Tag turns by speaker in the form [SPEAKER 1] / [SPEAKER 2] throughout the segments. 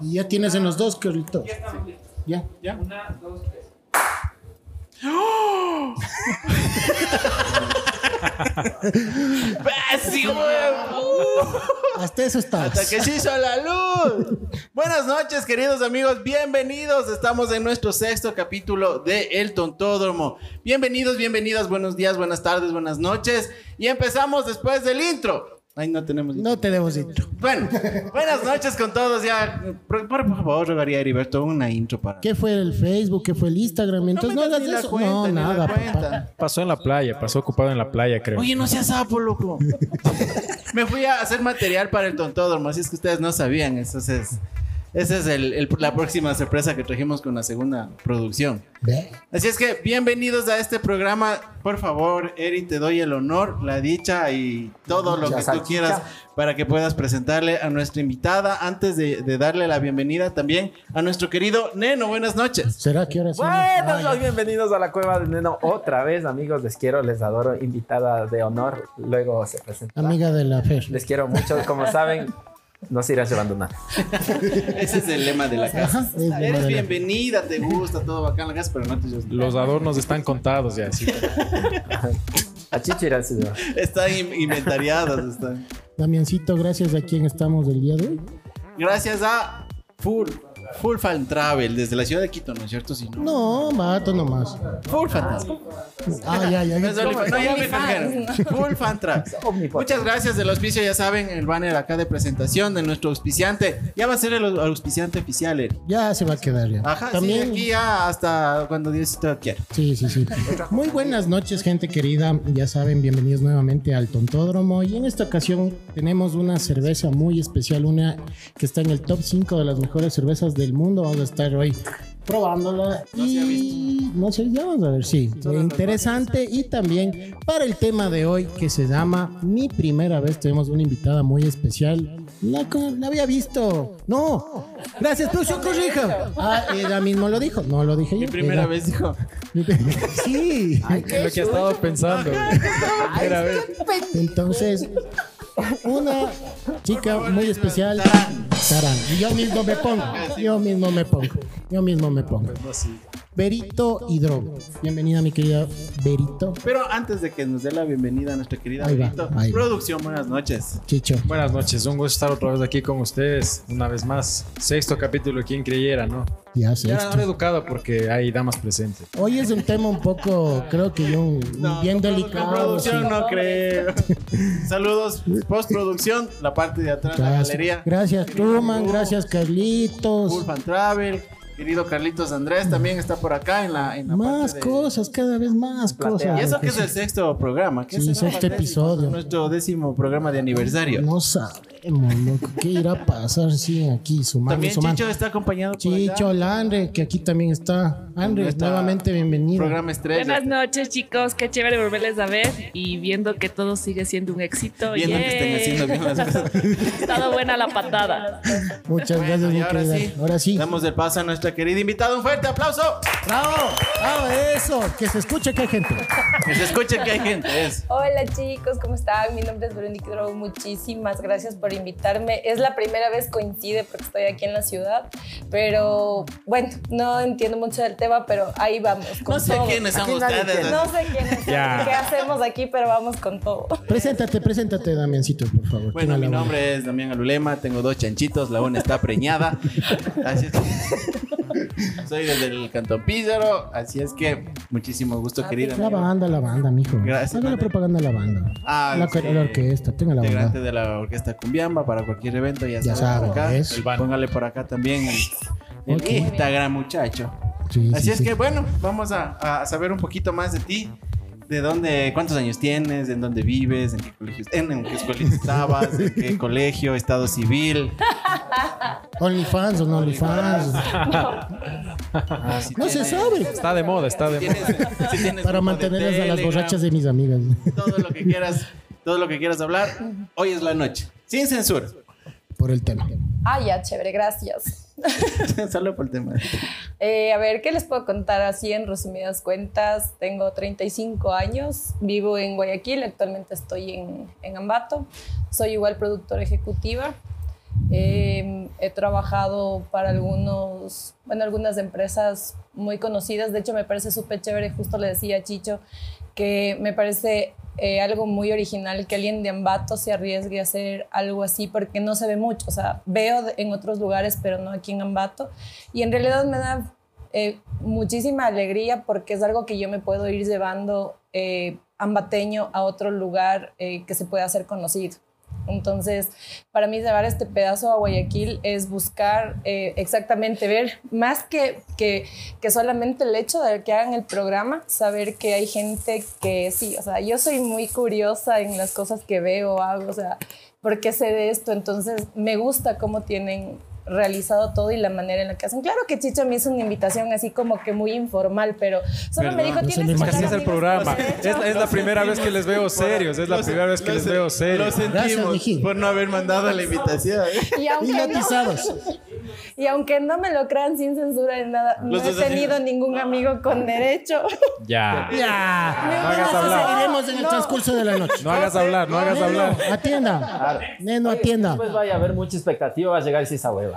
[SPEAKER 1] Y ya tienes en los dos, Carlito.
[SPEAKER 2] Ya estamos listos.
[SPEAKER 1] Ya, ya.
[SPEAKER 2] Una, dos, tres.
[SPEAKER 3] ¡Vacío! ¡Uh!
[SPEAKER 1] Hasta eso estás.
[SPEAKER 3] Hasta que se hizo la luz. Buenas noches, queridos amigos. Bienvenidos. Estamos en nuestro sexto capítulo de El Tontódromo. Bienvenidos, bienvenidas. Buenos días, buenas tardes, buenas noches. Y empezamos después del intro. Ay, no tenemos intro.
[SPEAKER 1] No tenemos intro.
[SPEAKER 3] Bueno, buenas noches con todos. Ya, por, por favor, rogaría a Heriberto una intro para.
[SPEAKER 1] ¿Qué fue el Facebook? ¿Qué fue el Instagram? Entonces no,
[SPEAKER 3] metas
[SPEAKER 1] hagas
[SPEAKER 3] ni la
[SPEAKER 1] eso.
[SPEAKER 3] cuenta,
[SPEAKER 1] no,
[SPEAKER 3] ni la
[SPEAKER 1] nada,
[SPEAKER 3] cuenta.
[SPEAKER 1] papá.
[SPEAKER 4] Pasó en la playa, pasó ocupado en la playa, creo.
[SPEAKER 3] Oye, no seas sapo, loco. Me fui a hacer material para el tontódromo, así es que ustedes no sabían. Entonces, esa es el- el- la próxima sorpresa que trajimos con la segunda producción.
[SPEAKER 1] Ve.
[SPEAKER 3] Así es que bienvenidos a este programa. Por favor, Eri, te doy el honor, la dicha y todo lo
[SPEAKER 5] Ya,
[SPEAKER 3] que tú
[SPEAKER 5] salchicha.
[SPEAKER 3] quieras para que puedas presentarle a nuestra invitada. Antes de, de darle la bienvenida también a nuestro querido Neno, buenas noches.
[SPEAKER 1] ¿Será que ahora sí?
[SPEAKER 5] Buenos
[SPEAKER 3] pues,
[SPEAKER 1] Ay,
[SPEAKER 5] días, bienvenidos a la Cueva de Neno otra vez, amigos. Les quiero, les adoro, invitada de honor. Luego se presenta.
[SPEAKER 1] Amiga de la Fer.
[SPEAKER 5] Les quiero mucho, como saben, no se irán llevando nada.
[SPEAKER 3] Ese es el lema de la casa.
[SPEAKER 1] Ajá, es la
[SPEAKER 3] Eres
[SPEAKER 1] madre.
[SPEAKER 3] bienvenida, te gusta, todo bacán la casa, pero no te
[SPEAKER 4] Los adornos están contados ya. así.
[SPEAKER 5] A Chicho irán su lugar.
[SPEAKER 3] Están in- inventariadas. Están.
[SPEAKER 1] Damiancito, gracias a quien estamos del día de hoy.
[SPEAKER 3] Gracias a Full, Full Fan Travel desde la ciudad de Quito, ¿no es cierto? Si no,
[SPEAKER 1] No, vato nomás.
[SPEAKER 3] Full Fan Travel.
[SPEAKER 1] Ah, ya, ya.
[SPEAKER 3] No es Only- no, ya me cambiaron. Full Fan Travel.
[SPEAKER 5] Omnipotente.
[SPEAKER 3] Muchas gracias del auspicio, ya saben, el banner acá de presentación de nuestro auspiciante. Ya va a ser el au- auspiciante oficial. Eric.
[SPEAKER 1] Ya se va a quedar ya.
[SPEAKER 3] Ajá, sí,
[SPEAKER 1] También.
[SPEAKER 3] aquí ya hasta cuando Dios te quiera.
[SPEAKER 1] Sí, sí, sí. Muy buenas noches, gente querida. Ya saben, bienvenidos nuevamente al Tontódromo. Y en esta ocasión tenemos una cerveza muy especial, una que está en el top 5 de las mejores cervezas del mundo. Vamos a estar hoy probándola.
[SPEAKER 3] No se ha
[SPEAKER 1] y no sé, ya vamos a ver, sí.
[SPEAKER 3] Solo nos
[SPEAKER 1] interesante. Y también para el tema de hoy, que se llama Mi Primera Vez, tenemos una invitada muy especial. La, co- la había visto. No. Gracias, producción, corrija. Ah, ella mismo lo dijo. No lo dije yo.
[SPEAKER 3] Mi primera
[SPEAKER 1] Ella-
[SPEAKER 3] vez dijo.
[SPEAKER 1] Sí.
[SPEAKER 4] Es lo que estaba pensando. Primera vez.
[SPEAKER 1] Entonces, una chica muy especial. Tarán. Y Yo mismo me pongo. Yo mismo me pongo. Yo mismo me pongo. Berito Hidrobo. Bienvenida, mi querida Berito.
[SPEAKER 3] Pero antes de que nos dé la bienvenida a nuestra querida
[SPEAKER 1] Ahí va,
[SPEAKER 3] Benito,
[SPEAKER 1] ahí va.
[SPEAKER 3] producción, buenas noches.
[SPEAKER 1] Chicho.
[SPEAKER 4] Buenas noches, un gusto estar otra vez aquí con ustedes, una vez más. Sexto capítulo, quien creyera, ¿no?
[SPEAKER 1] Ya sé.
[SPEAKER 4] Ya era hora educada porque hay damas presentes.
[SPEAKER 1] Hoy es un tema un poco, creo que yo, un- bien
[SPEAKER 3] con produ-
[SPEAKER 1] delicado.
[SPEAKER 3] con producción
[SPEAKER 1] sí.
[SPEAKER 3] no creo. Saludos, postproducción, la parte de atrás, la
[SPEAKER 1] Gracias,
[SPEAKER 3] galería.
[SPEAKER 1] gracias Truman, gracias Carlitos.
[SPEAKER 3] Full Fan Travel. Querido Carlitos Andrés también está por acá en la, en la
[SPEAKER 1] Más
[SPEAKER 3] parte de-
[SPEAKER 1] cosas, cada vez más
[SPEAKER 5] Platea.
[SPEAKER 1] cosas.
[SPEAKER 3] Y eso que es el sexto programa. que
[SPEAKER 1] Sí,
[SPEAKER 3] será
[SPEAKER 1] sexto
[SPEAKER 3] décimo,
[SPEAKER 1] episodio.
[SPEAKER 3] Nuestro décimo programa de aniversario.
[SPEAKER 1] No sabemos, loco, ¿Qué irá a pasar? Sí, aquí sumando,
[SPEAKER 3] también
[SPEAKER 1] sumando.
[SPEAKER 3] Chicho está acompañado por
[SPEAKER 1] Chicho,
[SPEAKER 3] acá.
[SPEAKER 1] la Andre, que aquí también está. Andre,
[SPEAKER 3] Nuestra
[SPEAKER 1] nuevamente bienvenido.
[SPEAKER 3] Programa estrella.
[SPEAKER 6] Buenas noches chicos, qué chévere volverles a ver y viendo que todo sigue siendo un éxito.
[SPEAKER 3] Viendo que
[SPEAKER 6] ¡Yay!
[SPEAKER 3] estén haciendo bien las cosas.
[SPEAKER 6] Ha estado buena la patada.
[SPEAKER 1] Muchas
[SPEAKER 3] Bueno,
[SPEAKER 1] gracias,
[SPEAKER 3] y
[SPEAKER 1] mi
[SPEAKER 3] ahora
[SPEAKER 1] querida.
[SPEAKER 3] sí,
[SPEAKER 1] Ahora sí.
[SPEAKER 3] Damos el paso a nuestra querida invitada. Un fuerte aplauso.
[SPEAKER 1] ¡Bravo! ¡Bravo! Eso, que se escuche que hay gente.
[SPEAKER 3] Que se escuche que hay gente. Es.
[SPEAKER 7] Hola chicos, ¿cómo están? Mi nombre es Verónica Drogo, muchísimas gracias por invitarme. Es la primera vez coincide porque estoy aquí en la ciudad, pero bueno, no entiendo mucho del tema, pero ahí vamos con
[SPEAKER 3] No sé
[SPEAKER 7] todo.
[SPEAKER 3] quiénes son
[SPEAKER 5] Aquí nadie
[SPEAKER 3] ustedes.
[SPEAKER 5] entiende.
[SPEAKER 7] No sé quiénes son,
[SPEAKER 4] Ya.
[SPEAKER 7] qué hacemos aquí, pero vamos con todo.
[SPEAKER 1] Preséntate, preséntate, Damiancito, por favor.
[SPEAKER 3] Bueno,
[SPEAKER 1] Tú no
[SPEAKER 3] mi
[SPEAKER 1] la
[SPEAKER 3] nombre es Damián Alulema, tengo dos chanchitos, la una está preñada. Así es que- soy desde el Cantón Pizarro, así es que muchísimo gusto, querida.
[SPEAKER 1] voy. La banda, la banda, mijo.
[SPEAKER 3] Gracias,
[SPEAKER 1] Haga la
[SPEAKER 3] madre.
[SPEAKER 1] propaganda a la banda.
[SPEAKER 3] Ah,
[SPEAKER 1] la,
[SPEAKER 3] sí.
[SPEAKER 1] la orquesta, tenga la
[SPEAKER 3] Integrante
[SPEAKER 1] banda.
[SPEAKER 3] de la Orquesta Cumbiamba para cualquier evento, ya,
[SPEAKER 1] Ya
[SPEAKER 3] saben, por
[SPEAKER 1] saben,
[SPEAKER 3] acá.
[SPEAKER 1] es.
[SPEAKER 3] El ban- Póngale por acá también el, el
[SPEAKER 1] Ok.
[SPEAKER 3] Instagram, muchacho.
[SPEAKER 1] Sí, sí,
[SPEAKER 3] Así es
[SPEAKER 1] sí.
[SPEAKER 3] que bueno, vamos a, a saber un poquito más de ti. De dónde, cuántos años tienes, en dónde vives, en qué colegio, en, en qué escuela estabas, en qué colegio, estado civil.
[SPEAKER 1] OnlyFans o no OnlyFans.
[SPEAKER 3] si
[SPEAKER 1] No se
[SPEAKER 3] tienes-
[SPEAKER 1] sabe.
[SPEAKER 4] Está de moda, está de
[SPEAKER 3] tienes-
[SPEAKER 4] moda.
[SPEAKER 3] si tienes
[SPEAKER 1] Para
[SPEAKER 3] grupo de
[SPEAKER 1] mantenerlas a las
[SPEAKER 3] Telegram,
[SPEAKER 1] borrachas de mis amigas.
[SPEAKER 3] Todo lo que quieras, todo lo que quieras hablar, hoy es la noche. Sin censura.
[SPEAKER 1] Por el tema.
[SPEAKER 7] Ah, ya, chévere, gracias.
[SPEAKER 3] Solo por el tema.
[SPEAKER 7] Eh, a ver, ¿qué les puedo contar así en resumidas cuentas? Tengo 35 años, vivo en Guayaquil, actualmente estoy en, en Ambato, soy igual productora ejecutiva. Eh, he trabajado para algunos, bueno, algunas empresas muy conocidas. De hecho, me parece súper chévere. Justo le decía a Chicho que me parece eh, algo muy original que alguien de Ambato se arriesgue a hacer algo así porque no se ve mucho. O sea, veo de- en otros lugares, pero no aquí en Ambato. Y en realidad me da eh, muchísima alegría porque es algo que yo me puedo ir llevando eh, ambateño a otro lugar eh, que se pueda hacer conocido. Entonces, para mí llevar este pedazo a Guayaquil es buscar eh, exactamente ver, más que, que, que solamente el hecho de que hagan el programa, saber que hay gente que sí, o sea, yo soy muy curiosa en las cosas que veo, hago, o sea, ¿por qué sé de esto? Entonces, me gusta cómo tienen realizado todo y la manera en la que hacen. Claro que Chicho me hizo una invitación así como que muy informal, pero solo me
[SPEAKER 4] Perdón,
[SPEAKER 7] dijo,
[SPEAKER 1] no se
[SPEAKER 7] tienes
[SPEAKER 1] me
[SPEAKER 7] que
[SPEAKER 1] escapó.
[SPEAKER 4] Así es
[SPEAKER 7] traer
[SPEAKER 4] el
[SPEAKER 7] amigos
[SPEAKER 4] programa.
[SPEAKER 7] de
[SPEAKER 4] Es,
[SPEAKER 7] provecho".
[SPEAKER 4] es la primera vez que les veo serios. Es la
[SPEAKER 3] Lo se-
[SPEAKER 4] primera vez que
[SPEAKER 3] lo
[SPEAKER 4] les
[SPEAKER 3] se-
[SPEAKER 4] veo
[SPEAKER 3] Lo
[SPEAKER 4] serios.
[SPEAKER 1] Gracias,
[SPEAKER 3] sentimos
[SPEAKER 1] Miji.
[SPEAKER 3] por no haber mandado la invitación.
[SPEAKER 7] Y
[SPEAKER 1] Y
[SPEAKER 7] aunque no-
[SPEAKER 1] latizados.
[SPEAKER 7] Y aunque no me lo crean sin censura en nada, no
[SPEAKER 3] Los
[SPEAKER 7] he
[SPEAKER 3] dos
[SPEAKER 7] tenido
[SPEAKER 3] así.
[SPEAKER 7] ningún amigo con derecho.
[SPEAKER 4] Ya.
[SPEAKER 1] Ya.
[SPEAKER 4] No hagas hablar.
[SPEAKER 1] Seguiremos en el
[SPEAKER 7] No.
[SPEAKER 1] transcurso de la noche.
[SPEAKER 4] No hagas hablar, no hagas
[SPEAKER 1] Neno,
[SPEAKER 4] hablar.
[SPEAKER 1] atienda. Neno, atienda.
[SPEAKER 5] Pues vaya a haber mucha expectativa, va a llegar esa hueva.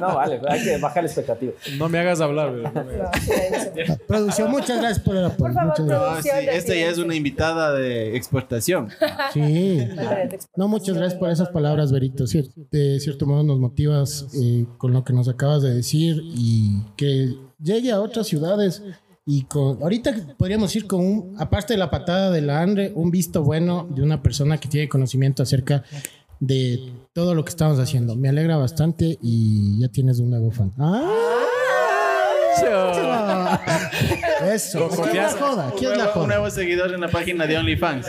[SPEAKER 5] no vale, hay que bajar la expectativa.
[SPEAKER 4] No me hagas hablar, bebé, no me hagas-
[SPEAKER 7] No, silencio.
[SPEAKER 1] Producción, muchas gracias por el apoyo.
[SPEAKER 7] Por favor,
[SPEAKER 1] muchas gracias.
[SPEAKER 3] No, Ah, sí,
[SPEAKER 7] Producción de
[SPEAKER 3] esta ya es
[SPEAKER 7] silencio.
[SPEAKER 3] una invitada de exportación.
[SPEAKER 1] Sí.
[SPEAKER 7] Madre, te expongo.
[SPEAKER 1] No, muchas gracias por esas palabras, Berito. Cier- De cierto modo nos motivas eh, con lo que nos acabas de decir y que llegue a otras ciudades. Y con, ahorita podríamos ir con un, aparte de la patada de la Andre, un visto bueno de una persona que tiene conocimiento acerca de todo lo que estamos haciendo. Me alegra bastante y ya tienes un nuevo fan. ¡Ah! Eso.
[SPEAKER 4] Con
[SPEAKER 1] ¿Quién es la
[SPEAKER 4] confianza.
[SPEAKER 1] joda? ¿Quién es la Eh,
[SPEAKER 3] Nuevo-
[SPEAKER 1] joda?
[SPEAKER 3] un nuevo seguidor en la página de OnlyFans.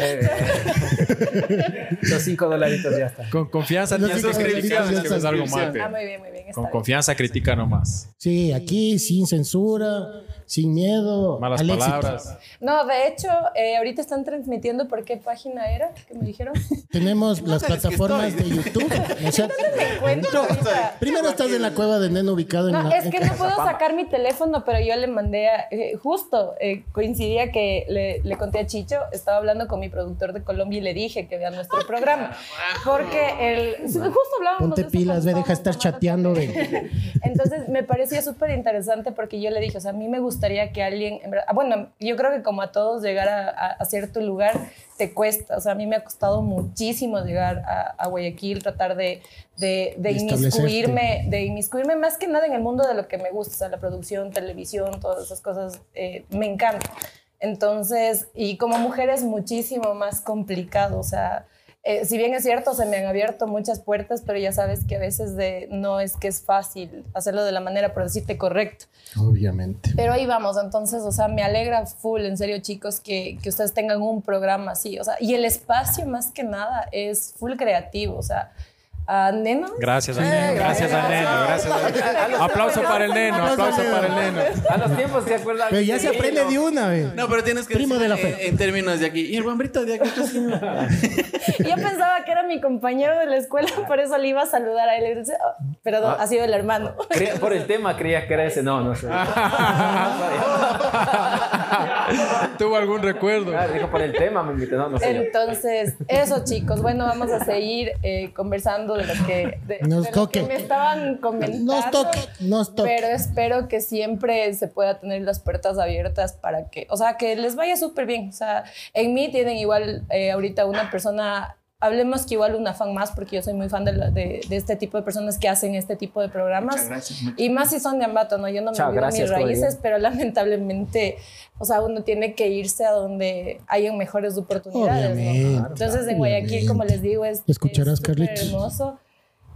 [SPEAKER 5] Los cinco dolaritos ya está.
[SPEAKER 4] Con confianza
[SPEAKER 1] Los
[SPEAKER 4] ni
[SPEAKER 1] cinco
[SPEAKER 4] criticar,
[SPEAKER 1] dolaritos
[SPEAKER 4] es
[SPEAKER 1] de
[SPEAKER 4] que no es algo mal.
[SPEAKER 3] suscripción.
[SPEAKER 7] Ah,
[SPEAKER 4] bebé.
[SPEAKER 7] muy bien, muy bien. está
[SPEAKER 4] Con
[SPEAKER 7] bien.
[SPEAKER 4] confianza critica nomás.
[SPEAKER 1] Sí, aquí sin censura, sin miedo.
[SPEAKER 4] Malas
[SPEAKER 1] al éxito.
[SPEAKER 4] palabras.
[SPEAKER 7] No, de hecho, eh, ahorita están transmitiendo por qué página era que me dijeron.
[SPEAKER 1] Tenemos las
[SPEAKER 3] sabes que
[SPEAKER 1] plataformas de
[SPEAKER 3] estoy.
[SPEAKER 1] YouTube. O sea,
[SPEAKER 7] Me encuentro ahorita.
[SPEAKER 1] primero estás en la cueva de Neno ubicado en
[SPEAKER 7] No,
[SPEAKER 1] la.
[SPEAKER 7] es que no puedo sacar mi teléfono, pero yo le mandé, a- eh, justo eh, coincidía que le, le conté a Chicho, estaba hablando con mi productor de Colombia y le dije que vea nuestro programa, porque el, justo hablábamos...
[SPEAKER 1] Ponte
[SPEAKER 7] de eso
[SPEAKER 1] pilas, ve,
[SPEAKER 7] cuando
[SPEAKER 1] deja
[SPEAKER 7] estábamos
[SPEAKER 1] estar chateando,
[SPEAKER 7] tomando café.
[SPEAKER 1] ve.
[SPEAKER 7] Entonces me parecía súper interesante porque yo le dije, o sea, a mí me gustaría que alguien, en verdad- ah, bueno, yo creo que como a todos llegar a, a- a cierto lugar te cuesta, o sea, a mí me ha costado muchísimo llegar a, a Guayaquil, tratar de, de, de
[SPEAKER 1] De establecerte.
[SPEAKER 7] inmiscuirme, de inmiscuirme más que nada en el mundo de lo que me gusta, o sea, la producción, televisión, todas esas cosas, eh, me encanta. Entonces, y como mujer es muchísimo más complicado, o sea, eh, si bien es cierto, se me han abierto muchas puertas, pero ya sabes que a veces de, no es que es fácil hacerlo de la manera, por decirte, correcta.
[SPEAKER 1] Obviamente.
[SPEAKER 7] Pero ahí vamos, entonces, o sea, me alegra full, en serio, chicos, que, que ustedes tengan un programa así, o sea, y el espacio más que nada es full creativo, o sea, a Neno.
[SPEAKER 4] Gracias al neno. Gracias al neno. Gracias al neno. Aplauso para el neno. Aplauso para el neno.
[SPEAKER 5] A los tiempos se acuerdan.
[SPEAKER 1] Pero ya se
[SPEAKER 5] Sí,
[SPEAKER 1] aprende
[SPEAKER 5] no.
[SPEAKER 1] de una, ve.
[SPEAKER 3] No, pero tienes que
[SPEAKER 1] Primo de la
[SPEAKER 3] decir
[SPEAKER 1] fe.
[SPEAKER 3] En, en términos de aquí. Y el guambrito de aquí. pues, sí.
[SPEAKER 7] Yo pensaba que era mi compañero de la escuela, por eso le iba a saludar a él, y le decía, "Oh, perdón, ha sido el hermano.
[SPEAKER 5] Cre- Por el tema creía que era ese. No, no sé. Ah,
[SPEAKER 4] Tuvo algún recuerdo.
[SPEAKER 5] Ah, dijo por el tema, me invitó. No, no sé.
[SPEAKER 7] Entonces, eso chicos, bueno, vamos a seguir eh, conversando de lo que, de-
[SPEAKER 1] Nos
[SPEAKER 7] de lo
[SPEAKER 1] toque.
[SPEAKER 7] que me estaban comentando.
[SPEAKER 1] Nos toque, nos toque.
[SPEAKER 7] Pero espero que siempre se pueda tener las puertas abiertas para que, o sea, que les vaya súper bien. O sea, en mí tienen igual eh, ahorita una persona, hablemos que igual una fan más, porque yo soy muy fan de, la- de- de este tipo de personas que hacen este tipo de programas. Y más si son de Ambato, ¿no? Yo no me
[SPEAKER 5] Chao,
[SPEAKER 7] olvido
[SPEAKER 5] gracias,
[SPEAKER 7] mis raíces,
[SPEAKER 5] Rodrigo.
[SPEAKER 7] pero lamentablemente, o sea, uno tiene que irse a donde hayan mejores oportunidades, ¿no?
[SPEAKER 1] Obviamente,
[SPEAKER 7] Entonces, en Guayaquil,
[SPEAKER 1] obviamente.
[SPEAKER 7] como les digo, es,
[SPEAKER 1] Escucharás,
[SPEAKER 7] es súper
[SPEAKER 1] Carlitos.
[SPEAKER 7] hermoso.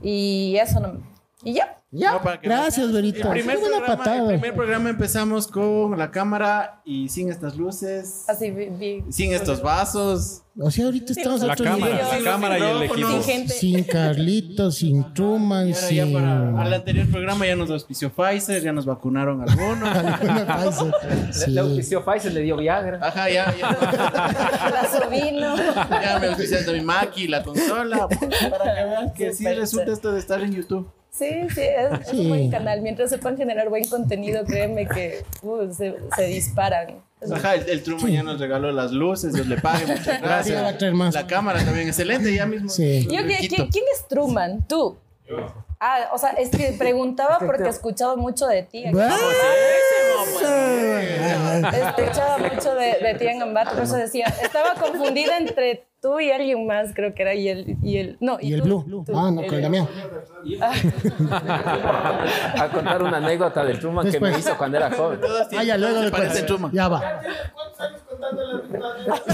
[SPEAKER 7] Y eso, no, y ya.
[SPEAKER 3] No, para que-
[SPEAKER 1] Gracias, Berito.
[SPEAKER 3] El primer,
[SPEAKER 1] Es una
[SPEAKER 3] programa, el
[SPEAKER 1] patada.
[SPEAKER 3] primer programa empezamos con la cámara y sin estas luces,
[SPEAKER 7] Así, vi- vi-
[SPEAKER 3] sin estos vasos.
[SPEAKER 1] O sea, ahorita estamos a
[SPEAKER 4] La
[SPEAKER 1] otro
[SPEAKER 4] cámara,
[SPEAKER 1] nivel.
[SPEAKER 4] la cámara y el equipo.
[SPEAKER 7] Sin gente.
[SPEAKER 1] Sin Carlitos, sin Truman,
[SPEAKER 3] Y ahora ya
[SPEAKER 1] sin.
[SPEAKER 3] para, al anterior programa ya nos auspició Pfizer, ya nos vacunaron algunos.
[SPEAKER 1] Alguna Pfizer.
[SPEAKER 5] Le, le
[SPEAKER 1] Sí.
[SPEAKER 5] auspició Pfizer, le dio Viagra.
[SPEAKER 3] Ajá, ya, ya,
[SPEAKER 7] La sobrino.
[SPEAKER 3] ya me auspiciaron mi Maki, la consola, pues, para que vean que sí
[SPEAKER 7] Súper,
[SPEAKER 3] resulta esto de estar en YouTube.
[SPEAKER 7] Sí, sí, es, es
[SPEAKER 1] Sí.
[SPEAKER 7] un buen canal. Mientras sepan generar buen contenido, créeme que uh, se, se disparan. Es
[SPEAKER 3] Ajá, el, el Truman ya nos regaló las luces, Dios le pague, muchas
[SPEAKER 1] Sí, va a
[SPEAKER 3] gracias.
[SPEAKER 1] traer más.
[SPEAKER 3] La cámara también, excelente, ya mismo.
[SPEAKER 1] Sí.
[SPEAKER 7] Yo que-
[SPEAKER 3] Quito.
[SPEAKER 7] ¿qui- ¿Quién es Truman? ¿Tú? Ah, o sea, es que preguntaba porque he escuchado mucho de ti.
[SPEAKER 1] ¡Vas!
[SPEAKER 7] He escuchado mucho de, de ti en Ambato, por eso decía, estaba confundida entre tú y alguien más, creo que era, y el... Y el no,
[SPEAKER 1] Y el
[SPEAKER 7] tú,
[SPEAKER 1] blue.
[SPEAKER 7] tú,
[SPEAKER 1] Ah, no,
[SPEAKER 7] el-
[SPEAKER 1] con la mía.
[SPEAKER 5] A contar una anécdota del Truman que me
[SPEAKER 1] Después.
[SPEAKER 5] hizo cuando era joven.
[SPEAKER 3] Todas
[SPEAKER 1] Ah,
[SPEAKER 3] tienen-
[SPEAKER 1] ya luego
[SPEAKER 3] todas
[SPEAKER 1] le
[SPEAKER 3] se parecen
[SPEAKER 1] cuento.
[SPEAKER 3] Truman.
[SPEAKER 1] Ya va.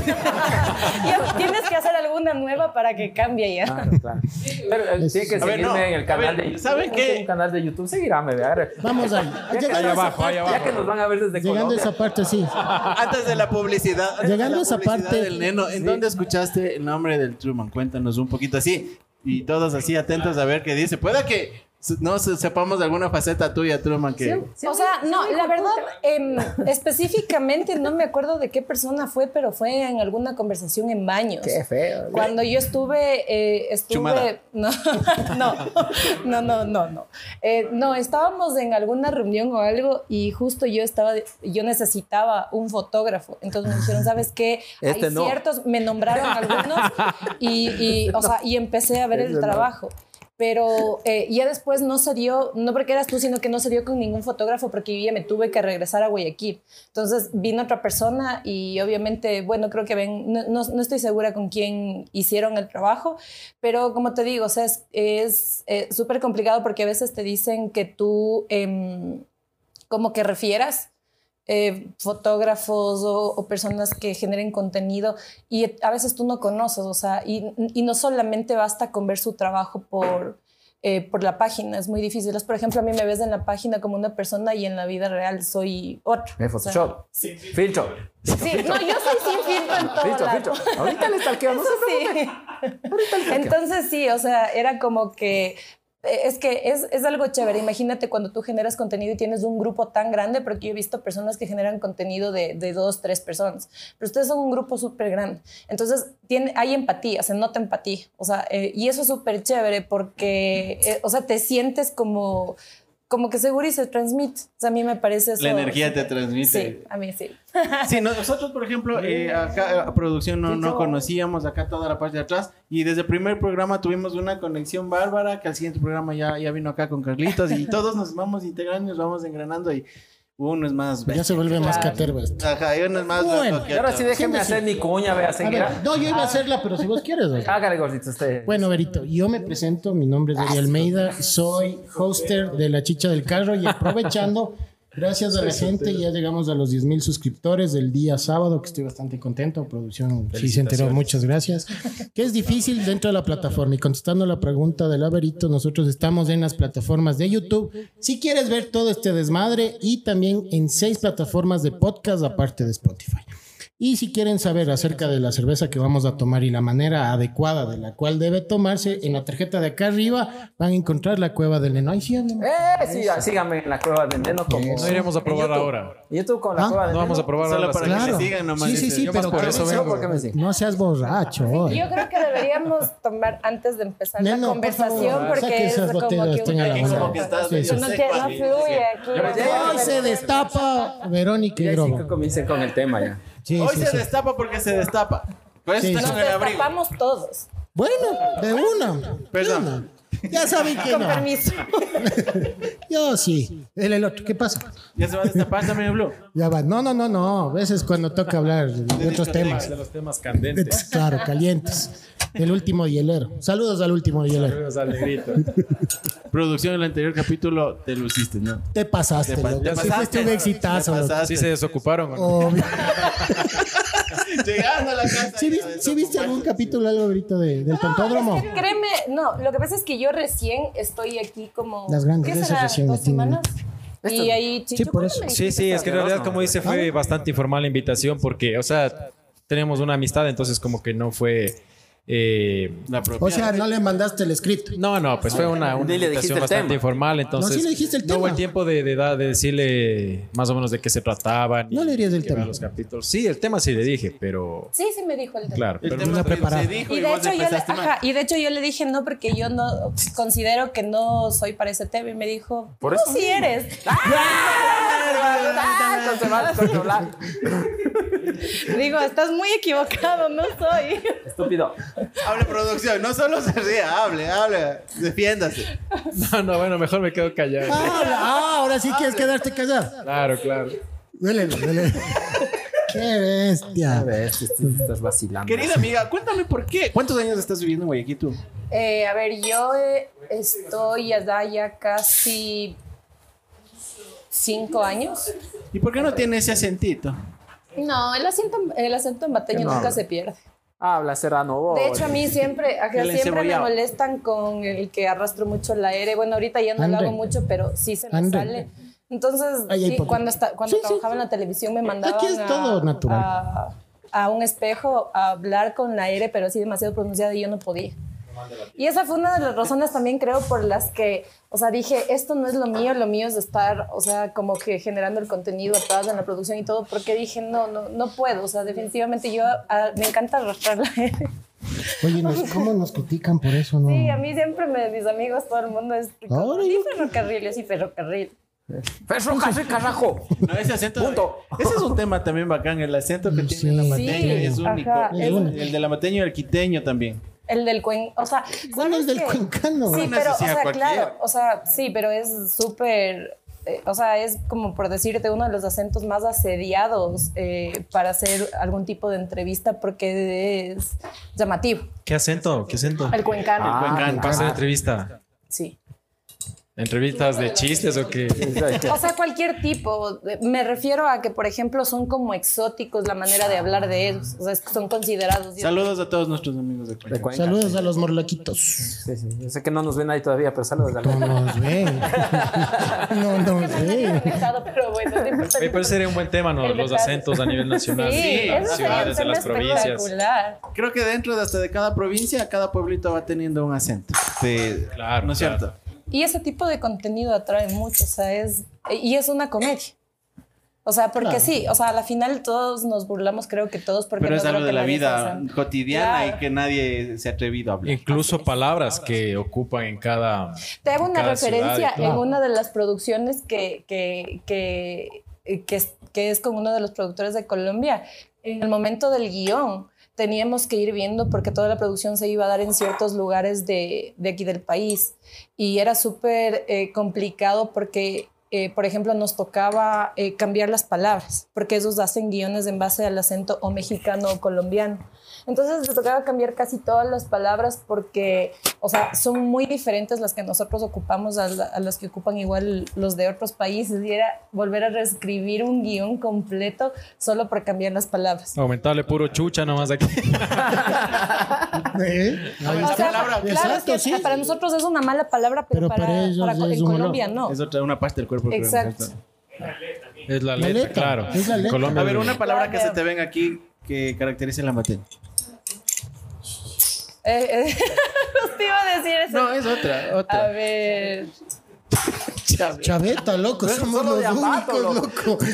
[SPEAKER 7] Ya Tienes que hacer alguna nueva para que cambie ya.
[SPEAKER 5] Claro, claro. Pero eh, tiene que
[SPEAKER 3] A ver,
[SPEAKER 5] seguirme
[SPEAKER 3] no,
[SPEAKER 5] en el
[SPEAKER 3] a
[SPEAKER 5] canal
[SPEAKER 3] ver,
[SPEAKER 5] de
[SPEAKER 3] ¿saben
[SPEAKER 5] Yo
[SPEAKER 3] qué?
[SPEAKER 5] tengo un canal de YouTube, seguirame, ¿verdad?
[SPEAKER 1] Vamos ahí. Llegando a esa parte,
[SPEAKER 5] Ya que nos van a ver desde
[SPEAKER 1] llegando a
[SPEAKER 5] Colombia.
[SPEAKER 1] esa parte, sí.
[SPEAKER 3] Antes de la publicidad. antes
[SPEAKER 1] Llegando
[SPEAKER 3] de la
[SPEAKER 1] a esa
[SPEAKER 3] publicidad
[SPEAKER 1] parte-
[SPEAKER 3] Del neno, ¿En dónde escuchaste el nombre del Truman? Cuéntanos un poquito así. Y todos así atentos a ver qué dice. Pueda que se- no se- sepamos de alguna faceta tuya, Truman, que.
[SPEAKER 7] O sea, no, la verdad, em, específicamente no me acuerdo de qué persona fue, pero fue en alguna conversación en baños.
[SPEAKER 5] Qué feo.
[SPEAKER 7] Cuando yo estuve, eh, estuve,
[SPEAKER 3] Chumada.
[SPEAKER 7] no, no, no, no, no, no, Eh, no, estábamos en alguna reunión o algo y justo yo estaba, yo necesitaba un fotógrafo, entonces me dijeron, ¿sabes qué?
[SPEAKER 5] Este
[SPEAKER 7] Hay
[SPEAKER 5] no.
[SPEAKER 7] ciertos, me nombraron algunos y, y, o sea, y empecé a ver el
[SPEAKER 5] Este no.
[SPEAKER 7] trabajo. Pero eh, ya después no se dio, no porque eras tú, sino que no se dio con ningún fotógrafo porque yo ya me tuve que regresar a Guayaquil. Entonces vino otra persona y obviamente, bueno, creo que ven, no, no- no estoy segura con quién hicieron el trabajo, pero como te digo, o sea, es- es eh, súper complicado porque a veces te dicen que tú em, como que refieras eh, fotógrafos o, o personas que generen contenido y a veces tú no conoces, o sea, y, y no solamente basta con ver su trabajo por... eh, por la página, es muy difícil. Es, Por ejemplo, a mí me ves en la página como una persona y en la vida real soy otra.
[SPEAKER 5] En
[SPEAKER 7] O sea,
[SPEAKER 5] Photoshop. Filtro.
[SPEAKER 7] Sí, no, yo soy sin filtro en todo
[SPEAKER 5] Filtro,
[SPEAKER 7] lado.
[SPEAKER 5] filtro. Ahorita le stalkeo, no
[SPEAKER 7] Eso
[SPEAKER 5] sé.
[SPEAKER 7] sí. Entonces sí, o sea, era como que eh, es que es, es algo chévere. Imagínate cuando tú generas contenido y tienes un grupo tan grande, porque yo he visto personas que generan contenido de, de dos, tres personas, pero ustedes son un grupo súper grande. Entonces tiene, hay empatía, se nota empatía. O sea, eh, y eso es súper chévere porque, eh, o sea, te sientes como, como que seguro y se transmite. O sea, a mí me parece eso.
[SPEAKER 3] La energía te transmite.
[SPEAKER 7] Sí, a mí sí.
[SPEAKER 3] Sí, no- nosotros, por ejemplo, eh, acá a producción no, no conocíamos acá toda la parte de atrás y desde el primer programa tuvimos una conexión bárbara que al siguiente programa ya, ya vino acá con Carlitos y todos nos vamos integrando y nos vamos engranando y uno es más...
[SPEAKER 1] Pues Ya se vuelve más caterva esto.
[SPEAKER 3] Ajá, y uno es más...
[SPEAKER 1] Bueno,
[SPEAKER 3] loco que
[SPEAKER 5] Y ahora
[SPEAKER 3] otro.
[SPEAKER 5] sí déjeme
[SPEAKER 1] Sí, sí.
[SPEAKER 5] hacer mi cuña,
[SPEAKER 1] A
[SPEAKER 5] vea,
[SPEAKER 1] ver,
[SPEAKER 5] seguirá.
[SPEAKER 1] no, yo iba a hacerla, pero si vos quieres. oye.
[SPEAKER 5] Hágale, gordito, usted.
[SPEAKER 1] Bueno, Verito, yo me presento, mi nombre es Darío Almeida, soy hoster de La Chicha del Carro y aprovechando, gracias a la gente, ya llegamos a los 10 mil suscriptores del día sábado, que estoy bastante contento, producción sí se enteró, muchas gracias. Que es difícil dentro de la plataforma y contestando la pregunta del Verito, nosotros estamos en las plataformas de YouTube, si quieres ver todo este desmadre y también en seis plataformas de podcast aparte de Spotify. Y si quieren saber acerca de la cerveza que vamos a tomar y la manera adecuada de la cual debe tomarse, en la tarjeta de acá arriba van a encontrar la cueva del Neno. Ay, sí, háblame.
[SPEAKER 5] Eh, sí, síganme en la cueva de Neno como...
[SPEAKER 4] No iremos a probar
[SPEAKER 5] YouTube.
[SPEAKER 4] ahora.
[SPEAKER 5] YouTube con la
[SPEAKER 1] Ah,
[SPEAKER 5] cueva de
[SPEAKER 4] No vamos a
[SPEAKER 5] Neno.
[SPEAKER 4] probar
[SPEAKER 3] Solo
[SPEAKER 4] ahora.
[SPEAKER 3] para
[SPEAKER 4] sí.
[SPEAKER 3] que le sigan nomás.
[SPEAKER 1] Sí, sí, sí,
[SPEAKER 4] Yo más
[SPEAKER 1] pero
[SPEAKER 4] por eso
[SPEAKER 5] ¿Sabe por
[SPEAKER 4] vengo.
[SPEAKER 5] qué me siguen?
[SPEAKER 1] no seas borracho. hoy.
[SPEAKER 7] Yo creo que deberíamos tomar antes de empezar la
[SPEAKER 1] Neno, por
[SPEAKER 7] conversación
[SPEAKER 1] favor,
[SPEAKER 7] porque
[SPEAKER 1] saque
[SPEAKER 7] es
[SPEAKER 1] esas
[SPEAKER 7] como que
[SPEAKER 1] botellas, tenga la
[SPEAKER 3] Aquí
[SPEAKER 1] mano.
[SPEAKER 3] como que estás
[SPEAKER 1] Sí, sí.
[SPEAKER 3] medio
[SPEAKER 7] no,
[SPEAKER 3] seco,
[SPEAKER 7] que no
[SPEAKER 3] así,
[SPEAKER 7] fluye
[SPEAKER 3] sí.
[SPEAKER 7] aquí.
[SPEAKER 1] Hoy se destapa Verónica
[SPEAKER 5] Y
[SPEAKER 1] y
[SPEAKER 5] ahí sí
[SPEAKER 1] Grobo.
[SPEAKER 5] que comiencen con el tema ya.
[SPEAKER 1] Sí,
[SPEAKER 3] Hoy
[SPEAKER 1] sí,
[SPEAKER 3] se
[SPEAKER 1] sí.
[SPEAKER 3] destapa porque se destapa. Por eso
[SPEAKER 1] Sí,
[SPEAKER 3] está
[SPEAKER 1] sí.
[SPEAKER 3] con
[SPEAKER 7] Nos
[SPEAKER 3] el abrigo.
[SPEAKER 7] destapamos todos.
[SPEAKER 1] Bueno, de una.
[SPEAKER 3] Perdón.
[SPEAKER 1] De una. Ya saben que
[SPEAKER 7] Con
[SPEAKER 1] no.
[SPEAKER 7] permiso.
[SPEAKER 1] Yo sí. El, el otro, ¿qué pasa?
[SPEAKER 3] Ya se va a destapar también, Blue.
[SPEAKER 1] Ya va. No, no, no, no. A veces cuando toca hablar de otros temas.
[SPEAKER 4] De los temas candentes.
[SPEAKER 1] Claro, calientes. El último hielero. Saludos al último hielero.
[SPEAKER 4] Saludos al negrito.
[SPEAKER 3] Producción del anterior capítulo, te luciste, ¿no?
[SPEAKER 1] Te pasaste,
[SPEAKER 3] Te pas-
[SPEAKER 1] loco.
[SPEAKER 3] te
[SPEAKER 1] Sí
[SPEAKER 3] pasaste,
[SPEAKER 1] fuiste un
[SPEAKER 3] ¿no?
[SPEAKER 1] exitazo.
[SPEAKER 3] Te
[SPEAKER 1] loco.
[SPEAKER 3] pasaste.
[SPEAKER 4] Sí se desocuparon. ¿o no?
[SPEAKER 1] Obvio.
[SPEAKER 3] Llegando a la casa.
[SPEAKER 1] ¿Sí,
[SPEAKER 3] ya
[SPEAKER 1] vi-
[SPEAKER 3] de
[SPEAKER 1] sí viste
[SPEAKER 3] sopa.
[SPEAKER 1] algún capítulo algo ahorita de, del tontódromo?
[SPEAKER 7] Es que créeme, no, lo que pasa es que yo recién estoy aquí como.
[SPEAKER 1] Las grandes
[SPEAKER 7] ¿qué
[SPEAKER 1] veces
[SPEAKER 7] será?
[SPEAKER 1] recién
[SPEAKER 7] ¿Dos
[SPEAKER 1] me tienen.
[SPEAKER 7] semanas? Y ahí, Chicho,
[SPEAKER 1] por
[SPEAKER 7] ¿cuándo
[SPEAKER 1] eso.
[SPEAKER 7] me
[SPEAKER 4] Sí,
[SPEAKER 7] dijiste
[SPEAKER 4] sí, es que en realidad,
[SPEAKER 5] no,
[SPEAKER 4] como dice, fue bastante informal la invitación porque, o sea, tenemos una amistad, entonces como que no fue eh,
[SPEAKER 3] La propia.
[SPEAKER 1] O sea, no le mandaste el script.
[SPEAKER 4] no, no, pues fue una, una
[SPEAKER 5] Ni le dijiste
[SPEAKER 4] invitación
[SPEAKER 5] el
[SPEAKER 4] bastante
[SPEAKER 5] tema.
[SPEAKER 4] informal,
[SPEAKER 1] No, sí
[SPEAKER 4] entonces
[SPEAKER 1] le dijiste el
[SPEAKER 4] no hubo
[SPEAKER 1] tema.
[SPEAKER 4] el tiempo de, de, da- de decirle más o menos de qué se trataba. ni
[SPEAKER 1] No le dirías del
[SPEAKER 4] qué eran
[SPEAKER 1] tema.
[SPEAKER 4] los capítulos. Sí, el tema sí le dije, pero
[SPEAKER 7] Sí, sí me dijo el tema.
[SPEAKER 4] claro,
[SPEAKER 3] el
[SPEAKER 4] pero
[SPEAKER 3] tema
[SPEAKER 1] no
[SPEAKER 3] se-
[SPEAKER 1] preparado.
[SPEAKER 3] se dijo
[SPEAKER 7] Y
[SPEAKER 3] y,
[SPEAKER 7] de,
[SPEAKER 3] vos
[SPEAKER 7] hecho yo le,
[SPEAKER 3] empezaste mal.
[SPEAKER 7] ajá, y de hecho yo le dije no porque yo no pues, considero que no soy para ese tema y me dijo,
[SPEAKER 5] Por
[SPEAKER 7] tú
[SPEAKER 5] eso
[SPEAKER 7] sí
[SPEAKER 5] mismo.
[SPEAKER 7] eres.
[SPEAKER 5] Tanto se va a descontrolar.
[SPEAKER 7] Digo, estás muy equivocado, no soy.
[SPEAKER 5] Estúpido.
[SPEAKER 3] Hable producción, no solo se ríe, hable, hable, defiéndase.
[SPEAKER 4] no, no, bueno, mejor me quedo callado.
[SPEAKER 1] Ah, ah, ahora sí quieres quedarte callado.
[SPEAKER 4] Claro, claro.
[SPEAKER 1] Duele, duele. Qué
[SPEAKER 5] A
[SPEAKER 1] bestia.
[SPEAKER 5] ver, si tú estás vacilando.
[SPEAKER 3] Querida amiga, cuéntame por qué. ¿Cuántos años estás viviendo en Guayaquil tú?
[SPEAKER 7] Eh, a ver, yo eh, estoy allá ya casi cinco años.
[SPEAKER 3] ¿Y por qué no tiene ese acentito?
[SPEAKER 7] No, el acento, el acento
[SPEAKER 5] Que
[SPEAKER 7] mateño
[SPEAKER 5] no
[SPEAKER 7] nunca
[SPEAKER 5] habla.
[SPEAKER 7] se pierde.
[SPEAKER 5] Habla serrano. vos.
[SPEAKER 1] Oh,
[SPEAKER 7] De hecho, a mí siempre, ajá,
[SPEAKER 3] El
[SPEAKER 7] siempre me
[SPEAKER 3] encebollado.
[SPEAKER 7] molestan con el que arrastro mucho la R. Bueno, ahorita ya no
[SPEAKER 1] Andre.
[SPEAKER 7] lo hago mucho, pero sí se me
[SPEAKER 1] Andre.
[SPEAKER 7] sale. Entonces,
[SPEAKER 1] Ay, ay,
[SPEAKER 7] sí,
[SPEAKER 1] poco.
[SPEAKER 7] cuando, esta- cuando
[SPEAKER 1] Sí, sí,
[SPEAKER 7] trabajaba
[SPEAKER 1] sí.
[SPEAKER 7] en la televisión me mandaban
[SPEAKER 1] Aquí es
[SPEAKER 7] a-
[SPEAKER 1] todo natural.
[SPEAKER 7] A, a un espejo a hablar con la R, pero así demasiado pronunciada y yo no podía. Y esa fue una de las razones también creo por las que, o sea, dije, esto no es lo mío, lo mío es estar, o sea, como que generando el contenido atrás en la producción y todo, porque dije, no, no, no puedo, o sea, definitivamente yo, ah, me encanta arrastrar la R.
[SPEAKER 1] Oye, nos- ¿cómo nos critican por eso? No?
[SPEAKER 7] Sí, a mí siempre me, mis amigos, todo el mundo es como,
[SPEAKER 1] Ahora
[SPEAKER 7] sí,
[SPEAKER 1] yo-
[SPEAKER 7] ferrocarril, yo sí, ferrocarril.
[SPEAKER 5] Ferro, casi, carajo.
[SPEAKER 3] No, ese acento.
[SPEAKER 5] Punto.
[SPEAKER 3] Ese es un tema también bacán, el acento que
[SPEAKER 1] Sí.
[SPEAKER 3] tiene la mateña
[SPEAKER 7] Mm, Sí,
[SPEAKER 3] es único.
[SPEAKER 7] ajá,
[SPEAKER 1] es
[SPEAKER 3] el,
[SPEAKER 1] único.
[SPEAKER 3] el de la mateña y el quiteño también.
[SPEAKER 7] El del cuen, o sea,
[SPEAKER 1] ¿Cuál
[SPEAKER 7] ¿sabes
[SPEAKER 1] es del
[SPEAKER 7] qué?
[SPEAKER 1] cuencano?
[SPEAKER 7] Sí,
[SPEAKER 3] Una
[SPEAKER 7] pero, o
[SPEAKER 3] asesina
[SPEAKER 7] sea,
[SPEAKER 3] cualquiera.
[SPEAKER 7] claro, o sea, sí, pero es súper, eh, o sea, es como por decirte uno de los acentos más asediados eh, para hacer algún tipo de entrevista porque es llamativo.
[SPEAKER 4] ¿Qué acento? ¿Qué acento?
[SPEAKER 7] El cuencano,
[SPEAKER 5] Ah,
[SPEAKER 3] cuencano.
[SPEAKER 4] ¿Vas a hacer entrevista?
[SPEAKER 7] sí.
[SPEAKER 4] ¿Entrevistas de chistes o qué?
[SPEAKER 7] O sea, cualquier tipo. Me refiero a que, por ejemplo, son como exóticos la manera de hablar de ellos. O sea, es que son considerados.
[SPEAKER 3] Saludos a todos nuestros amigos de Cuenca.
[SPEAKER 1] Saludos a los morlaquitos.
[SPEAKER 5] Sí, sí. Yo sé que Este, no nos ven ahí todavía, pero saludos.
[SPEAKER 1] No
[SPEAKER 5] Alberto.
[SPEAKER 1] nos ven. No nos
[SPEAKER 7] Me había
[SPEAKER 1] ven.
[SPEAKER 7] conectado, pero bueno, no importa.
[SPEAKER 4] Oye, Pero sería un buen tema, ¿no?
[SPEAKER 7] El
[SPEAKER 4] Los
[SPEAKER 7] detalle.
[SPEAKER 4] acentos a nivel nacional.
[SPEAKER 7] Sí,
[SPEAKER 4] de
[SPEAKER 7] eso
[SPEAKER 4] las
[SPEAKER 7] sería un
[SPEAKER 4] ciudades, de
[SPEAKER 7] tema
[SPEAKER 4] las provincias.
[SPEAKER 7] espectacular.
[SPEAKER 3] Creo que dentro de hasta de cada provincia, cada pueblito va teniendo un acento. De-
[SPEAKER 4] Claro,
[SPEAKER 3] ¿No es
[SPEAKER 4] claro.
[SPEAKER 3] cierto?
[SPEAKER 7] Y ese tipo de contenido atrae mucho, o sea, es, y es una comedia. O sea, porque
[SPEAKER 1] Claro.
[SPEAKER 7] sí, o sea, a la final todos nos burlamos, creo que todos, porque
[SPEAKER 3] Pero
[SPEAKER 7] no
[SPEAKER 3] es algo
[SPEAKER 7] creo
[SPEAKER 3] de
[SPEAKER 7] que
[SPEAKER 3] la
[SPEAKER 7] nadie
[SPEAKER 3] vida
[SPEAKER 7] se-
[SPEAKER 3] cotidiana y
[SPEAKER 7] Claro. Mm,
[SPEAKER 3] que nadie se ha atrevido a hablar.
[SPEAKER 4] Incluso palabras que ocupan en cada.
[SPEAKER 7] Te hago una
[SPEAKER 4] cada
[SPEAKER 7] referencia
[SPEAKER 4] ciudad y todo.
[SPEAKER 7] en una de las producciones que, que, que, que, es- que es con uno de los productores de Colombia. En el momento del guión teníamos que ir viendo porque toda la producción se iba a dar en ciertos lugares de, de aquí del país y era súper eh, complicado porque... eh, por ejemplo, nos tocaba eh, cambiar las palabras, porque ellos hacen guiones en base al acento o mexicano o colombiano. Entonces le tocaba cambiar casi todas las palabras porque, o sea, son muy diferentes las que nosotros ocupamos a, la- a las que ocupan igual los de otros países. Y era volver a reescribir un guión completo solo por cambiar las palabras.
[SPEAKER 4] Aumentarle puro chucha nomás aquí.
[SPEAKER 1] ¿Eh? Ahí
[SPEAKER 7] O
[SPEAKER 1] está.
[SPEAKER 7] sea,
[SPEAKER 3] palabra-
[SPEAKER 7] claro,
[SPEAKER 1] Exacto,
[SPEAKER 7] es que
[SPEAKER 1] sí.
[SPEAKER 7] para nosotros es una mala palabra,
[SPEAKER 1] Pero
[SPEAKER 7] pero, para,
[SPEAKER 1] para ellos
[SPEAKER 7] para-
[SPEAKER 1] es
[SPEAKER 7] en
[SPEAKER 1] un
[SPEAKER 7] Colombia
[SPEAKER 1] honor.
[SPEAKER 7] no.
[SPEAKER 3] Es otra una parte del cuerpo. creo, ¿no es
[SPEAKER 7] Exacto.
[SPEAKER 3] cierto?
[SPEAKER 4] Es la
[SPEAKER 1] La
[SPEAKER 4] letra,
[SPEAKER 1] letra,
[SPEAKER 4] claro.
[SPEAKER 1] es la
[SPEAKER 4] En
[SPEAKER 1] letra.
[SPEAKER 4] Colombia,
[SPEAKER 3] A ver, una palabra que se
[SPEAKER 7] Claro.
[SPEAKER 3] te venga aquí que caracterice la materia.
[SPEAKER 7] Eh, eh, te iba a decir eso.
[SPEAKER 3] No, es otra,
[SPEAKER 7] a
[SPEAKER 3] otra.
[SPEAKER 7] ver.
[SPEAKER 1] Chaveta, loco. Somos
[SPEAKER 5] solo de
[SPEAKER 1] los
[SPEAKER 5] abajo,
[SPEAKER 1] únicos, loco.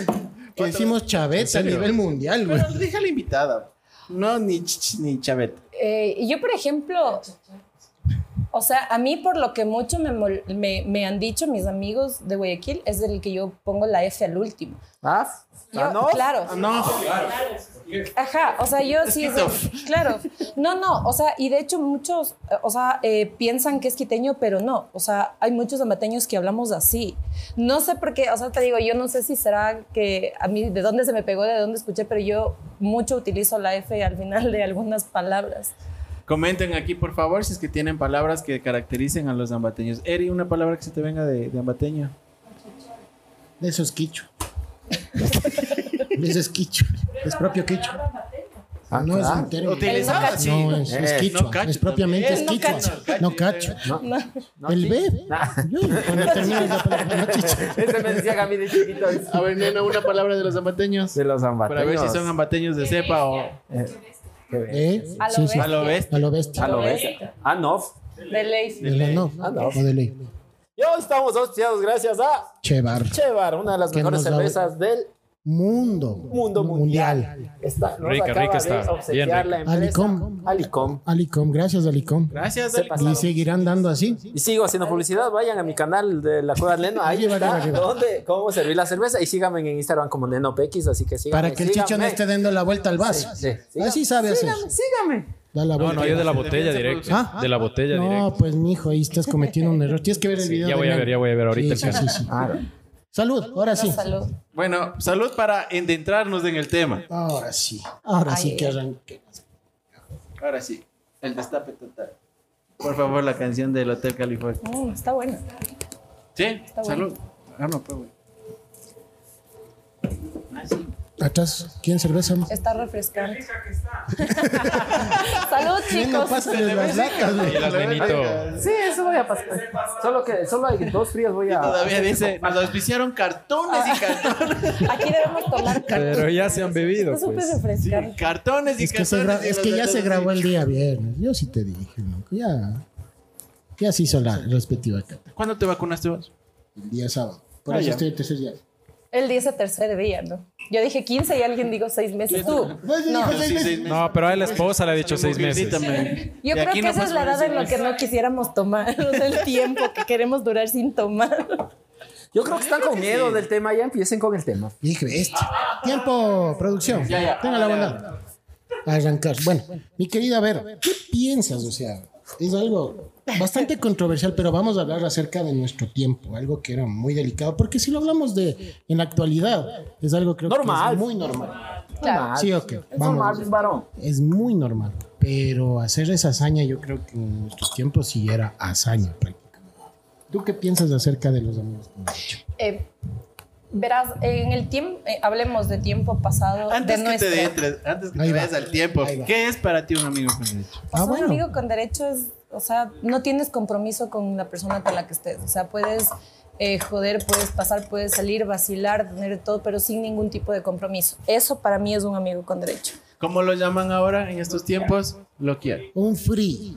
[SPEAKER 1] Que decimos chaveta a nivel mundial, güey.
[SPEAKER 3] Pero deja la invitada. No, ni, ch- ch- ni chaveta.
[SPEAKER 7] Eh, y yo, por ejemplo, o sea, a mí por lo que mucho me, mol- me, me han dicho mis amigos de Guayaquil es el que yo pongo la F al último.
[SPEAKER 5] ¿Ah?
[SPEAKER 7] Yo-
[SPEAKER 5] ¿Ah, no?
[SPEAKER 7] Claro.
[SPEAKER 3] No,
[SPEAKER 7] Ajá, o sea, yo sí,
[SPEAKER 3] Quito.
[SPEAKER 7] sí, claro. No, no, o sea, y de hecho muchos, eh, o sea, eh, piensan que es quiteño, pero no, o sea, hay muchos amateños que hablamos así. No sé por qué, o sea, te digo, yo no sé si será que a mí, de dónde se me pegó, de dónde escuché, pero yo mucho utilizo la F al final de algunas palabras.
[SPEAKER 3] Comenten aquí, por favor, si es que tienen palabras que caractericen a los ambateños. Eri, una palabra que se te venga de, de ambateño.
[SPEAKER 1] De Eso es quicho. De Eso es quicho. Es propio quicho.
[SPEAKER 5] Ah,
[SPEAKER 1] no es
[SPEAKER 5] claro.
[SPEAKER 1] entero.
[SPEAKER 3] Utilizada, sí.
[SPEAKER 1] No, es, es
[SPEAKER 5] Eh,
[SPEAKER 1] quicho.
[SPEAKER 3] no cacho
[SPEAKER 1] es propiamente es
[SPEAKER 3] también.
[SPEAKER 1] quicho.
[SPEAKER 3] No cacho.
[SPEAKER 1] No cacho.
[SPEAKER 7] No.
[SPEAKER 5] No,
[SPEAKER 1] El
[SPEAKER 5] sí.
[SPEAKER 1] B. Yo, cuando terminas la palabra, no chicha.
[SPEAKER 5] Ese Este me decía a mí de chiquito.
[SPEAKER 3] A ver, nena, una palabra de los ambateños.
[SPEAKER 5] De los ambateños.
[SPEAKER 3] Para ver si son ambateños de cepa o.
[SPEAKER 5] Eh, Qué bestia.
[SPEAKER 1] ¿Eh?
[SPEAKER 7] A lo
[SPEAKER 1] Sí, sí.
[SPEAKER 3] A lo bestia.
[SPEAKER 1] A lo bestia.
[SPEAKER 5] A lo ves. Ah, no.
[SPEAKER 7] De ley.
[SPEAKER 1] De ley, no,
[SPEAKER 5] Ah, no.
[SPEAKER 1] o de ley.
[SPEAKER 5] Y hoy estamos auspiciados gracias a
[SPEAKER 1] Chevar.
[SPEAKER 5] Chevar, una de las
[SPEAKER 1] Que
[SPEAKER 5] mejores
[SPEAKER 1] nos da-
[SPEAKER 5] cervezas del
[SPEAKER 1] Mundo.
[SPEAKER 5] mundo mundial. Está, nos
[SPEAKER 4] Rica,
[SPEAKER 5] acaba
[SPEAKER 4] rica
[SPEAKER 5] de
[SPEAKER 4] está.
[SPEAKER 5] obsequiar
[SPEAKER 4] Bien rica.
[SPEAKER 5] la empresa
[SPEAKER 1] Alicom.
[SPEAKER 5] Alicom.
[SPEAKER 1] Alicom, gracias Alicom.
[SPEAKER 3] Gracias,
[SPEAKER 5] Se
[SPEAKER 3] Alex.
[SPEAKER 5] pasó.
[SPEAKER 1] Y seguirán dando así.
[SPEAKER 5] Y sigo haciendo publicidad, vayan a mi canal de la Cueva del Neno, ahí
[SPEAKER 1] Arriba,
[SPEAKER 5] está,
[SPEAKER 1] arriba, arriba.
[SPEAKER 5] donde, cómo servir la cerveza y síganme en Instagram como NenoPX, así que síganme.
[SPEAKER 1] Para que el chicho no
[SPEAKER 5] síganme.
[SPEAKER 1] esté dando la vuelta al vaso.
[SPEAKER 5] Sí, sí.
[SPEAKER 1] Así sabe hacer.
[SPEAKER 5] Síganme, síganme.
[SPEAKER 1] Da la
[SPEAKER 4] No,
[SPEAKER 1] vuelta.
[SPEAKER 4] no, yo de la botella directo.
[SPEAKER 1] ¿Ah?
[SPEAKER 4] De la botella
[SPEAKER 1] No,
[SPEAKER 4] directo.
[SPEAKER 1] pues mijo, ahí estás cometiendo un error. Tienes que ver el video.
[SPEAKER 4] Ya
[SPEAKER 1] de
[SPEAKER 4] voy a
[SPEAKER 1] Nano.
[SPEAKER 4] ver, ya voy a ver ahorita el
[SPEAKER 1] Sí, sí,
[SPEAKER 4] canal.
[SPEAKER 1] sí, sí.
[SPEAKER 5] Claro.
[SPEAKER 1] Salud, ahora sí.
[SPEAKER 7] Salud.
[SPEAKER 3] Bueno, salud para endentrarnos en el tema.
[SPEAKER 1] Ahora sí. Ahora sí
[SPEAKER 7] Ay,
[SPEAKER 1] que
[SPEAKER 7] eh.
[SPEAKER 1] arranque.
[SPEAKER 3] Ahora sí, el destape total. Por favor, la canción del Hotel California.
[SPEAKER 7] Mm, está bueno.
[SPEAKER 3] Sí,
[SPEAKER 7] bueno.
[SPEAKER 3] salud. Ah, no, pues, güey.
[SPEAKER 1] Atrás, ¿quién cerveza?
[SPEAKER 7] Está refrescante. Salud,
[SPEAKER 1] ¿Quién no
[SPEAKER 7] chicos.
[SPEAKER 1] pasa de las latas, güey?
[SPEAKER 4] Y las nenito.
[SPEAKER 5] Sí, eso voy a pasar. Solo que, solo hay dos frías voy a.
[SPEAKER 7] Ah,
[SPEAKER 3] Todavía dice, nos auspiciaron cartones y cartones.
[SPEAKER 7] Aquí debemos tomar cartas.
[SPEAKER 4] Pero ya se han bebido,
[SPEAKER 7] Está súper
[SPEAKER 4] pues.
[SPEAKER 7] refrescante.
[SPEAKER 3] Cartones y
[SPEAKER 1] Es que, se
[SPEAKER 3] cartones.
[SPEAKER 1] gra-
[SPEAKER 3] y
[SPEAKER 1] es
[SPEAKER 3] los
[SPEAKER 1] que ya
[SPEAKER 3] dedos
[SPEAKER 1] se
[SPEAKER 3] así.
[SPEAKER 1] grabó el día viernes. Yo sí te dije, ¿no? ya, ya se hizo la respectiva cata.
[SPEAKER 3] ¿Cuándo te vacunaste vos?
[SPEAKER 1] El día sábado. Por
[SPEAKER 3] Ah,
[SPEAKER 1] eso
[SPEAKER 3] ya.
[SPEAKER 1] estoy el tercer día.
[SPEAKER 7] Él dice tercer día, ¿no? Yo dije 15 y alguien dijo 6 meses. Tú.
[SPEAKER 1] No,
[SPEAKER 3] Sí, seis meses.
[SPEAKER 4] No, pero a la esposa le ha dicho seis meses.
[SPEAKER 3] Mujercita, man.
[SPEAKER 7] Yo
[SPEAKER 3] De
[SPEAKER 7] creo
[SPEAKER 3] aquí
[SPEAKER 7] que
[SPEAKER 3] no
[SPEAKER 7] esa es
[SPEAKER 3] pasa
[SPEAKER 7] la edad en
[SPEAKER 3] nada.
[SPEAKER 7] la que no quisiéramos tomar, o sea, el tiempo que queremos durar sin tomar.
[SPEAKER 5] Yo creo que están con miedo del tema, ya empiecen con el tema.
[SPEAKER 1] Dije, este. Tiempo, producción.
[SPEAKER 3] Ya, ya.
[SPEAKER 1] Tenga la bondad. Arrancar. Bueno, mi querida Vera, ¿qué piensas? O sea, es algo bastante controversial, pero vamos a hablar acerca de nuestro tiempo, algo que era muy delicado, porque si lo hablamos de en la actualidad, es algo creo
[SPEAKER 5] Normal.
[SPEAKER 1] que es muy normal.
[SPEAKER 5] Normal.
[SPEAKER 1] Sí, ok,
[SPEAKER 5] Es
[SPEAKER 1] vamos.
[SPEAKER 5] normal, es varón.
[SPEAKER 1] Es muy normal, pero hacer esa hazaña yo creo que en nuestros tiempos sí era hazaña prácticamente. ¿Tú qué piensas acerca de los amigos?
[SPEAKER 7] Eh, verás, en el tiempo, hablemos de tiempo pasado,
[SPEAKER 3] Antes
[SPEAKER 7] de
[SPEAKER 3] que
[SPEAKER 7] nuestra-
[SPEAKER 3] te entres, antes que
[SPEAKER 1] Ahí
[SPEAKER 3] te
[SPEAKER 1] va.
[SPEAKER 3] vayas al tiempo,
[SPEAKER 1] Ahí va.
[SPEAKER 3] ¿qué es para ti un amigo con derecho?
[SPEAKER 7] O sea,
[SPEAKER 1] Ah, bueno.
[SPEAKER 7] un amigo con derecho es, o sea, no tienes compromiso con la persona con la que estés. O sea, puedes eh, joder, puedes pasar, puedes salir, vacilar, tener todo, pero sin ningún tipo de compromiso. Eso para mí es un amigo con derecho.
[SPEAKER 3] ¿Cómo lo llaman ahora en estos tiempos? Lo quiero.
[SPEAKER 1] Un free.